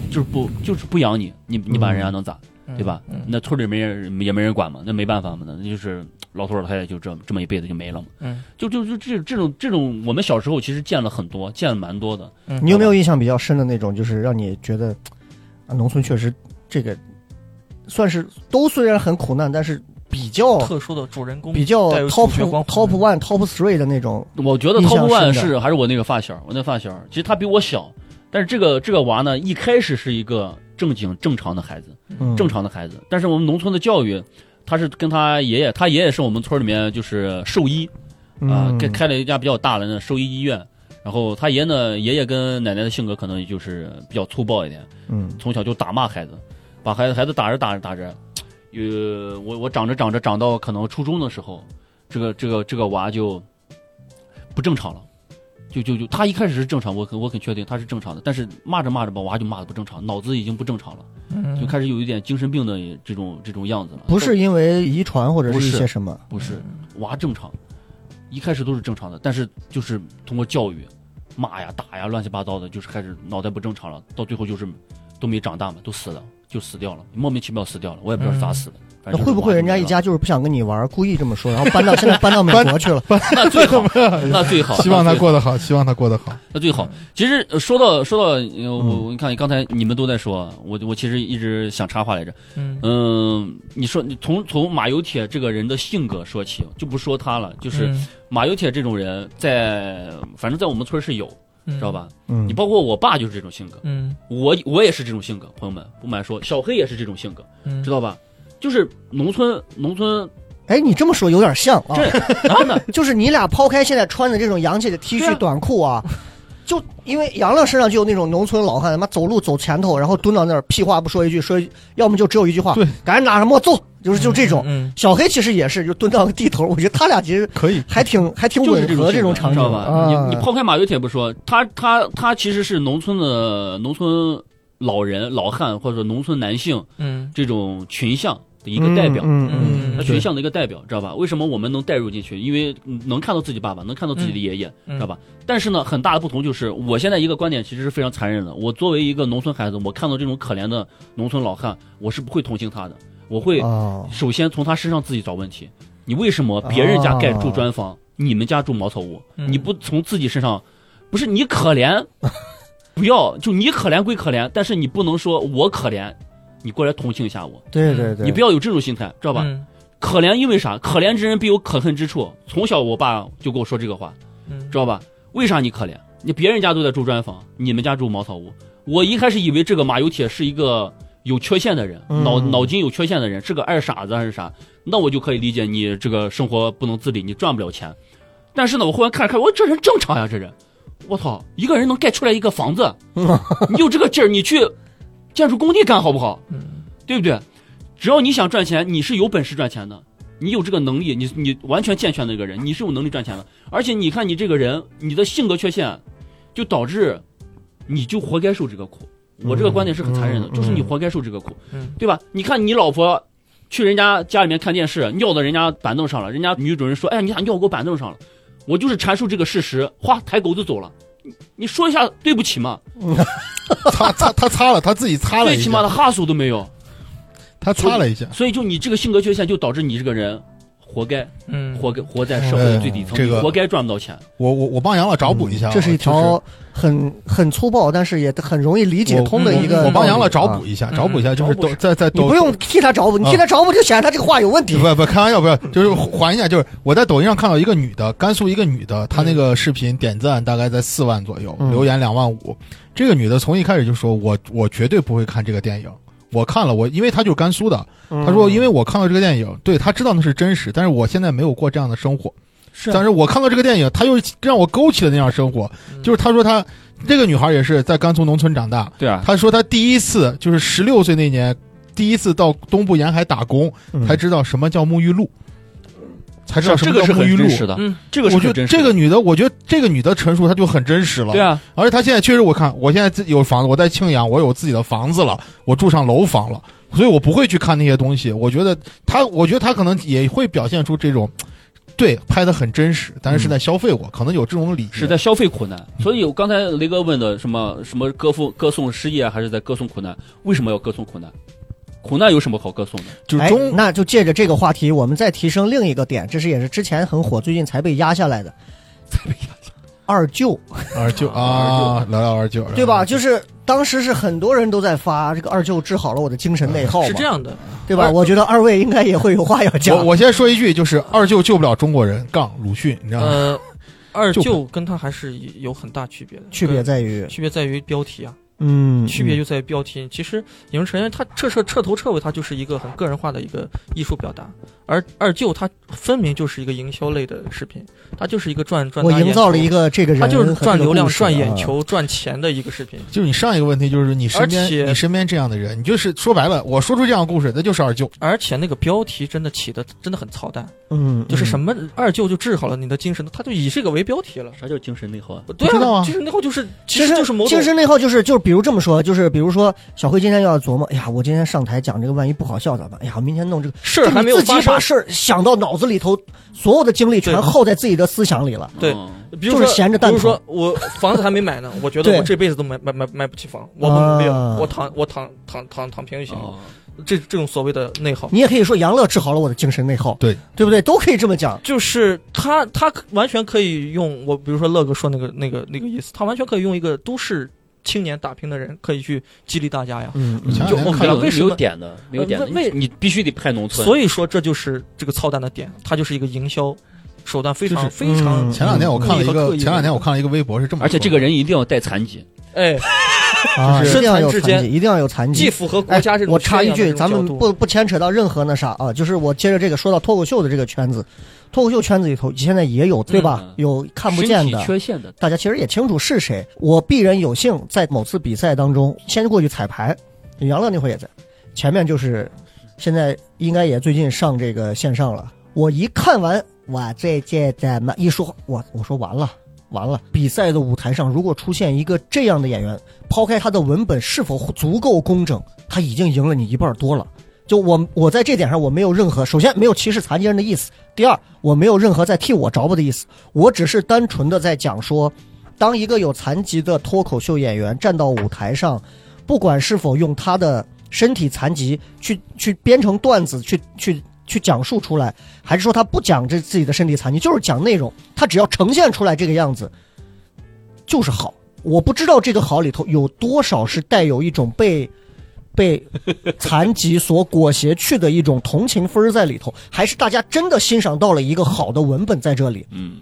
就是不就是不养你，你你把人家能咋？
嗯
对吧？
嗯
那村里没人也没人管嘛，那没办法嘛，那就是老头老太太就这这么一辈子就没了嘛。
嗯，
就就就这这种这种，我们小时候其实见了很多，见了蛮多的。
嗯
你有没有印象比较深的那种，就是让你觉得啊，农村确实这个算是都虽然很苦难，但是比较
嗯特殊的主人公
比较
带有主
top
角光环
top one top three 的那种，
我觉得
印象
Top
深
One
的
是还是我那个发小，我那发小其实他比我小，但是这个这个娃呢，一开始是一个正经正常的孩子，
嗯，
正常的孩子，但是我们农村的教育。他是跟他爷爷，他爷爷是我们村里面就是兽医啊，
嗯
开、开了一家比较大的那兽医医院。然后他爷呢，爷爷跟奶奶的性格可能也就是比较粗暴一点，
嗯
从小就打骂孩子，把孩子孩子打着打着打着，呃，我我长着长着长到可能初中的时候，这个这个这个娃就不正常了，就就就他一开始是正常，我很我很确定他是正常的，但是骂着骂着吧，娃就骂的不正常，脑子已经不正常了，就开始有一点精神病的这种这种样子了。
不是因为遗传或者
不
是一
是
些什么，
不是
嗯
娃正常，一开始都是正常的，但是就是通过教育，骂呀打呀乱七八糟的，就是开始脑袋不正常了，到最后就是都没长大嘛，都死了，就死掉了，莫名其妙死掉了，我也不知道是咋死的。
嗯
反
那
正就是
会不会人家一家就是不想跟你玩，故意这么说，然后搬到现 在搬到美国去了？
娃就没 了？那最好，那最好，
希望
那
他
最
过得好，希望他过得好。
那最好。其实呃说到说到，呃我
嗯
我你看刚才你们都在说，我我其实一直想插话来着。
嗯
嗯，你说你从从马有铁这个人的性格说起，就不说他了，就是
嗯
马有铁这种人在，反正在我们村儿是有，
嗯
知道吧？
嗯
你，包括我爸就是这种性格，
嗯
我我也是这种性格，朋友们不瞒说，小黑也是这种性格，
嗯，
知道吧？就是农村，农村
哎，你这么说有点像啊，
这真的
就是你俩抛开现在穿的这种洋气的 T
对
恤
啊
短裤啊，就因为杨亮身上就有那种农村老汉，他妈走路走前头，然后蹲到那儿，屁话不说一句，说一要么就只有一句话，
对，
赶紧拿什么走，就是就这种。
嗯，
小黑其实也是，就蹲到个地头，我觉得他俩其实
可以，
还挺还挺
就是
吻
这
合这
种性
种
格，
场
你知
景
道吧？
啊
你你抛开马有铁不说，他他他其实是农村的农村老人、老汉或者农村男性
嗯
这种群像的一个代表。
嗯嗯嗯
他
嗯
群像的一个代表，知道吧？为什么我们能带入进去？因为嗯能看到自己爸爸，能看到自己的爷爷，
嗯
知道吧？但是呢，很大的不同就是，我现在一个观点其实是非常残忍的。我作为一个农村孩子，我看到这种可怜的农村老汉，我是不会同情他的，我会
啊
哦
首先从他身上自己找问题。你为什么别人家盖住砖房，你们家住茅草屋？
嗯
你不从自己身上，不是你可怜，不要就你可怜归可怜，但是你不能说我可怜，你过来同情一下我，
对对对，
你不要有这种心态，知道吧？
嗯
可怜因为啥？可怜之人必有可恨之处。从小我爸就跟我说这个话，
嗯
知道吧？为啥你可怜？你别人家都在住砖房，你们家住茅草屋。我一开始以为这个马有铁是一个有缺陷的人，
嗯
脑脑筋有缺陷的人，是个二傻子还是啥？那我就可以理解你这个生活不能自理，你赚不了钱。但是呢，我忽然看着看着，我这人正常呀，这人，我操，一个人能盖出来一个房子，你有这个劲儿，你去建筑工地干好不好？
嗯
对不对？只要你想赚钱，你是有本事赚钱的，你有这个能力，你你完全健全的一个人，你是有能力赚钱的。而且你看你这个人，你的性格缺陷，就导致你就活该受这个苦。我这个观点是很残忍的，
嗯
就是你活该受这个苦，
嗯
对吧？你看你老婆去人家家里面看电视，尿到人家板凳上了，人家女主人说：“哎呀，你咋尿我板凳上了？”我就是阐述这个事实，哗，抬狗就走了。你你说一下对不起嘛？
擦擦他擦了，他自己擦 了
最
一
起码
下，
的哈手都没有。
他擦了一下。
所以就你这个性格缺陷，就导致你这个人活该，
嗯，
活该活在社会的最底层，
这个
你活该赚不到钱。
我我我帮杨老找补一下啊，
这是一
就是
条很很粗暴，但是也很容易理解通的一个道理。
我帮杨老找
啊
补一下，
嗯
找补一下就是
找补
都在在
你
抖
不用替他找补，你替他找补就显得他这个话有问题。
不不开玩笑，不要，就是还一下，就是我在抖音上看到一个女的，甘肃一个女的，她那个视频点赞大概在四万左右，
嗯
留言两万五。这个女的从一开始就说，我我绝对不会看这个电影。我看了，我因为她就是甘肃的，
嗯
她说因为我看到这个电影，对她知道那是真实，但是我现在没有过这样的生活。
是
但是我看到这个电影，她又让我勾起了那样生活，
嗯
就是她说她这个女孩也是在甘肃农村长大，
对啊，
她说她第一次就是十六岁那年，第一次到东部沿海打工，
嗯
才知道什么叫沐浴露，才知道什
这
么
个
叫
是
沐
很
浴露
真。实的，
嗯
这个是
我觉
很
得
真实
这
的。
个女的，我觉得这个女的陈述她就很真实了。
对，啊，
而且她现在确实，我看我现在自有房子，我在庆阳，我有自己的房子了，我住上楼房了，所以我不会去看那些东西。我觉得她，我觉得她可能也会表现出这种，对，拍的很真实，但是是在消费我，可能有这种理
嗯是
解。
在消费苦难。所以我刚才雷哥问的什么什么歌颂歌颂失业，还是在歌颂苦难？为什么要歌颂苦难？苦难有什么好歌颂的？
就是
哎
中，
那就借着这个话题，我们再提升另一个点，这是也是之前很火，最近才被压下 来的，才被压二舅，
二 舅啊，聊聊二舅，
对吧？就是是当时是很多人都在发这个二舅治好了我的精神内耗嘛，
是这样的，
对吧？
二
我觉得二位应该也会有话要讲。
我我先说一句，就是二舅救不了中国人，杠鲁迅，你知道吗？
呃，二
就
舅跟他还是有很大区别的，
区别在于
呃，区别在于标题啊，
嗯，
区别就在于标题。其实影视城它彻彻彻头彻尾，它就是一个很个人化的一个艺术表达，而二舅它分明就是一个营销类的视频，它就是一个赚赚
我
大
营
眼
造了
球
一个这个人
他
和这
就
个故事啊，
是赚流量、赚眼球、赚钱的一个视频。
就是你上一个问题，就是你身
而
边
且
你身边这样的人，你就是说白了，我说出这样的故事，那就是二舅。
而且那个标题真的起的真的很操蛋，
嗯，嗯，
就是什么二舅就治好了你的精神，他就以这个为标题了。
啥叫精神内耗啊？
对
知道啊
啊，精神内耗就是其
精
实
神
就是某种
精神内耗，就是就是，比如这么说，就是比如说，小辉今天要琢磨，哎呀，我今天上台讲这个，万一不好笑咋办？哎呀，明天弄这个，
事儿还没有
就你
发
自己把。
生
事儿想到脑子里头，所有的精力全
对
耗在自己的思想里了。
对
嗯
比如
就
说，
是闲着蛋
比如
疼
说我房子还没买呢，我觉得
对
我这辈子都买买买买不起房，我不努力
啊
了，我躺我躺躺躺躺平就行了。
哦
这这种所谓的内耗，
你也可以说杨乐治好了我的精神内耗，
对
对不对？都可以这么讲。
就是他他完全可以用我，比如说乐哥说那个那个那个意思，他完全可以用一个都市青年打拼的人，可以去激励大家呀。
嗯，
我前
就
两天
我
没有
看到
觉得为
没
什
有
么
点的，没有点的，
呃为
你你必须得拍农村。
所以说，这就是这个操蛋的点，它就是一个营销手段非常、
就是
非常。
嗯
前两天我看了一
嗯
个，
嗯
前两天我看了一个微博是这么说的，
而且这个人一定要带残疾，
哎，
啊，
就是
一定要有残
身残志
疾，
坚
一定要有残
既
疾。
符合国
哎
家这，种
我插一
宣扬
句，
的这种
咱们
角度
不不牵扯到任何那啥啊，就是我接着这个说到脱口秀的这个圈子，脱口秀圈子里头现在也有，对吧？
嗯
有看不见
身
的
体，缺陷的，
大家其实也清楚是谁。我鄙人有幸在某次比赛当中先过去彩排，杨乐那会儿也在，前面就是现在应该也最近上这个线上了。我一看完，我这届怎么一说，我我说完了。完了，比赛的舞台上，如果出现一个这样的演员，抛开他的文本是否足够工整，他已经赢了你一半多了。就我，我在这点上我没有任何，首先没有歧视残疾人的意思，第二我没有任何在替我着吧的意思，我只是单纯的在讲说，当一个有残疾的脱口秀演员站到舞台上，不管是否用他的身体残疾去去编成段子，去去去讲述出来，还是说他不讲这自己的身体残疾，就是讲内容，他只要呈现出来这个样子，就是好。我不知道这个好里头有多少是带有一种被被残疾所裹挟去的一种同情分儿在里头，还是大家真的欣赏到了一个好的文本在这里。
嗯，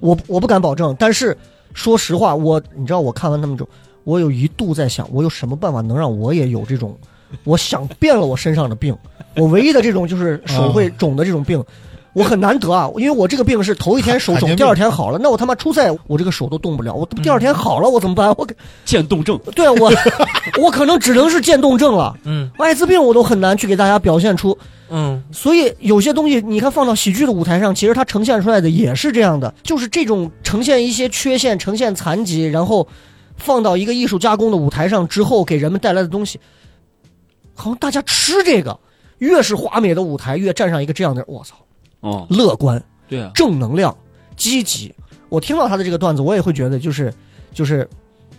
我不我不敢保证，但是说实话，我你知道，我看完他们之后，我有一度在想，我有什么办法能让我也有这种，我想遍了我身上的病，我唯一的这种就是手会肿的这种病。我很难得啊，因为我这个病是头一天手
罕
肿，
见
第
病
二天好了。那我他妈初赛，我这个手都动不了，我第二天好了，我怎么办？我可
渐冻症，
对啊，我我 可能只能是渐冻症了，
嗯
艾滋病我都很难去给大家表现出。
嗯，
所以有些东西，你看放到喜剧的舞台上，其实它呈现出来的也是这样的，就是这种呈现一些缺陷、呈现残疾，然后放到一个艺术加工的舞台上之后，给人们带来的东西，好像大家吃这个，越是华美的舞台，越站上一个这样的人，我操，
哦，
乐观、
对啊，
正能量、积极。我听到他的这个段子，我也会觉得就是就是，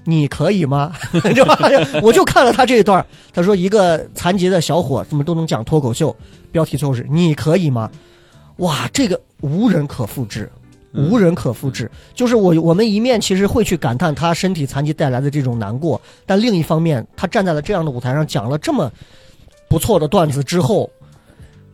你可以吗？ 知道吧？我就看了他这一段儿，他说一个残疾的小伙怎么都能讲脱口秀，标题最后是“你可以吗？”哇，这个无人可复制。
嗯
无人可复制，就是我我们一面其实会去感叹他身体残疾带来的这种难过，但另一方面，他站在了这样的舞台上讲了这么不错的段子之后，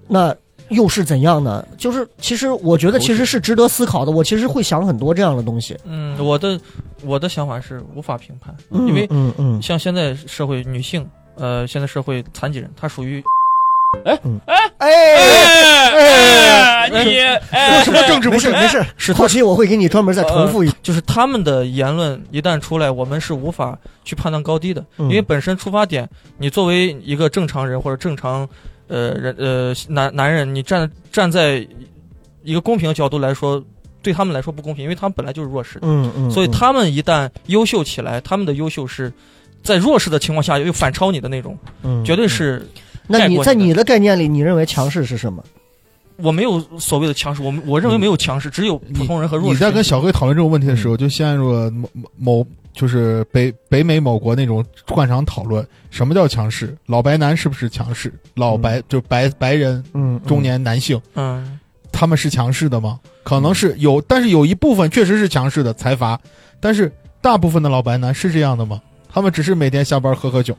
那又是怎样呢？就是其实我觉得其实是值得思考的，我其实会想很多这样的东西，
嗯，我的我的想法是无法评判，
嗯
因为
嗯嗯，
像现在社会女性，呃，现在社会残疾人，她属于
哎，
哎，你哎，
什么政治
没
不
事
正
没
确？
事，
是
后期我会给你专门再重复一，
就是他们的言论一旦出来，我们是无法去判断高低的，
嗯
因为本身出发点，你作为一个正常人或者正常，呃人呃男男人，你站站在一个公平的角度来说，对他们来说不公平，因为他们本来就是弱势的，
嗯嗯，
所以
嗯
他们一旦优秀起来，他们的优秀是在弱势的情况下又反超你的那种，
嗯
绝对是。
那
盖
你
过
在
你的
你的概念里，你认为强势是什么？
我没有所谓的强势，我们我认为没有强势，只有普通人和弱势。
你在跟小黑讨论这种问题的时候，就陷入了某某某就是北北美某国那种惯常讨论，什么叫强势？老白男是不是强势？老白、就白白人
嗯，
中年男性，
嗯，
他们是强势的吗？可
嗯
能是有，但是有一部分确实是强势的财阀，但是大部分的老白男是这样的吗？他们只是每天下班喝喝酒，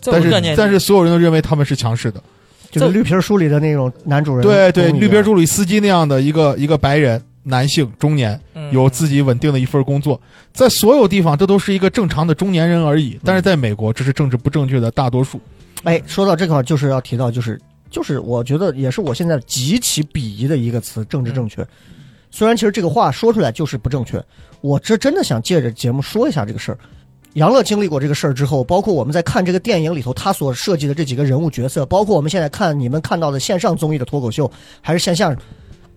在我
但
的
是
概念里，
但是所有人都认为他们是强势的。
就是绿皮书里的那种男主人公一
对
样，
对，绿边助理司机那样的一个一个白人男性中年，
嗯
有自己稳定的一份工作，在所有地方这都是一个正常的中年人而
嗯
已。但是在美国，这是政治不正确的大多数。
哎，说到这块儿，就是要提到，就是就是，我觉得也是我现在极其鄙夷的一个词——政治正确。虽然其实这个话说出来就是不正确，我这真的想借着节目说一下这个事儿。杨乐经历过这个事儿之后，包括我们在看这个电影里头他所设计的这几个人物角色，包括我们现在看你们看到的线上综艺的脱口秀，还是线下，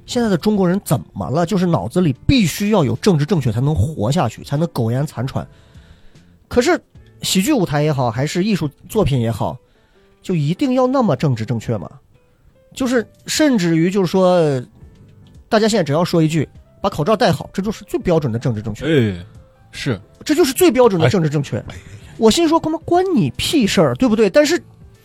现在的中国人怎么了？就是脑子里必须要有政治正确才能活下去，才能苟延残喘。可是喜剧舞台也好，还是艺术作品也好，就一定要那么政治正确吗？就是甚至于就是说，呃大家现在只要说一句“把口罩戴好”，这就是最标准的政治正确，
哎，是
这就是最标准的政治正确。我心说，他妈关你屁事儿，对不对？但是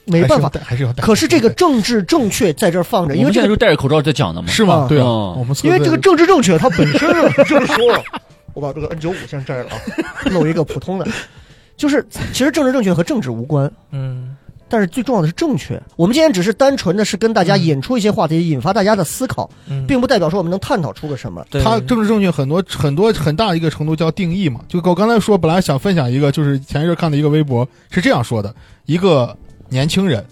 没办法
还是要，戴，还是要戴。
可是这个政治正确在这儿放着，因
我
为
们
这
现在
个
就戴着口罩在讲的嘛，
是吗？
啊
对啊，
嗯
我们
因为这个政
正
治正确它本身啊 就是说了，我把这个 N 九五先摘了啊，弄一个普通的，啊就是其实政治正确和政治无关。
嗯
但是最重要的是正确。我们今天只是单纯的是跟大家引出一些话题，引发大家的思考，
嗯，
并不代表说我们能探讨出个什么。
对
它政治正确很多很多很大一个程度叫定义嘛。就我刚才说，本来想分享一个，就是前一阵看的一个微博是这样说的：一个年轻人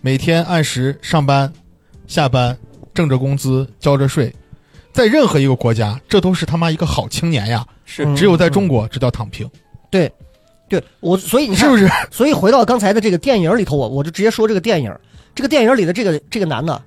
每天按时上班、下班，挣着工资，交着税，在任何一个国家，这都是他妈一个好青年呀。
是
嗯
只有在中国，这叫躺平，
对我，所
嗯
以你
是
看
不，是？
所以回到刚才的这个电影里头，我我就直接说这个电影，这个电影里的这个这个男的，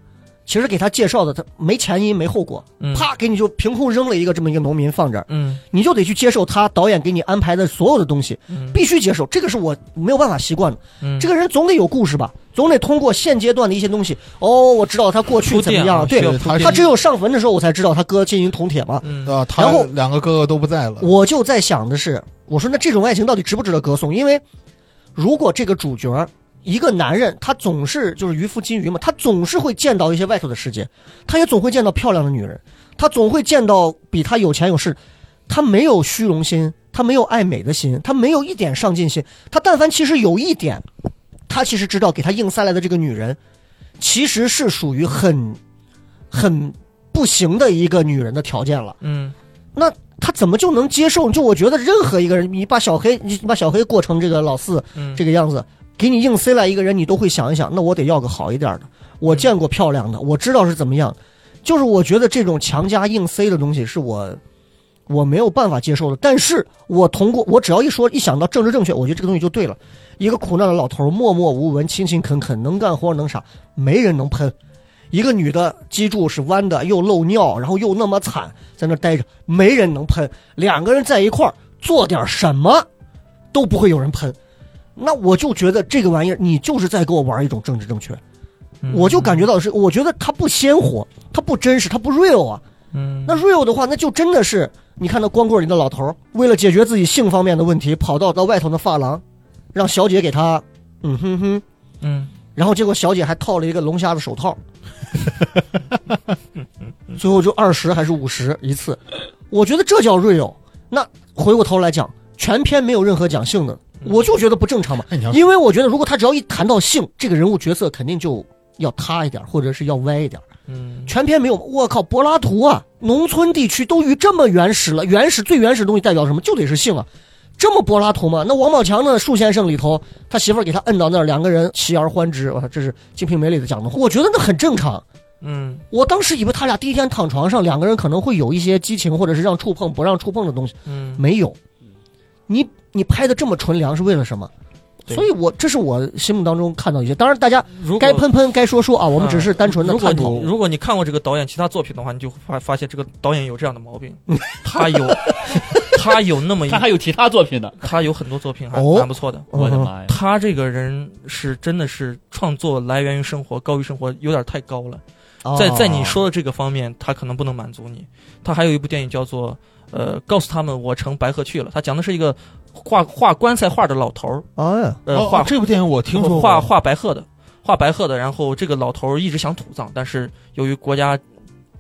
其实给他介绍的他没前因没后果，
嗯
啪给你就凭空扔了一个这么一个农民放这儿，
嗯
你就得去接受他导演给你安排的所有的东西，
嗯
必须接受，这个是我没有办法习惯的。
嗯
这个人总得有故事吧，总得通过现阶段的一些东西，哦，我知道他过去
铺
怎
垫
么样
啊
了，对
需要铺
他
垫
他只有上坟的时候，我才知道他哥金银铜铁嘛。
嗯
啊，他
然后
两个哥哥都不在了，
我就在想的是，我说那这种爱情到底值不值得歌颂？因为如果这个主角儿一个男人，他总是就是渔夫金鱼嘛，他总是会见到一些外头的世界，他也总会见到漂亮的女人，他总会见到比他有钱有势，他没有虚荣心，他没有爱美的心，他没有一点上进心，他但凡其实有一点，他其实知道给他硬塞来的这个女人，其实是属于很很不行的一个女人的条件了。
嗯
那他怎么就能接受？就我觉得任何一个人，你把小黑，你把小黑过成这个老四
嗯
这个样子，给你硬塞来一个人，你都会想一想，那我得要个好一点的。我见过漂亮的，我知道是怎么样。就是我觉得这种强加硬塞的东西是我我没有办法接受的。但是我通过我只要一说一想到政治正确，我觉得这个东西就对了。一个苦难的老头，默默无闻，勤勤恳恳，能干活能啥，没人能喷。一个女的脊柱是弯的，又漏尿，然后又那么惨，在那待着，没人能喷。两个人在一块儿做点什么，都不会有人喷。那我就觉得这个玩意儿，你就是在给我玩一种政治正确。
嗯
我就感觉到是，我觉得它不鲜活，它不真实，它不 real 啊。
嗯
那 real 的话，那就真的是，你看那光棍里的老头儿，为了解决自己性方面的问题，跑到到外头的发廊，让小姐给他，嗯哼哼，
嗯
然后结果小姐还套了一个龙虾的手 套，最后就二十还是五十一次，我觉得这叫 real。那回过头来讲，全篇没有任何讲性的，
嗯
我就觉得不正常嘛。
哎你要
因为我觉得，如果他只要一谈到性，这个人物角色肯定就要塌一点，或者是要歪一点。
嗯
全篇没有，我靠，柏拉图啊，农村地区都于这么原始了，原始最原始的东西代表什么？就得是性啊，这么柏拉图吗？那王宝强呢？树先生里头，他媳妇儿给他摁到那儿，两个人齐而欢之，我操，这是《金瓶梅》里的讲的话，我觉得那很正常。
嗯
我当时以为他俩第一天躺床上，两个人可能会有一些激情，或者是让触碰不让触碰的东西，
嗯
没有。你你拍的这么纯良是为了什么？
对
所以我这是我心目当中看到一些，当然大家
如果
该喷喷该说说啊，我们只是单纯的
如果
探
你
讨。
如果你看过这个导演其他作品的话，你就会发发现这个导演有这样 的毛病，他有他有那么一
他还有其他作品呢，
他有很多作品还
哦
蛮不错的。
我的
嗯
妈呀！
他这个人是真的是创作来源于生活，高于生活，有点太高了。在在你
哦
说的这个方面，他可能不能满足你。他还有一部电影叫做呃，告诉他们我乘白鹤去了。他讲的是一个画画棺材画的老头儿，
哎呀，
呃，
哦
画
这部电影我听说过
画画白鹤的，画白鹤的。然后这个老头儿一直想土葬，但是由于国家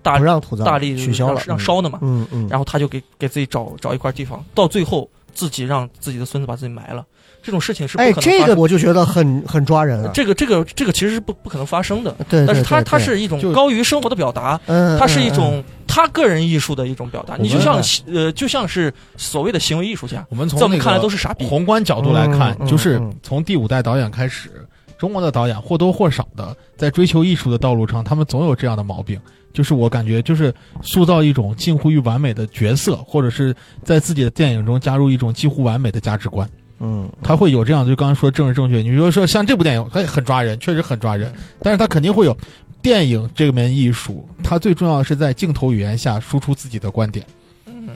大
不让土葬，
大力
取消了，
让让烧的嘛，
嗯嗯，
然后他就给给自己找找一块地方，到最后自己让自己的孙子把自己埋了。这种事情是不可
哎，
能发生
这
的。
个我就觉得很很抓人啊，
这个这个这个其实是不不可能发生的，
对，
但是
他
它它是一种
就
高于生活的表达，
嗯，
它是一
嗯
种他个人艺术的一种表达。
我
你就
明
像
白
西呃，就像是所谓的行为艺术家，
我们从
在我们
那个
看来都是傻逼。
宏观角度来看，
嗯嗯
就是
嗯
从第五代导演开始，中国的导演或多或少的在追求艺术的道路上，他们总有这样的毛病。就是我感觉，就是塑造一种近乎于完美的角色，或者是在自己的电影中加入一种近乎完美的价值观，
嗯
他会有这样。就刚刚说政治正确，你比如说像这部电影，它很抓人，确实很抓人，但是它肯定会有电影这门艺术，它最重要的是在镜头语言下输出自己的观点。
嗯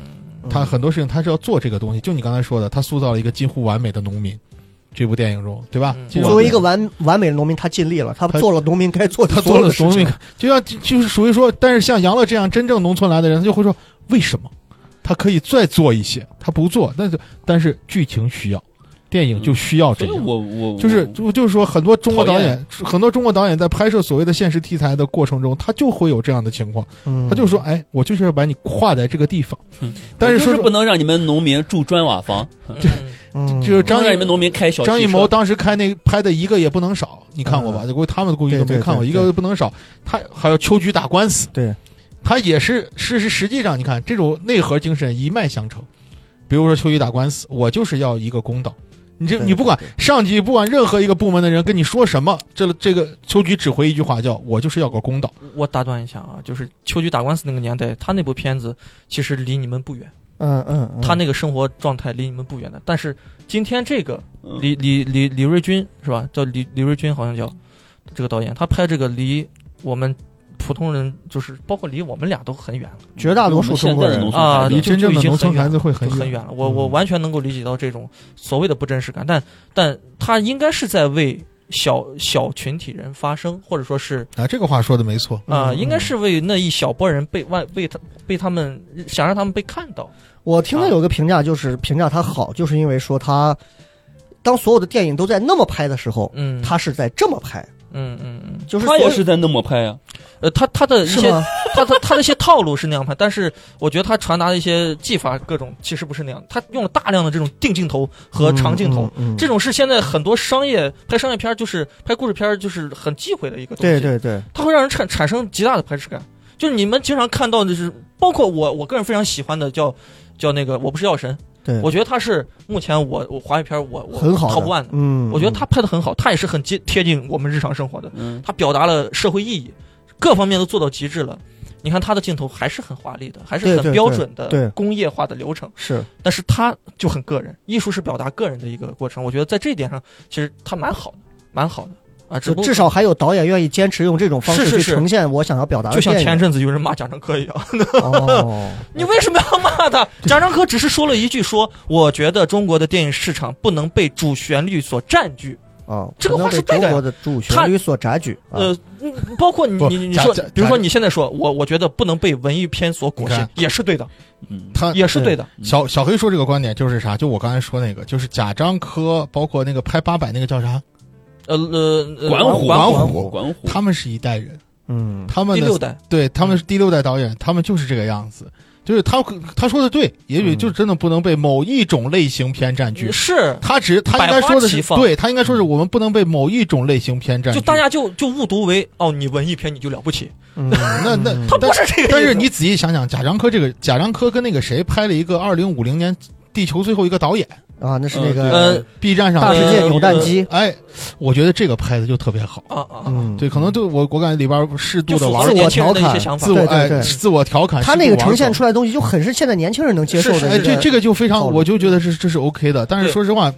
他很多事情他是要做这个东西。就你刚才说的，他塑造了一个近乎完美的农民，这部电影中，对吧
嗯？
近乎
作为一个
完
完完美的农民，他尽力了，他
他
做了农民该做
美
的
他
所
做
有
了
的事
农
情
民，，就像就是属于说，但是像杨乐这样真正农村来的人，他就会说为什么他可以再做一些，他不做，但是但是剧情需要，电影就需要这
所以
样。
我我
就是
我
就就是说，很多中国导
讨
演，很多中国导演在拍摄所谓的现实题材的过程中，他就会有这样的情况，
嗯
他就说：“哎，我就是要把你画在这个地方。
嗯”
但
我
是
就
说
是不能让你们农民住砖瓦房，
嗯
嗯
就是
不能
张
让
艺
你们农民开小汽
张艺
车
谋当时开那拍的一个也不能少，你看
嗯
过吧？就估计他们估计都没看过，
对对对
一个也不能少。他还要秋菊打官司，
对，
他也是事实实际上你看这种内核精神一脉相承。比如说秋菊打官司，我就是要一个公道，你这
对
你不管
对
上级不管任何一个部门的人跟你说什么，这这个秋菊只回一句话叫“我就是要个公道
我打断一下啊，就是秋菊打官司那个年代，他那部片子其实离你们不远，
嗯嗯，嗯
他那个生活状态离你们不远的。但是今天这个
嗯
李李李李瑞军是吧？叫李李瑞军好像叫这个导演，他拍这个离我们普通人就是包括离我们俩都很远了
绝大多数中国
我
人
们现在的农，村孩
啊
子
离”，
真正的农村孩子会很
啊
就很
远。
远了。
嗯
我我完全能够理解到这种所谓的不真实感，但但他应该是在为小小群体人发声，或者说是
啊，这个话说的没错。
啊、
嗯
应该是为那一小波人被外为他被他们想让他们被看到。
我听到有个评价就是评价他好，就是因为说他当所有的电影都在那么拍的时候，
嗯，
他是在这么拍，
嗯嗯嗯，
就是
他
所有
也是在那么拍呀、
呃，他他的一
是
些
吗？
他他他的一些套路是那样拍，但是我觉得他传达的一些技法各种其实不是那样，他用了大量的这种定镜头和长镜头。
嗯，嗯嗯
这种是现在很多商业拍商业片儿，就是拍故事片儿，就是很忌讳的一个东西。
对对对，
它会让人产产生极大的排斥感。就是你们经常看到的是，包括我我个人非常喜欢的叫叫那个我不是药神，
对
我觉得他是目前我我华语片儿我我
很好的
top one 的，
嗯，
我觉得他拍的很好，他也是很接贴近我们日常生活的，
嗯，
他表达了社会意义，各方面都做到极致了。你看他的镜头还是很华丽的，还是
对
很
对
标准的
对对
工业化的流程，
是
但是他就很个人，艺术是表达个人的一个过程。我觉得在这一点上，其实他蛮好的，蛮好的啊，只
就
不过
至少还有导演愿意坚持用这种方
是
式
是
去
是
呈现我想要表达的
就像
电影
前阵子有人骂贾樟柯一样。
哦，
你为什么要 骂他？贾樟柯只是说了一句说：“我觉得中国的电影市场不能被主旋律所占据。
哦，
这个话
可能
是
被
对的
中国的主
他
旋律所摘取。”啊
呃，嗯包括你
不
你你
贾
说
贾，
比如说
贾
你现在说我，我觉得不能被文艺片所裹
你
挟
看，
也是对的，
嗯
他
也是对的。
小小黑说这个观点就是啥？就我刚才说那个，就是贾樟柯，包括那个拍八百那个叫啥，
呃呃，呃
管虎
管
管
虎
虎啊
管虎，
他们是一代人，
嗯，
他们
第
的
六代，
对他们是第六代导演，他们就是这个样子。就是他他说的对，也许就真的不能被某一种类型片占据。
是
他只他应该说的是
百花齐，放
对他应该说是我们不能被某一种类型偏占据。
就大家就就误读为哦，你文艺片你就了不起，
嗯
那那
嗯
他
不是这个意思。
但是你仔细想想，贾樟柯这个贾樟柯跟那个谁拍了一个二零五零年地球最后一个导演
啊，那是那个
呃
，B 站上
大世
的，
界扭蛋机，
哎，我觉得这个拍的就特别好。
啊啊，
嗯，
对，可能对我我感觉里边适
就
度的
符
玩
合
自
儿
我
年轻人的一
调
些
侃
想法
自。我
对对
哎
对
自我调
啊
侃，
他那
适
个
度玩
呈现
儿
出来的东西就很是现在年轻人能接受
是
的一
哎，
个。
这这个就非
套
常，
路
我就觉得是这是 OK 的。但是
对
说实话，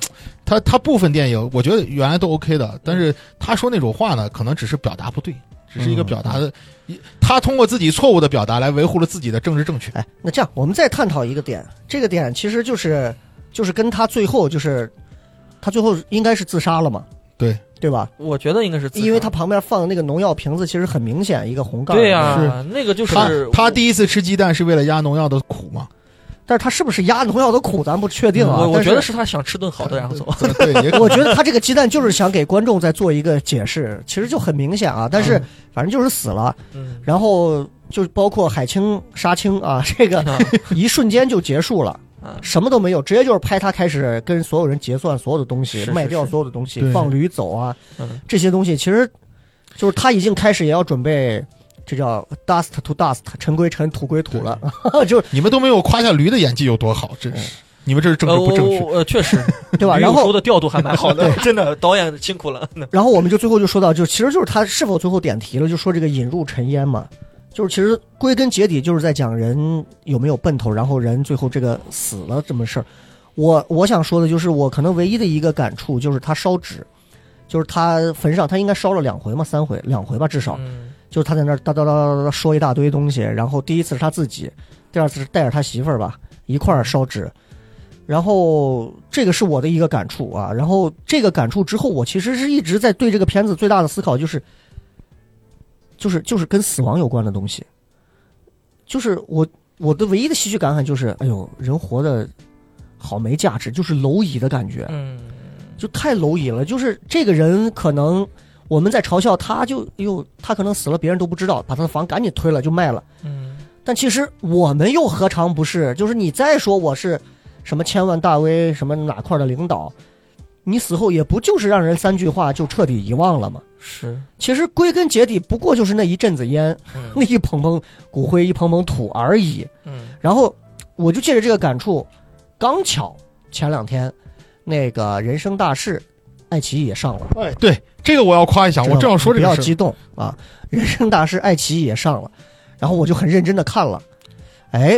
他他部分电影，我觉得原来都 OK 的，但是他说那种话呢，可能只是表达不对，只是一个
嗯
表达的，一他通过自己错误的表达来维护了自己的政治正确。
哎，那这样我们再探讨一个点，这个点其实就是就是跟他最后就是他最后应该是自杀了嘛，
对
对吧？
我觉得应该是自杀
因为他旁边放的那个农药瓶子，其实很明显一个红盖儿。
对
是
呀，那个就
他
是
他第一次吃鸡蛋是为了压农药的苦嘛？
但是他是不是压农药的苦，咱不确定啊。
嗯我我
但是
觉得是他想吃顿好的，然后走。
对，也 可
我觉得他这个鸡蛋就是想给观众再做一个解释，其实就很明显啊。但是反正就是死了，
嗯，
然后就包括海清、杀青啊，这 个
啊
一瞬间就结束了
啊。
什么都没有，直接就是拍他开始跟所有人结算所有的东西，
是是
卖掉
是
所有的东西
对，
放驴走啊
嗯，
这些东西其实就是他已经开始也要准备，这叫 dust to dust，尘归尘，土归土了，就是
你们都没有夸下驴的演技有多好，真是。你们这是政治
呃，
不
我
正
哦
确。
我呃，确实，
对吧？
吕
然
有
后
时候的调度还蛮好的，真的，导演辛苦了。
然后我们就最后就说到，就其实就是他是否最后点题了，就说这个引入尘烟嘛，就是其实归根结底就是在讲人有没有奔头，然后人最后这个死了这么事儿。我我想说的就是，我可能唯一的一个感触就是他烧纸，就是他坟上他应该烧了两回嘛，三回两回吧至少，
嗯
就是他在那儿哒哒哒哒哒说一大堆东西，然后第一次是他自己，第二次是带着他媳妇儿吧一块儿烧纸，然后这个是我的一个感触啊，然后这个感触之后，我其实是一直在对这个片子最大的思考就是，就是就是跟死亡有关的东西，就是我我的唯一的唏嘘感慨就是，哎呦，人活的好没价值，就是蝼蚁的感觉，
嗯，
就太蝼蚁了。就是这个人可能我们在嘲笑他就，又他可能死了，别人都不知道，把他的房赶紧推了就卖了。
嗯，
但其实我们又何尝不是？就是你再说我是什么千万大 V，什么哪块的领导，你死后也不就是让人三句话就彻底遗忘了吗？
是，
其实归根结底，不过就是那一阵子烟，那一捧捧骨灰，一捧捧土而已。
嗯
然后我就借着这个感触，刚巧前两天那个人生大事，爱奇艺也上了。
哎，对这个我要夸一下，
知道
啊我正要
吗
说这
不
个
要
事儿。
激动啊！人生大事，爱奇艺也上了，然后我就很认真的看了。哎，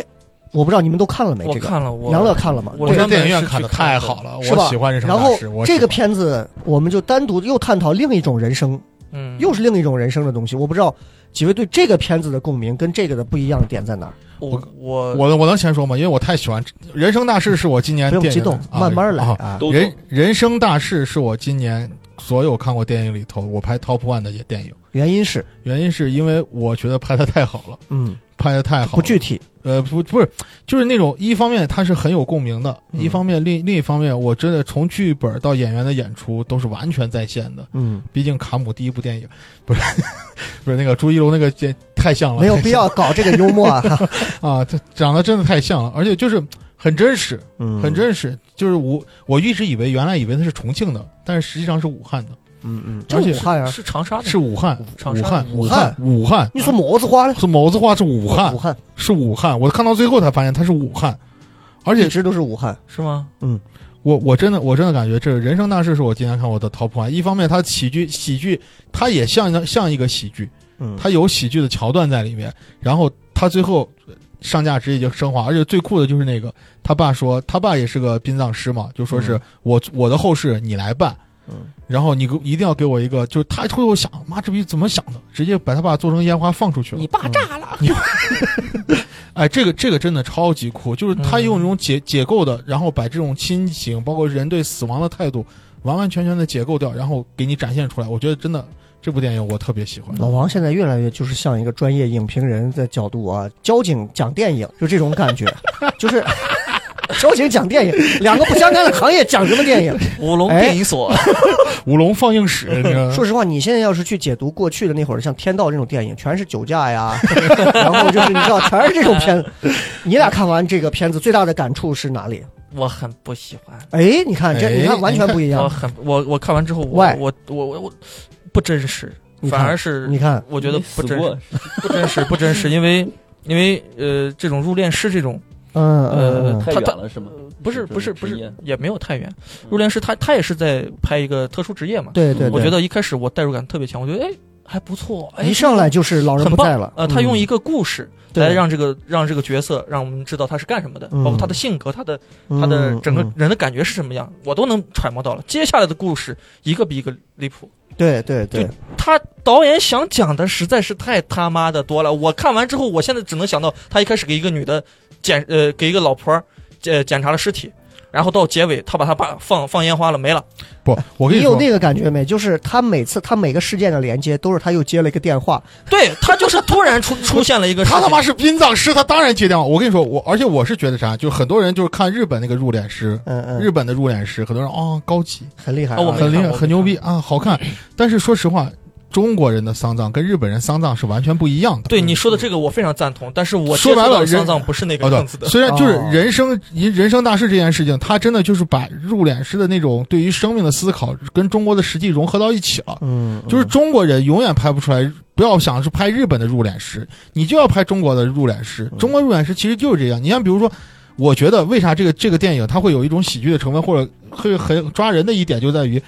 我不知道你们都看了没？
我
这个
看了，我
杨乐看了吗？
我
我在
原本
电影院
是
看的
去
太好了，
是吧
我喜欢人生
然
大
后
师。我
这
喜
个
欢
片子，我们就单独又探讨另一种人生，
嗯，
又是另一种人生的东西。我不知道几位对这个片子的共鸣跟这个的不一样的点在哪儿？
我我
我我能先说吗？因为我太喜欢《人生大事》，是我今年
不用
电
激
影
动，
啊
慢慢来
啊
啊。
都
人人生大事是我今年所有看过电影里头我排 top one 的也电影，
原因是，
原因是因为我觉得拍的太好了，
嗯，
拍的太好了。
不具体，
呃不不是，就是那种一方面它是很有共鸣的，
嗯
一方面另另一方面，我真的从剧本到演员的演出都是完全在线的。
嗯，
毕竟卡姆第一部电影不是 不是那个朱一龙那个这太像 了，
没有
太
必
像
要搞这个幽 默啊。哈
啊，他长得真的太像了，而且就是很真实，
嗯，
很，真实。就是我我一直以为原来以为他是重庆的，但是实际上是武汉的。
嗯嗯，就
而且
武汉啊，
是长沙的，
是武汉，
长
武
沙
汉，
的
武汉，武汉，
你说么子话呢？
是某字话是武汉
武，汉，
是武汉。我看到最后才发现他是武汉，而
一
且
直都是武汉。
是吗？
我我真的我真的感觉这《人生大事》是我今天看过的 top one。一方面，它喜剧喜剧，它也像像一个喜剧，
嗯，
它有喜剧的桥段在里面，然后它最后上价值也就升华，而且最酷的就是那个他爸说，他爸也是个殡葬师嘛，就说是
嗯
我、我的后事你来办，
嗯，
然后你给一定要给我一个，就是他最后想，妈这逼怎么想的，直接把他爸做成烟花放出去了
你，爸炸了，
哎，这个这个真的超级酷，就是他用
嗯
这种解解构的，然后把这种亲情，包括人对死亡的态度，完完全全的解构掉，然后给你展现出来，我觉得真的。这部电影我特别喜欢，
老王现在越来越就是像一个专业影评人的角度啊，交警讲电影就这种感觉， 就是交警讲电影，两个不相干的行业讲什么电影？
武隆电影所，
舞龙放映室，你知道吗
说实话，你现在要是去解读过去的那会儿，像《天道》这种电影，全是酒驾呀， 然后就是你知道，全是这种片子。你俩看完这个片子，最大的感触是哪里？
我很不喜欢。
哎，你看这，
哎
你看完全不一
我
样。
很我我看完之后，我
Why？
我我我我不真实，
你看
反而是
你看，
我觉得
没
不
死
真
过
实，不真实，不真实，因为因为呃，这种入殓师这种
嗯嗯
呃
嗯
太
他
远
他
了是吗？
不是不是
这
不
种职
是
业，
也没有太远。入殓师他他也是在拍一个特殊职业嘛，
对对，
我
对
觉得一开始我代入感特别强，我觉得哎还不错，哎
一上来就是老人
很
不在
棒
了。
呃，他用
嗯
一个故事
对
来让这个让这个角色让我们知道他是干什么的，
嗯
包括他的性格，他的他的
嗯
整个
嗯
人的感觉是什么样，我都能揣摩到了。接下来的故事一个比一个离谱，
对对对
就，他导演想讲的实在是太他妈的多了。我看完之后，我现在只能想到他一开始给一个女的检呃给一个老婆儿检检查了尸体，然后到结尾他把他爸放放烟花了没了。
不，我跟
你
说，
有那个感觉没？就是他每次他每个事件的连接都是他又接了一个电话，
对他就是突然出出现了一个事
他
情
他妈是殡葬师，他当然接电话。我跟你说，我而且我是觉得啥，就是很多人就是看日本那个入殓师，
嗯嗯，
日本的入殓师，很多人啊、哦、高级，
很厉害、啊
啊我没
很厉害，
看过
很牛逼啊，好看。但是说实话，中国人的丧葬跟日本人丧葬是完全不一样的。
对你说的这个我非常赞同，但是我
说白了
接触到的
人
丧葬不是那个
哦，
样子的
对，。虽然就是
哦
人生、人生大事这件事情，他真的就是把入殓师的那种对于生命的思考跟中国的实际融合到一起了。
嗯，嗯
就是中国人永远拍不出来，不要想是拍日本的入殓师，你就要拍中国的入殓师。
嗯
中国入殓师其实就是这样。你像比如说，我觉得为啥这个这个电影它会有一种喜剧的成分，或者会很抓人的一点就在于，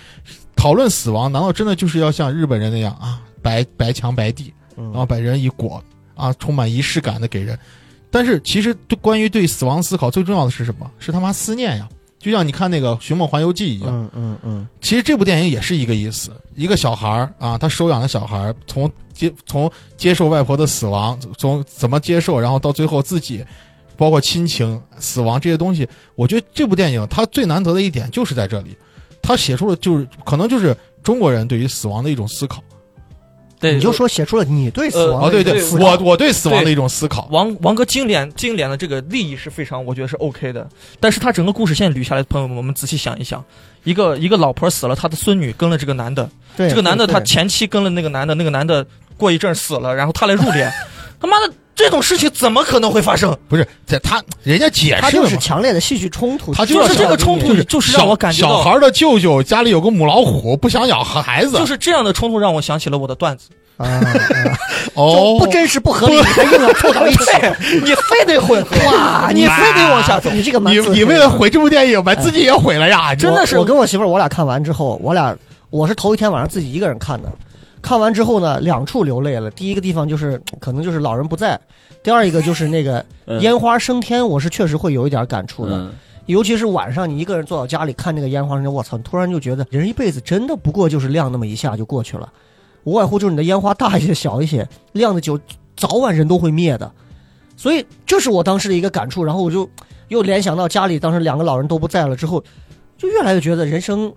讨论死亡，难道真的就是要像日本人那样啊，白白墙白地，然后
嗯
把人一裹啊，充满仪式感的给人？但是其实对关于对死亡思考最重要的是什么？是他妈思念呀！就像你看那个《寻梦环游记》一样，
嗯嗯嗯
其实这部电影也是一个意思，一个小孩儿啊，他收养的小孩儿，从接从接受外婆的死亡，从怎么接受，然后到最后自己，包括亲情、死亡这些东西，我觉得这部电影它最难得的一点就是在这里，它写出了就是可能就是中国人对于死亡的一种思考
对，呃哦
你就说写出了你对死亡
啊，
的
对
一个
对，
思考
我我对死亡的一种思考，
王王哥经典经典的这个利益是非常，我觉得是 OK 的。但是他整个故事线捋下来，朋友们，我们仔细想一想，一个一个老婆死了，他的孙女跟了这个男的，
对
这个男的
对
他
对
前妻跟了那个男的，那个男的过一阵儿死了，然后他来入 殓，他妈的这种事情怎么可能会发生？
不是在他人家解
他
释
就
了
是
嘛。
强烈的戏剧冲突，
他
就
就是这个冲突
就是
就是让我感觉
小
到
小孩儿的舅舅家里有个母老虎，不想养孩子，
啊就是这样的冲突让我想起了我的段子，
啊，
哦
就不真实不合理，你还硬要凑 到一起，
你非得 混合，
哇，你非得往下走，你这个蛮
你
自
你
黑哎
为了毁这部电影，把自己也毁了呀！
真的是
我我跟我媳妇儿，我俩看完之后，我俩我是头一天晚上自己一个人看的，看完之后呢，两处流泪了。第一个地方就是可能就是老人不在，第二一个就是那 个
嗯
烟花升天，我是确实会有一点感触的，
嗯
尤其是晚上你一个人坐到家里看那个烟花升天，我操，突然就觉得人一辈子真的不过就是亮那么一下就过去了，无外乎就是你的烟花大一些小一些，亮的久，早晚人都会灭的。所以这是我当时的一个感触，然后我就又联想到家里当时两个老人都不在了之后，就越来越觉得人生，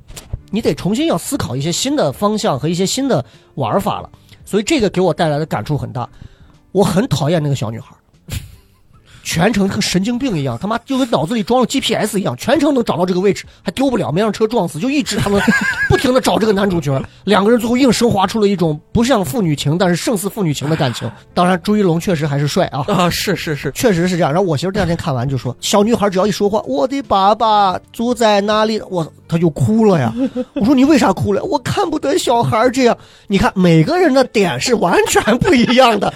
你得重新要思考一些新的方向和一些新的玩法了。所以这个给我带来的感触很大。我很讨厌那个小女孩，全程跟神经病一样，他妈就跟脑子里装了 GPS 一样，全程能找到这个位置，还丢不了，没让车撞死，就一直他们不停的找这个男主角。两个人最后硬升华出了一种不像父女情，但是胜似父女情的感情。当然，朱一龙确实还是帅啊。
啊！是是是，
确实是这样。然后我媳妇第二天看完就说，小女孩只要一说话，我的爸爸住在哪里，我她就哭了呀。我说你为啥哭了？我看不得小孩这样。你看每个人的点是完全不一样的。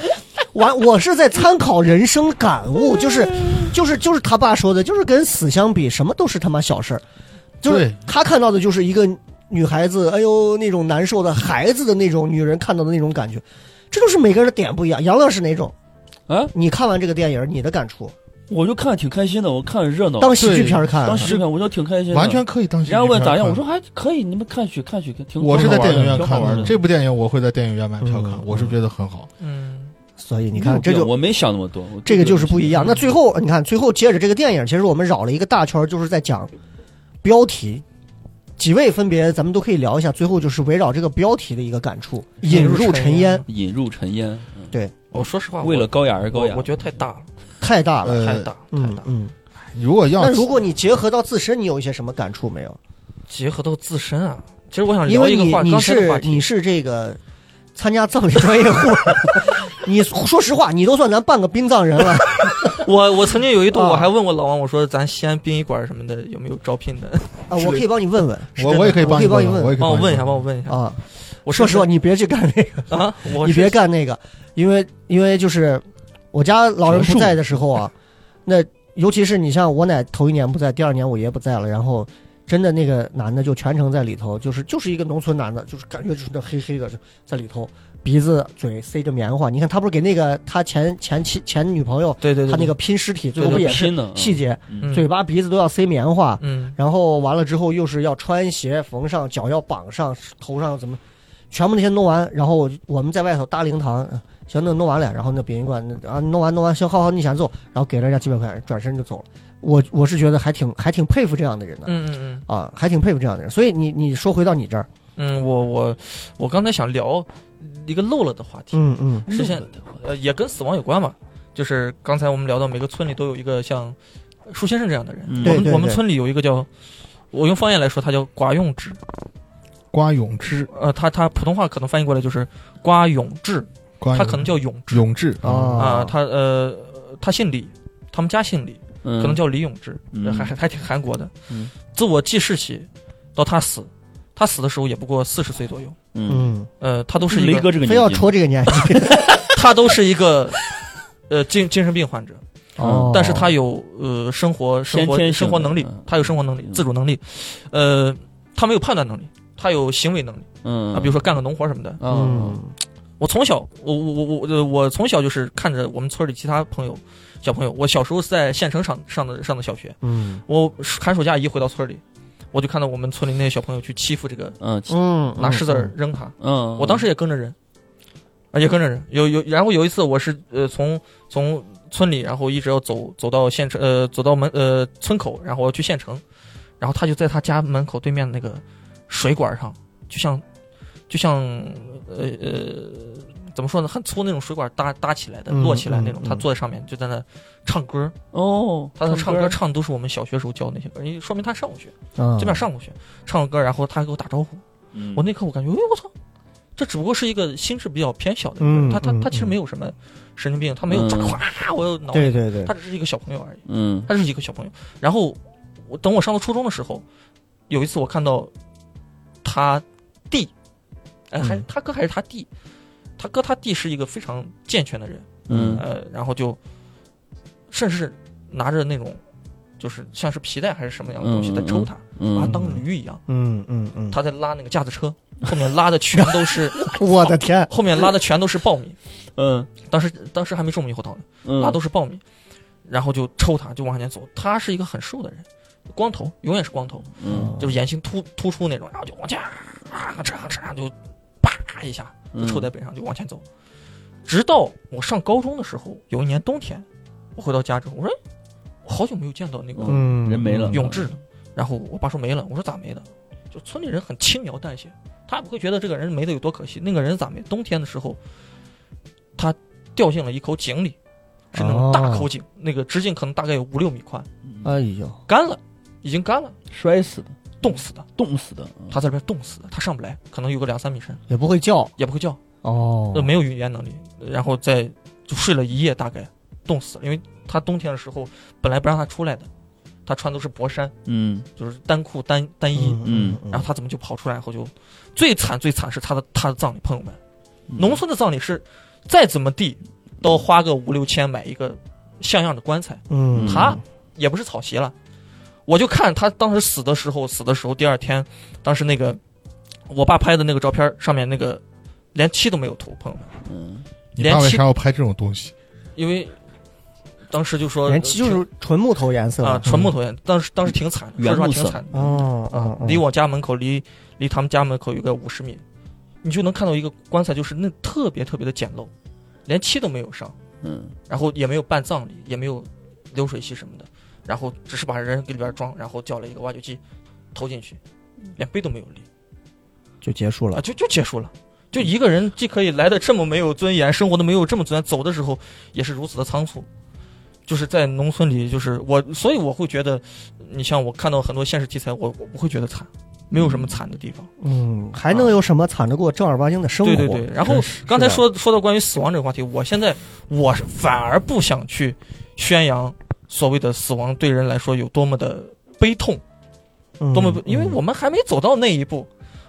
完，我是在参考人生感悟，就是，就是，就是他爸说的，就是跟死相比，什么都是他妈小事儿。就是
对
他看到的就是一个女孩子，哎呦那种难受的孩子的那种女人看到的那种感觉，这就是每个人的点不一样。杨乐是哪种？
啊，
你看完这个电影，你的感触？
我就看挺开心的，我看热闹，
当喜剧片儿看，
哦当时这个我就挺开心的，
完全可以当。
人家问咋样，我说。还可以，你们看去看去，挺
我是在电影院
挺好
看
玩的。
这部电影我会在电影院买票看，
嗯
我是觉得很好。
嗯，
所以你看，这就
我没想那么多，我
这个就是不一样。那最后你看，最后接着这个电影，其实我们绕了一个大圈儿，就是在讲标题。几位分别，咱们都可以聊一下。最后就是围绕这个标题的一个感触，引入尘烟
引入尘烟，嗯
我说实话，
为了高雅而高
我
雅
我。觉得太大了，
太大了。
呃，
太大了，太
嗯
大了。
嗯。
如果要
那如果你结合到自身，你有一些什么感触没有？
结合到自身啊，其实我想
因
聊
为
一个
你
话，
你
刚才的话
是
题
你是这个参加葬礼专业户， 你说实话，你都算咱半个殡葬人了。
我我曾经有一度
啊
我还问过老王，我说咱西安殡仪馆什么的有没有招 聘的？
啊，我可以帮你问问，是真
我
的
我也可以帮
我可
你
以帮你
问，我也可以
帮我问一下，
你
帮我问一下。
啊。
我
说实话，
是
你别去干那个，
啊，我
你
是
别干那个，因为因为就是我家老人不在的时候啊，那尤其是你像我奶头一年不在，第二年我爷不在了，然后真的那个男的就全程在里头，就是就是一个农村男的，就是感觉就是那黑黑的就在里头，鼻子嘴塞着棉花。你看他不是给那个他前前妻前女朋友，
对对对，
他那个拼尸体最后
这
不
个
也是
拼呢？嗯
细节，
嗯
嗯
嘴巴鼻子都要塞棉花，
嗯
然后完了之后又是要穿鞋缝上，脚要绑上，头上怎么，全部那些弄完，然后我们在外头搭灵堂，呃行，那弄完了，然后那殡仪馆那啊弄完弄完，行，好好你想走，然后给了人家几百块钱，转身就走了。我我是觉得还挺还挺佩服这样的人的、
嗯嗯嗯
啊，还挺佩服这样的人。所以你你说回到你这儿，
嗯，我我我刚才想聊一个漏了的话题，
嗯嗯
实现呃也跟死亡有关嘛，就是刚才我们聊到每个村里都有一个像舒先生这样的人，
嗯
我
对
们
对
我们
对
村里有一个叫。我用方言来说，他叫瓜用志，
瓜永之，
呃，他他普通话可能翻译过来就是瓜永志，
瓜
他可能叫永志
永志
啊
啊、他呃他姓李，他们家姓李，
嗯
可能叫李永志，
嗯
还还还挺韩国的。
嗯
自我记事起到他死，他死的时候也不过四十岁左右。
嗯，
嗯，
呃，他都是一
雷
个
哥这个
非要
年纪
戳这个年纪
他都是一个 呃精精神病患者，
哦，
但是他有呃生活生活
先天性
生活
的
能力
嗯，
他有生活能力、
嗯
自主能力，呃，他没有判断能力，他有行为能力
嗯
啊，比如说干个农活什么的。
嗯
嗯
我从小，我我我我呃我从小就是看着我们村里其他朋友小朋友，我小时候是在县城上上的上的小学，
嗯
我暑寒暑假一回到村里，我就看到我们村里那些小朋友去欺负这个，
嗯
嗯，
拿石子儿
嗯，
扔他。
嗯，
我当时也跟着人，啊，也跟着人。有有，然后有一次我是呃从从村里，然后一直要走走到县城，呃，走到门呃村口，然后我要去县城，然后他就在他家门口对面那个水管上，就像就像呃呃。怎么说呢？很粗那种水管搭搭起来的，
嗯
摞起来那种。
嗯
他
嗯
坐在上面就在那唱歌，
哦，
他的唱歌唱都是我们小学时候教的那些歌，因为说明他上过学。
嗯
这边上过去，唱个歌，然后他还给我打招呼，
嗯，
我那刻我感觉，哎呦我操，这只不过是一个心智比较偏小的一个
嗯
人，他他
嗯
他其实没有什么神经病，他没有抓
嗯
哗，我有脑
对，对对
他，只是一个小朋友而已，
嗯
他只是一个小朋友。然后我等我上到初中的时候，有一次我看到他弟，哎还
嗯
他哥还是他弟，他哥他弟是一个非常健全的人，
嗯
呃，然后就甚至拿着那种就是像是皮带还是什么样的东西在抽他，把他
嗯，
当驴一样，
嗯嗯嗯，
他在拉那个架子车，后面拉的全都 是
我的天，
后面拉的全都是爆米，
嗯
当时当时还没中猕猴桃呢，
嗯，
拉都是爆米，然后就抽他就往前走，他是一个很瘦的人，光头永远是光头，
嗯
就是眼睛突突出那种，然后就往前啊，这样这样就啪一下
嗯
就抽在背上就往前走，直到我上高中的时候，有一年冬天，我回到家之后，我说哎我好久没有见到那个
嗯
嗯，
人没了
永志了，然后我爸说没了，我说咋没的？就村里人很轻描淡写，他也不会觉得这个人没的有多可惜，那个人咋没？冬天的时候，他掉进了一口井里，是那种大口井，
哦
那个直径可能大概有五六米宽，
哎呦，
干了，已经干了，
摔死的，
冻死的。
冻死的，
他在这边冻死的，他上不来，可能有个两三米深，
也不会叫
也不会叫，
哦
呃，没有语言能力，然后再就睡了一夜，大概冻死了，因为他冬天的时候本来不让他出来的，他穿都是薄衫，
嗯
就是单裤单单衣，
嗯
然后他怎么就跑出来以后就，最惨最惨是他的他的葬礼，朋友们，
嗯
农村的葬礼是再怎么地都要花个五六千买一个像样的棺材，
嗯
他也不是草席了。我就看他当时死的时候，死的时候第二天，当时那个我爸拍的那个照片上面那个连漆都没有涂，朋友们，
嗯
你爸
连
为
漆
啥要拍这种东西？
因为当时就说
人漆就是纯木头颜色
啊纯木头颜，当时当时挺惨的，说
嗯原
实话
木
挺
色
惨的
哦
啊
哦，，
离我家门口离离他们家门口有个五十米，你就能看到一个棺材，就是那特别特别的简陋，连漆都没有上，
嗯
然后也没有办葬礼，也没有流水席什么的，然后只是把人给里边装，然后叫了一个挖掘机投进去，连杯都没有立
就结束
啊，
了。
就就结束了。就一个人既可以来的这么没有尊严，生活的没有这么尊严，走的时候也是如此的仓促。就是在农村里，就是我，所以我会觉得，你像我看到很多现实题材，我我不会觉得惨，没有什么惨的地方。
嗯，还能有什么惨得过正儿八经的生活？
对对对，然后
真是
刚才
是的
说说到关于死亡这个话题，我现在我反而不想去宣扬所谓的死亡对人来说有多么的悲痛，
嗯，
多么不，因为我
嗯
们还没走到那一步。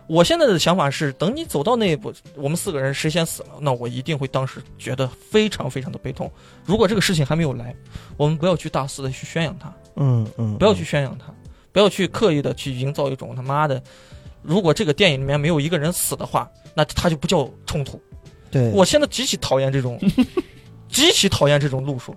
我现在的想法是，等你走到那一步，我们四个人谁先死了，那我一定会当时觉得非常非常的悲痛。如果这个事情还没有来，我们不要去大肆的去宣扬它，
嗯嗯，
不要去宣扬它，不要去刻意的去营造一种他妈的，如果这个电影里面没有一个人死的话，那它就不叫冲突。
对，
我现在极其讨厌这种， 极其讨厌这种路数。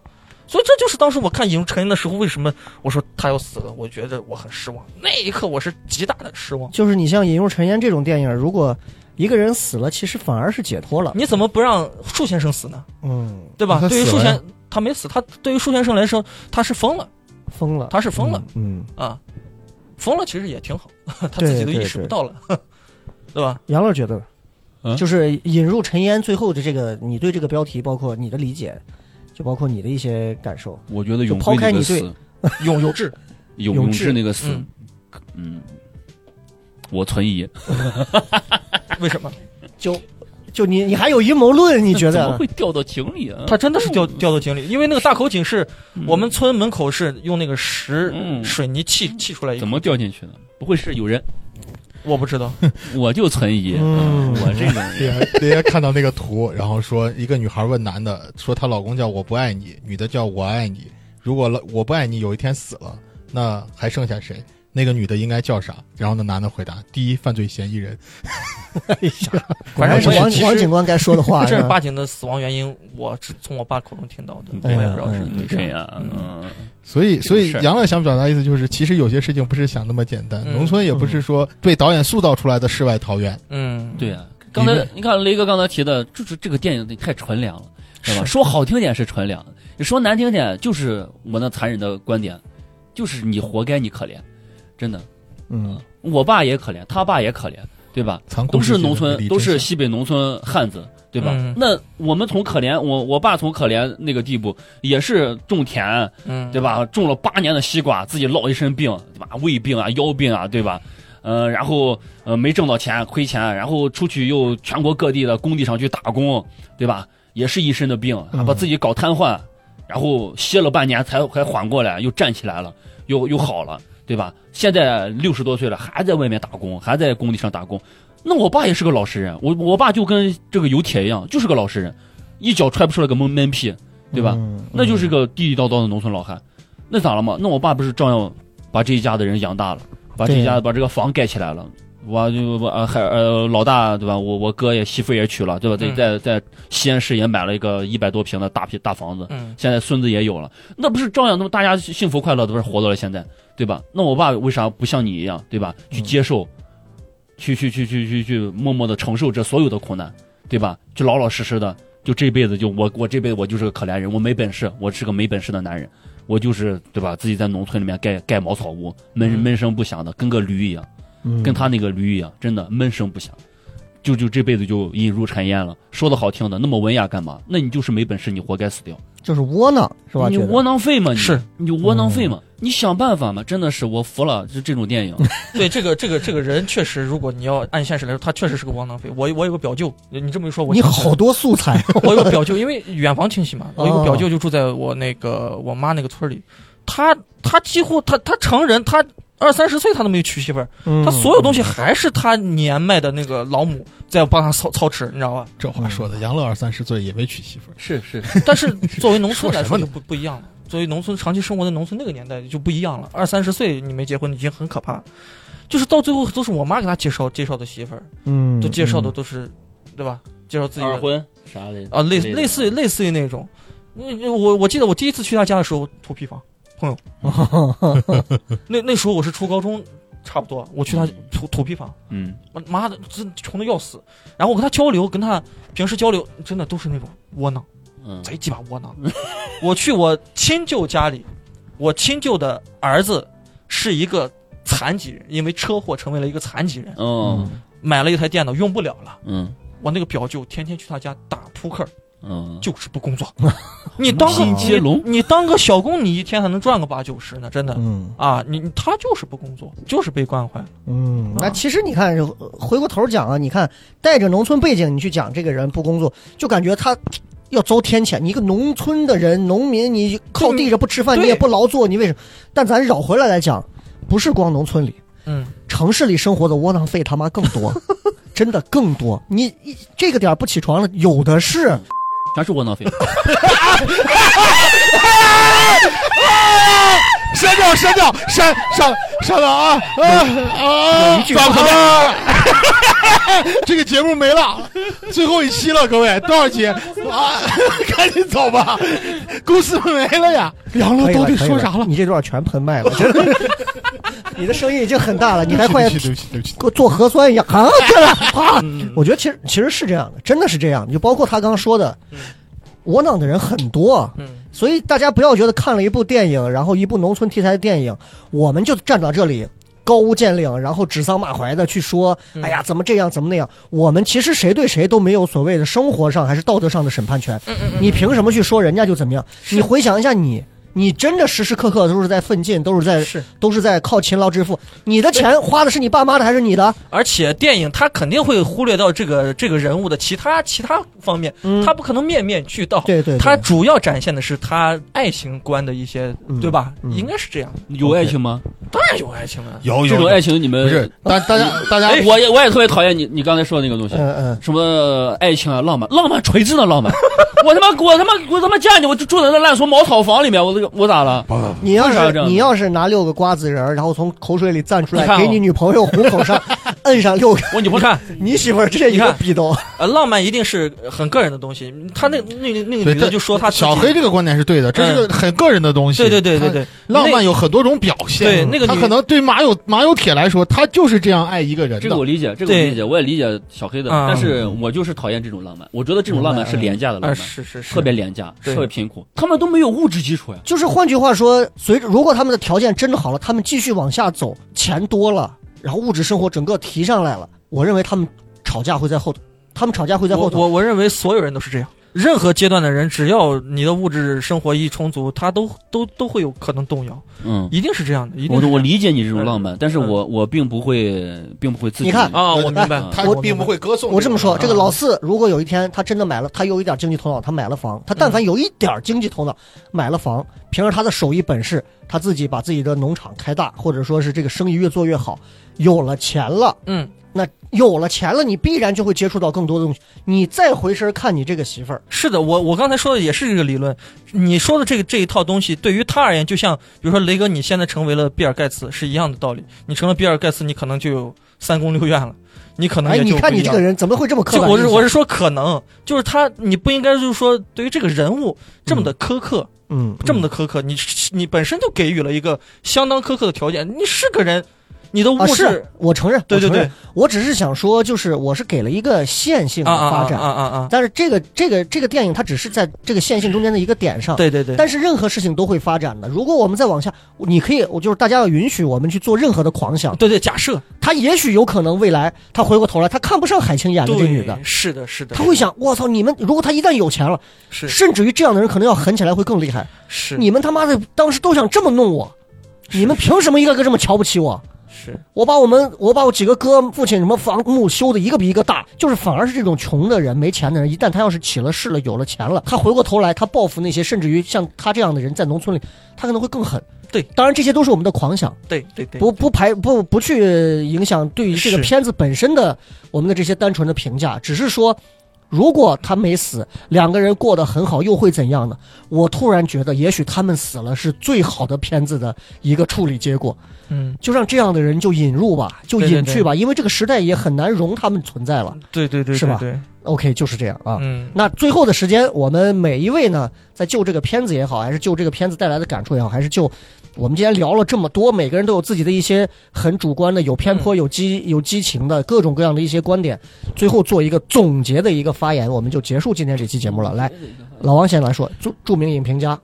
所以这就是当时我看《影入尘烟》的时候，为什么我说他要死了，我觉得我很失望。那一刻我是极大的失望。
就是你像《引入尘烟》这种电影，如果一个人死了，其实反而是解脱了。
你怎么不让树先生死呢？
嗯，
对吧？
他
对于
死
树
了呀
先，他没死，他对于树先生来说，他是疯了，
疯了，
他是疯了、
嗯。嗯，
啊，疯了其实也挺好， 他自己都意识不到了， 对吧？
杨乐觉得呢，
嗯
就是《引入尘烟》最后的这个，你对这个标题，包括你的理解，就包括你的一些感受。
我觉得永
就抛
辉
开
那个
你对
死，
永有志，
永
永
永
志
志那个死
嗯，
嗯，我存疑，
为什么？
就就你你还有阴谋论？你觉
怎么
得
会？掉到井里啊？
他真的是掉掉到井里，因为那个大口井是我们村门口是用那个石、
嗯
水泥砌砌出来一个
怎，么掉进去的？不会是有人？
我不知道。
我就存疑，
嗯
我这种人，
人家人家看到那个图，然后说一个女孩问男的说她老公叫我不爱你，女的叫我爱你。如果老我不爱你有一天死了，那还剩下谁？那个女的应该叫啥？然后那男的回答：第一犯罪嫌疑人。
果然是
我也
王
其实
王警官该说的话。
正
是
儿
吧
八经的死亡原因，我是从我爸口中听到的，我
哎呀
也不知道是
嗯
因为
这
啥。
样，嗯
所以，所以
这个事儿
杨乐想表达的意思就是，其实有些事情不是想那么简单，
嗯
农村也不是说被导演塑造出来的世外桃源。
嗯，
对啊。刚才
你们
你看雷哥刚才提的，就是这个电影太纯良了，对吧？
是
说好听点是纯良，你说难听点就是我那残忍的观点，就是你活该，你可怜，真的。
嗯，
我爸也可怜，他爸也可怜，对吧？
残酷
都
世
是
界的
农
美
村，
丽
都是
真相
西北农村汉子，对吧？
嗯
那我们从可怜，我我爸从可怜那个地步，也是种田，
嗯，
对？吧？种了八年的西瓜，自己落一身病，对吧？胃病啊，腰病啊，对吧？呃，然后呃没挣到钱，亏钱，然后出去又全国各地的工地上去打工，对吧？也是一身的病，啊把自己搞瘫痪，然后歇了半年才才缓过来，又站起来了，又又好了，对吧？现在六十多岁了，还在外面打工，还在工地上打工，那我爸也是个老实人，我我爸就跟这个油铁一样，就是个老实人，一脚踹不出来个闷闷屁，对吧？
嗯
那就是个地地道道的农村老汉。那咋了嘛？那我爸不是照样把这一家的人养大了，把这一
对
家把这个房盖起来了。我就我还呃老大对吧？我我哥也媳妇也娶了对吧？在
嗯
在在西安市也买了一个一百多平的大皮大房子，
嗯，
现在孙子也有了，那不是照样他妈大家幸福快乐的，不是活到了现在，对吧？那我爸为啥不像你一样，对吧？去接受，去去去去去去，默默的承受这所有的苦难，对吧？就老老实实的，就这辈子就我我这辈子我就是个可怜人，我没本事，我是个没本事的男人，我就是对吧？自己在农村里面盖盖茅草屋，闷
嗯
闷声不响的，跟个驴一样，
嗯
跟他那个驴一样，真的闷声不响。就就这辈子就引入尘烟了，说的好听的，那么文雅干嘛？那你就是没本事，你活该死掉。
就是窝囊是吧？
你
觉得
窝囊废嘛？你
是，
你窝囊废嘛？你想办法嘛？真的是我服了，就这种电影，
对，这个这个这个人确实，如果你要按现实来说，他确实是个窝囊废。我我有个表舅，你这么一说，我
你
想起来
好
了
多素材，
我有个表舅，因为远房亲戚嘛，我有个
哦
表舅就住在我那个我妈那个村里，他他几乎他他成人他。二三十岁他都没有娶媳妇儿，他
他
所有东西还是他年迈的那个老母在帮他操操持，你知道吧？
这话说的，杨乐二三十岁也没娶媳妇儿，
是是，
但是作为农村来
说
说
什么
就
呢
不不一样了。作为农村长期生活在农村那个年代就不一样了，二三十岁你没结婚已经很可怕，就是到最后都是我妈给他介绍介绍的媳妇儿，
嗯
都介绍的
嗯
都是，对吧？介绍自己
二
的
婚啥的
啊，类类似于类似于那种。嗯我我记得我第一次去他家的时候，土坯房，朋友， 那那时候我是初高中，差不多，我去他土土坯房，
嗯，
我妈的真穷的要死。然后我跟他交流，跟他平时交流，真的都是那种窝囊，
嗯
贼鸡巴窝囊。我去我亲舅家里，我亲舅的儿子是一个残疾人，因为车祸成为了一个残疾人，
哦，
买了一台电脑用不了了。
嗯
我那个表舅天天去他家打扑克，
嗯，
就是不工作。你当个
金接龙
你，你当个小工，你一天还能赚个八九十呢，真的。
嗯
啊，你你他就是不工作，就是被惯坏。
嗯，那其实你看，呃回过头讲啊，你看带着农村背景，你去讲这个人不工作，就感觉他要遭天谴。你一个农村的人，农民，你靠地上不吃饭，
对
你也不劳作，你为什么？但咱绕回来来讲，不是光农村里，
嗯，
城市里生活的窝囊废他妈更 多，真的更多。你一这个点儿不起床了，有的是。
全是窝囊废，
删掉，删掉，删删删了啊啊啊！转口袋，这个节目没了，最后一期了，各位，多少集啊？赶紧走吧，公司没了呀！杨乐
可以
到
了
底
可以
说啥了？
你这段全喷麦了，真 的。你的声音已经很大了，你还
对
快
不起，对不起，对不嗯起，
跟做核酸一样， 啊，对了，啊，我觉得其实其实是这样的，真的是这样的，就包括他刚刚说的，
嗯
窝囊的人很多，
嗯，
所以大家不要觉得看了一部电影，然后一部农村题材的电影，我们就站到这里高屋建瓴，然后指桑骂槐的去说，
嗯
哎呀，怎么这样，怎么那样，我们其实谁对谁都没有所谓的生活上还是道德上的审判
嗯
权，你凭什么去说人家就怎么样？你回想一下你。你真的时时刻刻都是在奋进，都是在
是
都是在靠勤劳致富。你的钱花的是你爸妈的还是你的？
而且电影他肯定会忽略到这个这个人物的其他其他方面，
嗯
他不可能面面俱到。
对对对
他主要展现的是他爱情观的一些，
嗯
对吧？
嗯
应该是这样的。
有爱情吗？
当然有爱情了，
有
这种爱情你们
不是，大大家大家
哎，我也我也特别讨厌你你刚才说的那个东西，
嗯嗯，
什么爱情啊，浪漫，浪漫锤子的浪漫，我他妈我他妈我他妈家里我就住在那烂怂茅草房里面，我这个我咋了？
你要
为啥这
是
样子
你要是拿六个瓜子仁儿，然后从口水 里蘸出
你
来，
看哦
给你女朋友虎口 上摁上六个，
我女朋
你
友
看，
你媳妇儿这一
你
个哦
看
逼斗。
呃，浪漫一定是很个人的东西。他那那那那个
对
女
这
的就说他自己
小黑这个观点是对的，这是个很个人的东西。
对对对对对，
浪
那
漫有很多种表现。
对那个
他
女
可能对马有马有铁来说，他就是这样爱一个人的。
这个我理解，这个我
对
理解，我也理解小黑的，
嗯
但是我就是讨厌这种浪漫，我觉得这种浪漫是廉价的浪
啊，
漫，
是是是，
特别廉价，
对
特别贫苦，他们都没有物质基础呀。
就是换句话说，随着如果他们的条件真的好了，他们继续往下走，钱多了，然后物质生活整个提上来了，我认为他们吵架会在后头，他们吵架会在后
我
头。
我我认为所有人都是这样，任何阶段的人，只要你的物质生活一充足，他都都都会有可能动摇，
嗯，
一定是这样的，一定
我
是
我
这样
理解你这种浪漫，但是我我并不会，并不会自己。
你看
的啊，我明白
哎，
他
我
并不会歌颂。
我这么啊说，这个老四如果有一天他真的买了，他有一点经济头脑，他买了房，他但凡有一点经济头脑，买了房，凭着他的手艺本事，他自己把自己的农场开大，或者说是这个生意越做越好，有了钱了，
嗯，
那有了钱了，你必然就会接触到更多的东西。你再回身看你这个媳妇儿，
是的，我我刚才说的也是这个理论。你说的这个这一套东西，对于他而言，就像比如说雷哥，你现在成为了比尔盖茨是一样的道理。你成了比尔盖茨，你可能就有三宫六院了，你可能
哎，
也就
你看你
不一
这
样
个人怎么会这么刻
就
板？
我是我是，说可能，就是他，你不应该就是说对于这个人物这么的苛刻，
嗯，
这么的苛刻，你你本身就给予了一个相当苛刻的条件。你是个人，你的物
啊，
质、
是我承认，
对
我承
对
认，我只是想说，就是我是给了一个线性
啊
的
啊
发
啊
展，
啊啊啊，
但是这个这个这个电影它只是在这个线性中间的一个点上。
对对对，
但是任何事情都会发展的。如果我们再往下，你可以，我就是大家要允许我们去做任何的狂想。
对对，假设
他也许有可能未来，他回过头来，他看不上海清演的这
对
女的，
是的，是的，
他会想，我操，你们如果他一旦有钱了，
是
甚至于这样的人可能要狠起来会更厉害。
是
你们他妈的当时都想这么弄我，你们凭什么一个个这么瞧不起我？
是
我把我们，我把我几个哥、父亲什么房墓修的一个比一个大，就是反而是这种穷的人、没钱的人，一旦他要是起了势了、有了钱了，他回过头来，他报复那些甚至于像他这样的人在农村里，他可能会更狠。
对
当然这些都是我们的狂想，
对对对，
不不排不不去影响对于这个
是
片子本身的我们的这些单纯的评价，只是说，如果他没死，两个人过得很好，又会怎样呢？我突然觉得，也许他们死了是最好的片子的一个处理结果，
嗯，
就让这样的人就引入吧，就
对对嗯
引去吧，因为这个时代也很难容他们存在了。
对对对，
是吧
对，对
OK，就是这样啊。
嗯，
那最后的时间，我们每一位呢，在就这个片子也好，还是就这个片子带来的感触也好，还是就我们今天聊了这么多，每个人都有自己的一些很主观的、有偏颇、
嗯
有激、有激情的各种各样的一些观点，最后做一个总结的一个发言，我们就结束今天这期节目
嗯
了。
哎
来，老王先来说，著著名影评家，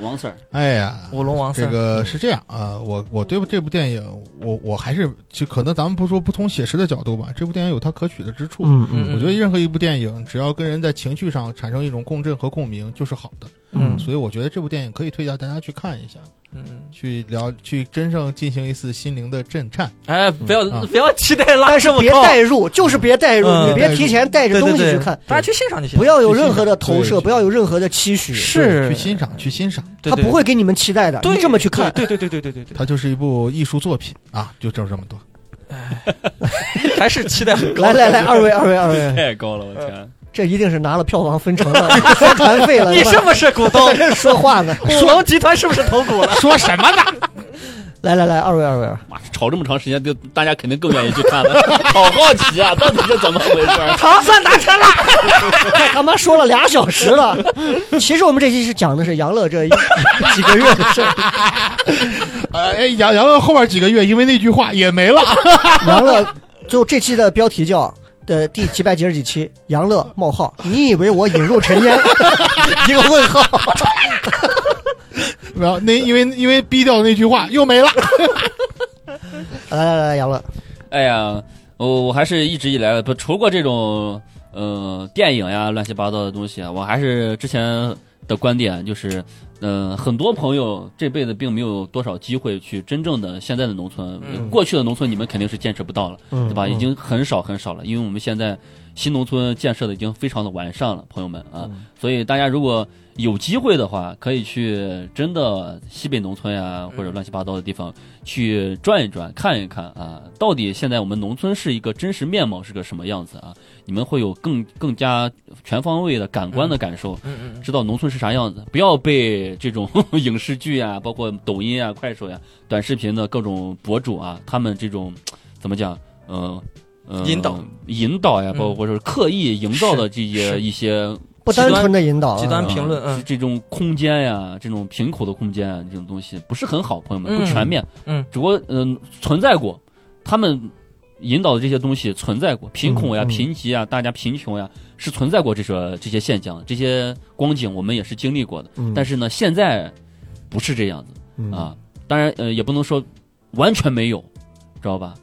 王 Sir，
哎呀，
舞龙王
这
三，
个是这样啊，我我对这部电影，我我还是就可能咱们不说不从写实的角度吧，这部电影有它可取的之处。
嗯
嗯
嗯
我觉得任何一部电影，只要跟人在情绪上产生一种共振和共鸣，就是好的。
嗯
所以我觉得这部电影可以推荐大家去看一下，
嗯嗯，
去聊，去真正进行一次心灵的震颤。
哎，不要
嗯
啊
不要期待拉
但
这
是
么
别
高，
代入，就是别代入，
嗯
你别提前带着
对
东
对
西
对
去看，，
大家去欣赏就行，
不要有任何的投射，
对
不要有任何的期许，
是
去欣赏，去欣赏，
对
他
对
不会给你们期待的，
对
你这么去看。
对对对对对对对
它就是一部艺术作品啊，就这么这么多。
对，还是期待很 高
来
的，
来来，二位二位二位，
太高了，我天！
这一定是拿了票房分 成的宣传费了。
你是
吧
不是股东？
在这 说话呢？
舞龙集团是不是投股了？
说什么呢？
来来来，二位二位，
妈，吵这么长时间，就大家肯定更愿意去看了。 好好奇啊，到底是怎么回事儿？
糖算 达成了。
他妈说了俩小时了。其实我们这期是讲的是杨乐这一几个月的事儿。
哎，杨杨乐后面几个月因为那句话也没了。
杨乐，就这期的标题叫。的第几百几十几期，杨乐冒号，你以为我引入尘 烟？一个问号。
然后那因为因为逼掉那句话又没了。
来来来，杨乐，
哎呀，我我还是一直以来的不，除过这种呃电影呀乱七八糟的东西啊，我还是之前的观点就是，嗯、很多朋友这辈子并没有多少机会去真正的现在的农村，过去的农村你们肯定是坚持不到了，
嗯
对吧？已经很少很少了，因为我们现在新农村建设的已经非常的完善了，朋友们啊，
嗯
所以大家如果有机会的话，可以去真的西北农村呀，或
嗯
者乱七八糟的地方去转一转、看一看啊，到底现在我们农村是一个真实面貌是个什么样子啊？你们会有更更加全方位的感官的感受，
嗯嗯
知道农村是啥样子，不要被这种 影视剧啊，包括抖音啊、快手呀、短视频的各种博主啊，他们这种怎么讲，呃。呃
引导、
引导呀，
嗯
包括或者是刻意营造的
是
这些
是
一些
不单纯的引导
极端
啊，
嗯评论嗯
是这种空间呀，这种贫苦的空间啊，这种东西不是很好，朋友们
嗯
不全面，
嗯，
只不过嗯、存在过，他们引导的这些东西存在过，贫苦呀、
嗯嗯
贫瘠呀、大家贫穷呀，是存在过这些这些现象、这些光景，我们也是经历过的。
嗯
但是呢，现在不是这样子，
嗯
啊，当然呃也不能说完全没有，知道吧？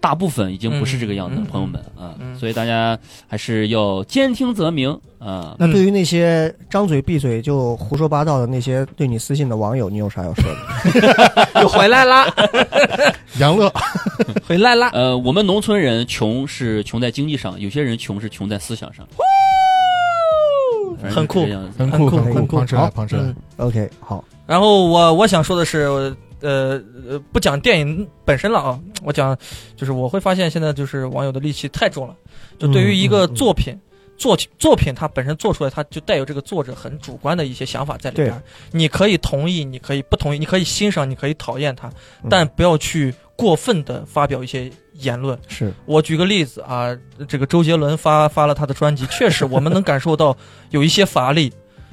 大部分已经不是这个样子，
嗯嗯
朋友们啊，
嗯
所以大家还是要兼听则明啊。
嗯
那对于那些张嘴闭嘴就胡说八道的那些对你私信的网友，你有啥要说的？
嗯，又回来 啦，
杨乐，
回来啦。
呃，我们农村人穷是穷在经济上，有些人穷是穷在思想上。反正
很
就是
酷
这样子
很
酷
酷很
很
酷，
酷
庞之来
好
庞之来
嗯。
OK，好，
然后我我想说的是，我呃呃不讲电影本身了啊，我讲就是我会发现现在就是网友的戾气太重了，就对于一
嗯
个
嗯嗯
作品。作作品它本身做出来，它就带有这个作者很主观的一些想法在里边儿。你可以同意，你可以不同意，你可以欣赏，你可以讨厌
嗯
它，但不要去过分的发表一些言论。
是
我举个例子啊，这个周杰伦发发了他的专辑，确实我们能感受到有一些乏力。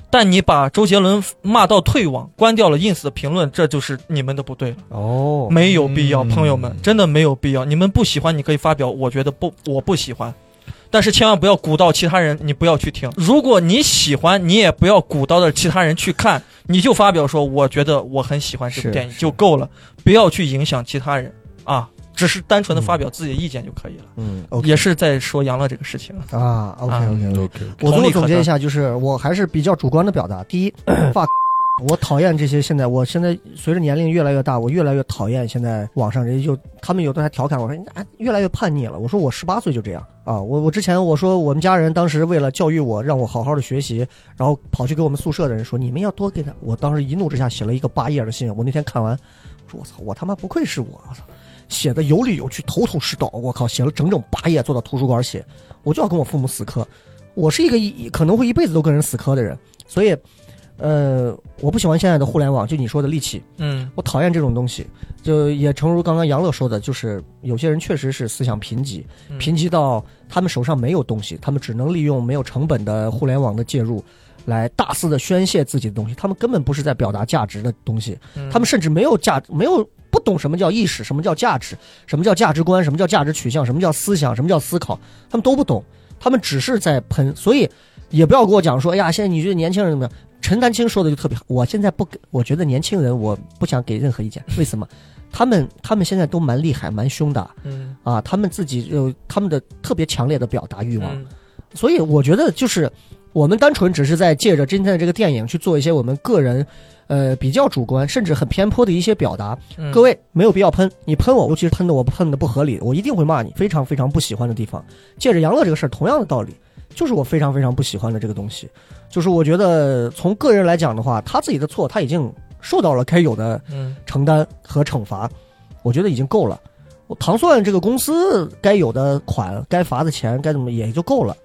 但你把周杰伦骂到退网，关掉了 ins 的评论，这就是你们的不对了，
哦，
没有必要，
嗯
朋友们，真的没有必要。你们不喜欢，你可以发表，我觉得不，我不喜欢，但是千万不要鼓捣其他人，你不要去听。如果你喜欢，你也不要鼓捣着其他人去看，你就发表说，我觉得我很喜欢这部
是
电影
是
就够了，不要去影响其他人啊，只是单纯的发表自己的意见就可以了。
嗯，OK
也是在说杨乐这个事情。
啊，OK OK OK。
OK，
我最
同
后
理可
总结
证
一下，就是我还是比较主观的表达。第一，fuck，我讨厌这些。现在，我现在随着年龄越来越大，我越来越讨厌现在网上人家就他们有的还调侃我说你啊，越来越叛逆了。我说我十八岁就这样啊。我我之前我说我们家人当时为了教育我，让我好好的学习，然后跑去给我们宿舍的人说你们要多给他。我当时一怒之下写了一个八页的信。我那天看完，我说我操，我他妈不愧是我，我操。写的有理有据，头头是道。我靠，写了整整八页，坐到图书馆写，我就要跟我父母死磕。我是一个一可能会一辈子都跟人死磕的人，所以，呃，我不喜欢现在的互联网，就你说的戾气，
嗯
我讨厌这种东西。就也诚如刚刚杨乐说的，就是有些人确实是思想贫瘠，
嗯
贫瘠到他们手上没有东西，他们只能利用没有成本的互联网的介入，来大肆的宣泄自己的东西。他们根本不是在表达价值的东西，他们甚至没有价，没有不懂什么叫意识，什么叫价值，什么叫价值观，什么叫价值取向，什么叫思想，什么叫思考，他们都不懂，他们只是在喷，所以也不要跟我讲说，哎呀，现在你觉得年轻人怎么样？陈丹青说的就特别好，我现在不给，我觉得年轻人我不想给任何意见，为什么？他们他们现在都蛮厉害，蛮凶的
嗯
啊，他们自己有他们的特别强烈的表达欲望，
嗯
所以我觉得就是我们单纯只是在借着今天的这个电影去做一些我们个人，呃，比较主观甚至很偏颇的一些表达。
嗯
各位没有必要喷，你喷我，尤其是喷的我喷的不合理，我一定会骂你，非常非常不喜欢的地方。借着杨乐这个事儿，同样的道理，就是我非常非常不喜欢的这个东西，就是我觉得从个人来讲的话，他自己的错他已经受到了该有的
嗯
承担和惩罚，我觉得已经够了。我糖蒜这个公司该有的款、该罚的钱、该怎么也就够了。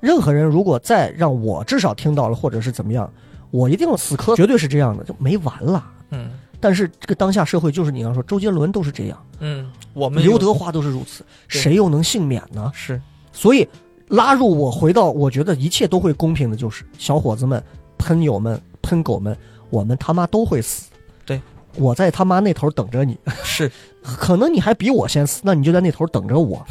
任何人如果再让我至少听到了，或者是怎么样，我一定死磕，绝对是这样的，就没完了。
嗯
但是这个当下社会就是你刚说，周杰伦都是这样，
嗯，我们
刘
有
德华都是如此，
对
谁又能幸免呢？
是
所以拉入我回到，我觉得一切都会公平的，就是小伙子们、喷友们、喷狗们，我们他妈都会死。
对，
我在他妈那头等着你。
是
可能你还比我先死，那你就在那头等着 我。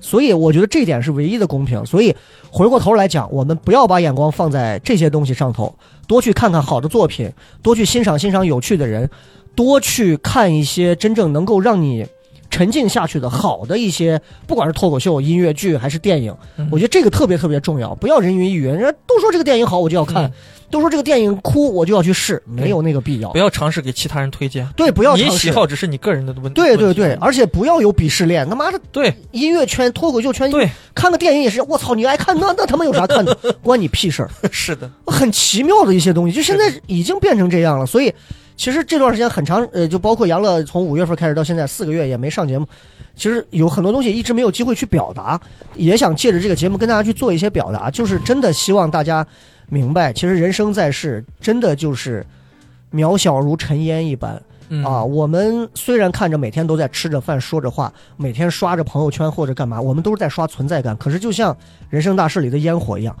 所以我觉得这点是唯一的公平。所以回过头来讲，我们不要把眼光放在这些东西上头，多去看看好的作品，多去欣赏欣赏有趣的人，多去看一些真正能够让你沉浸下去的好的一些，不管是脱口秀、音乐剧还是电影
嗯，
我觉得这个特别特别重要。不要人云亦云，人家都说这个电影好，我就要看；
嗯
都说这个电影哭，我就要去试，没有那个必要
不。要尝试给其他人推荐，啊
对， 不要
你
尝试
喜。好只是你个人的问
对
问
对
题啊
对，而且不要有鄙视链，他妈的
对
音乐圈、脱口秀圈，
对
看个电影也是，我操，你爱看那那他妈有啥 看的？关你屁事儿！
是的，
很奇妙的一些东西，就现在已经变成这样了。所以，其实这段时间很长，呃，就包括杨乐从五月份开始到现在四个月也没上节目，其实有很多东西一直没有机会去表达，也想借着这个节目跟大家去做一些表达，就是真的希望大家明白，其实人生在世真的就是渺小如尘烟一般。
嗯
啊，我们虽然看着每天都在吃着饭、说着话，每天刷着朋友圈或者干嘛，我们都是在刷存在感。可是就像《人生大事》里的烟火一样，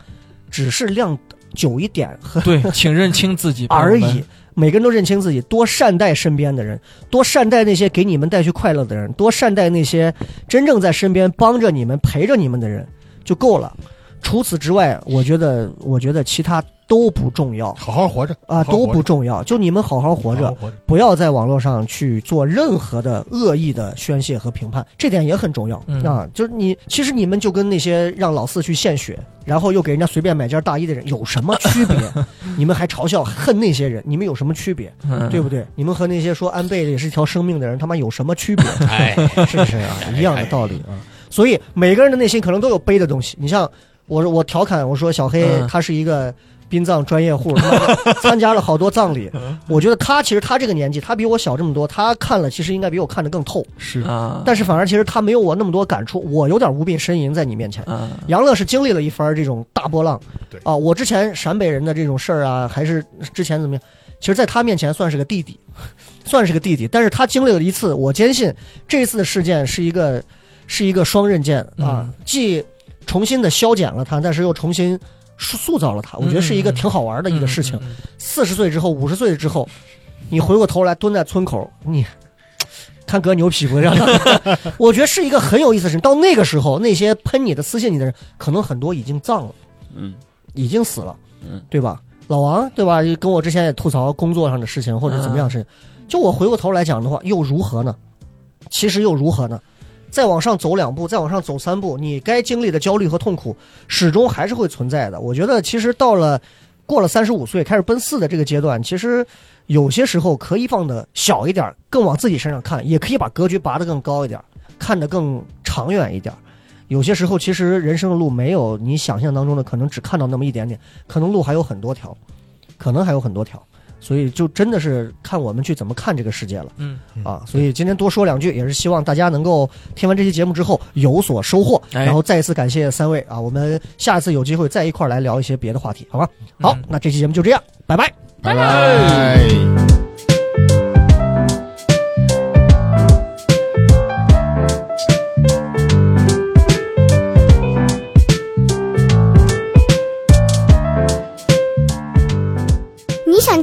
只是亮久一点和
对，请认清自己
而。
朋友们
嗯
已。每个人都认清自己，多善待身边的人，多善待那些给你们带去快乐的人，多善待那些真正在身边帮着你们、陪着你们的人就够了。除此之外，我觉得，我觉得其他都不重要
好好活着
啊，都不
好
重要。就你们好好活
好活着，
着
好，好活着
不要在网络上去做任何的恶意的宣泄和评判，这点也很重要、
嗯
啊。就是你，其实你们就跟那些让老四去献血，然后又给人家随便买件大衣的人有什么区 别？你们还嘲笑恨那些人，你们有什么区别？
嗯
对不对？你们和那些说安倍也是一条生命的人，他妈有什么区别？
哎，
是不是啊？一样的道理啊。所以每个人的内心可能都有悲的东西。你像我，我调侃我说小黑
嗯
他是一个殡葬专业户，他妈的 参加了好多葬礼。我觉得他其实他这个年纪，他比我小这么多，他看了其实应该比我看得更透，
是
啊，
但是反而其实他没有我那么多感触，我有点无病呻吟在你面前。
啊，
杨乐是经历了一番这种大波浪，
对
啊，我之前陕北人的这种事儿啊，还是之前怎么样，其实在他面前算是个弟弟， 算是个弟弟，但是他经历了一次，我坚信这次的事件是一个是一个双刃剑啊，
嗯
既重新的消减了他，但是又重新塑塑造了他，我觉得是一个挺好玩的一个事情。
嗯，嗯
四十岁之后，五十岁之后，你回过头来蹲在村口，你看哥牛皮不让？ 我觉得是一个很有意思的事情。到那个时候，那些喷你的、私信你的人，可能很多已经葬了，
嗯，
已经死了，
嗯，
对吧？老王，对吧？跟我之前也吐槽工作上的事情或者怎么样的事情，就我回过头来讲的话，又如何呢？其实又如何呢？再往上走两步，再往上走三步，你该经历的焦虑和痛苦，始终还是会存在的。我觉得，其实到了过了三十五岁开始奔四的这个阶段，其实有些时候可以放的小一点儿，更往自己身上看，也可以把格局拔得更高一点儿，看得更长远一点儿。有些时候，其实人生的路没有你想象当中的，可能只看到那么一点点，可能路还有很多条，可能还有很多条，所以就真的是看我们去怎么看这个世界了。
嗯
啊，所以今天多说两句，也是希望大家能够听完这期节目之后有所收获。
哎
然后再一次感谢三位啊，我们下次有机会再一块儿来聊一些别的话题，好吧？好，
嗯
那这期节目就这样，拜拜。
拜拜。
你想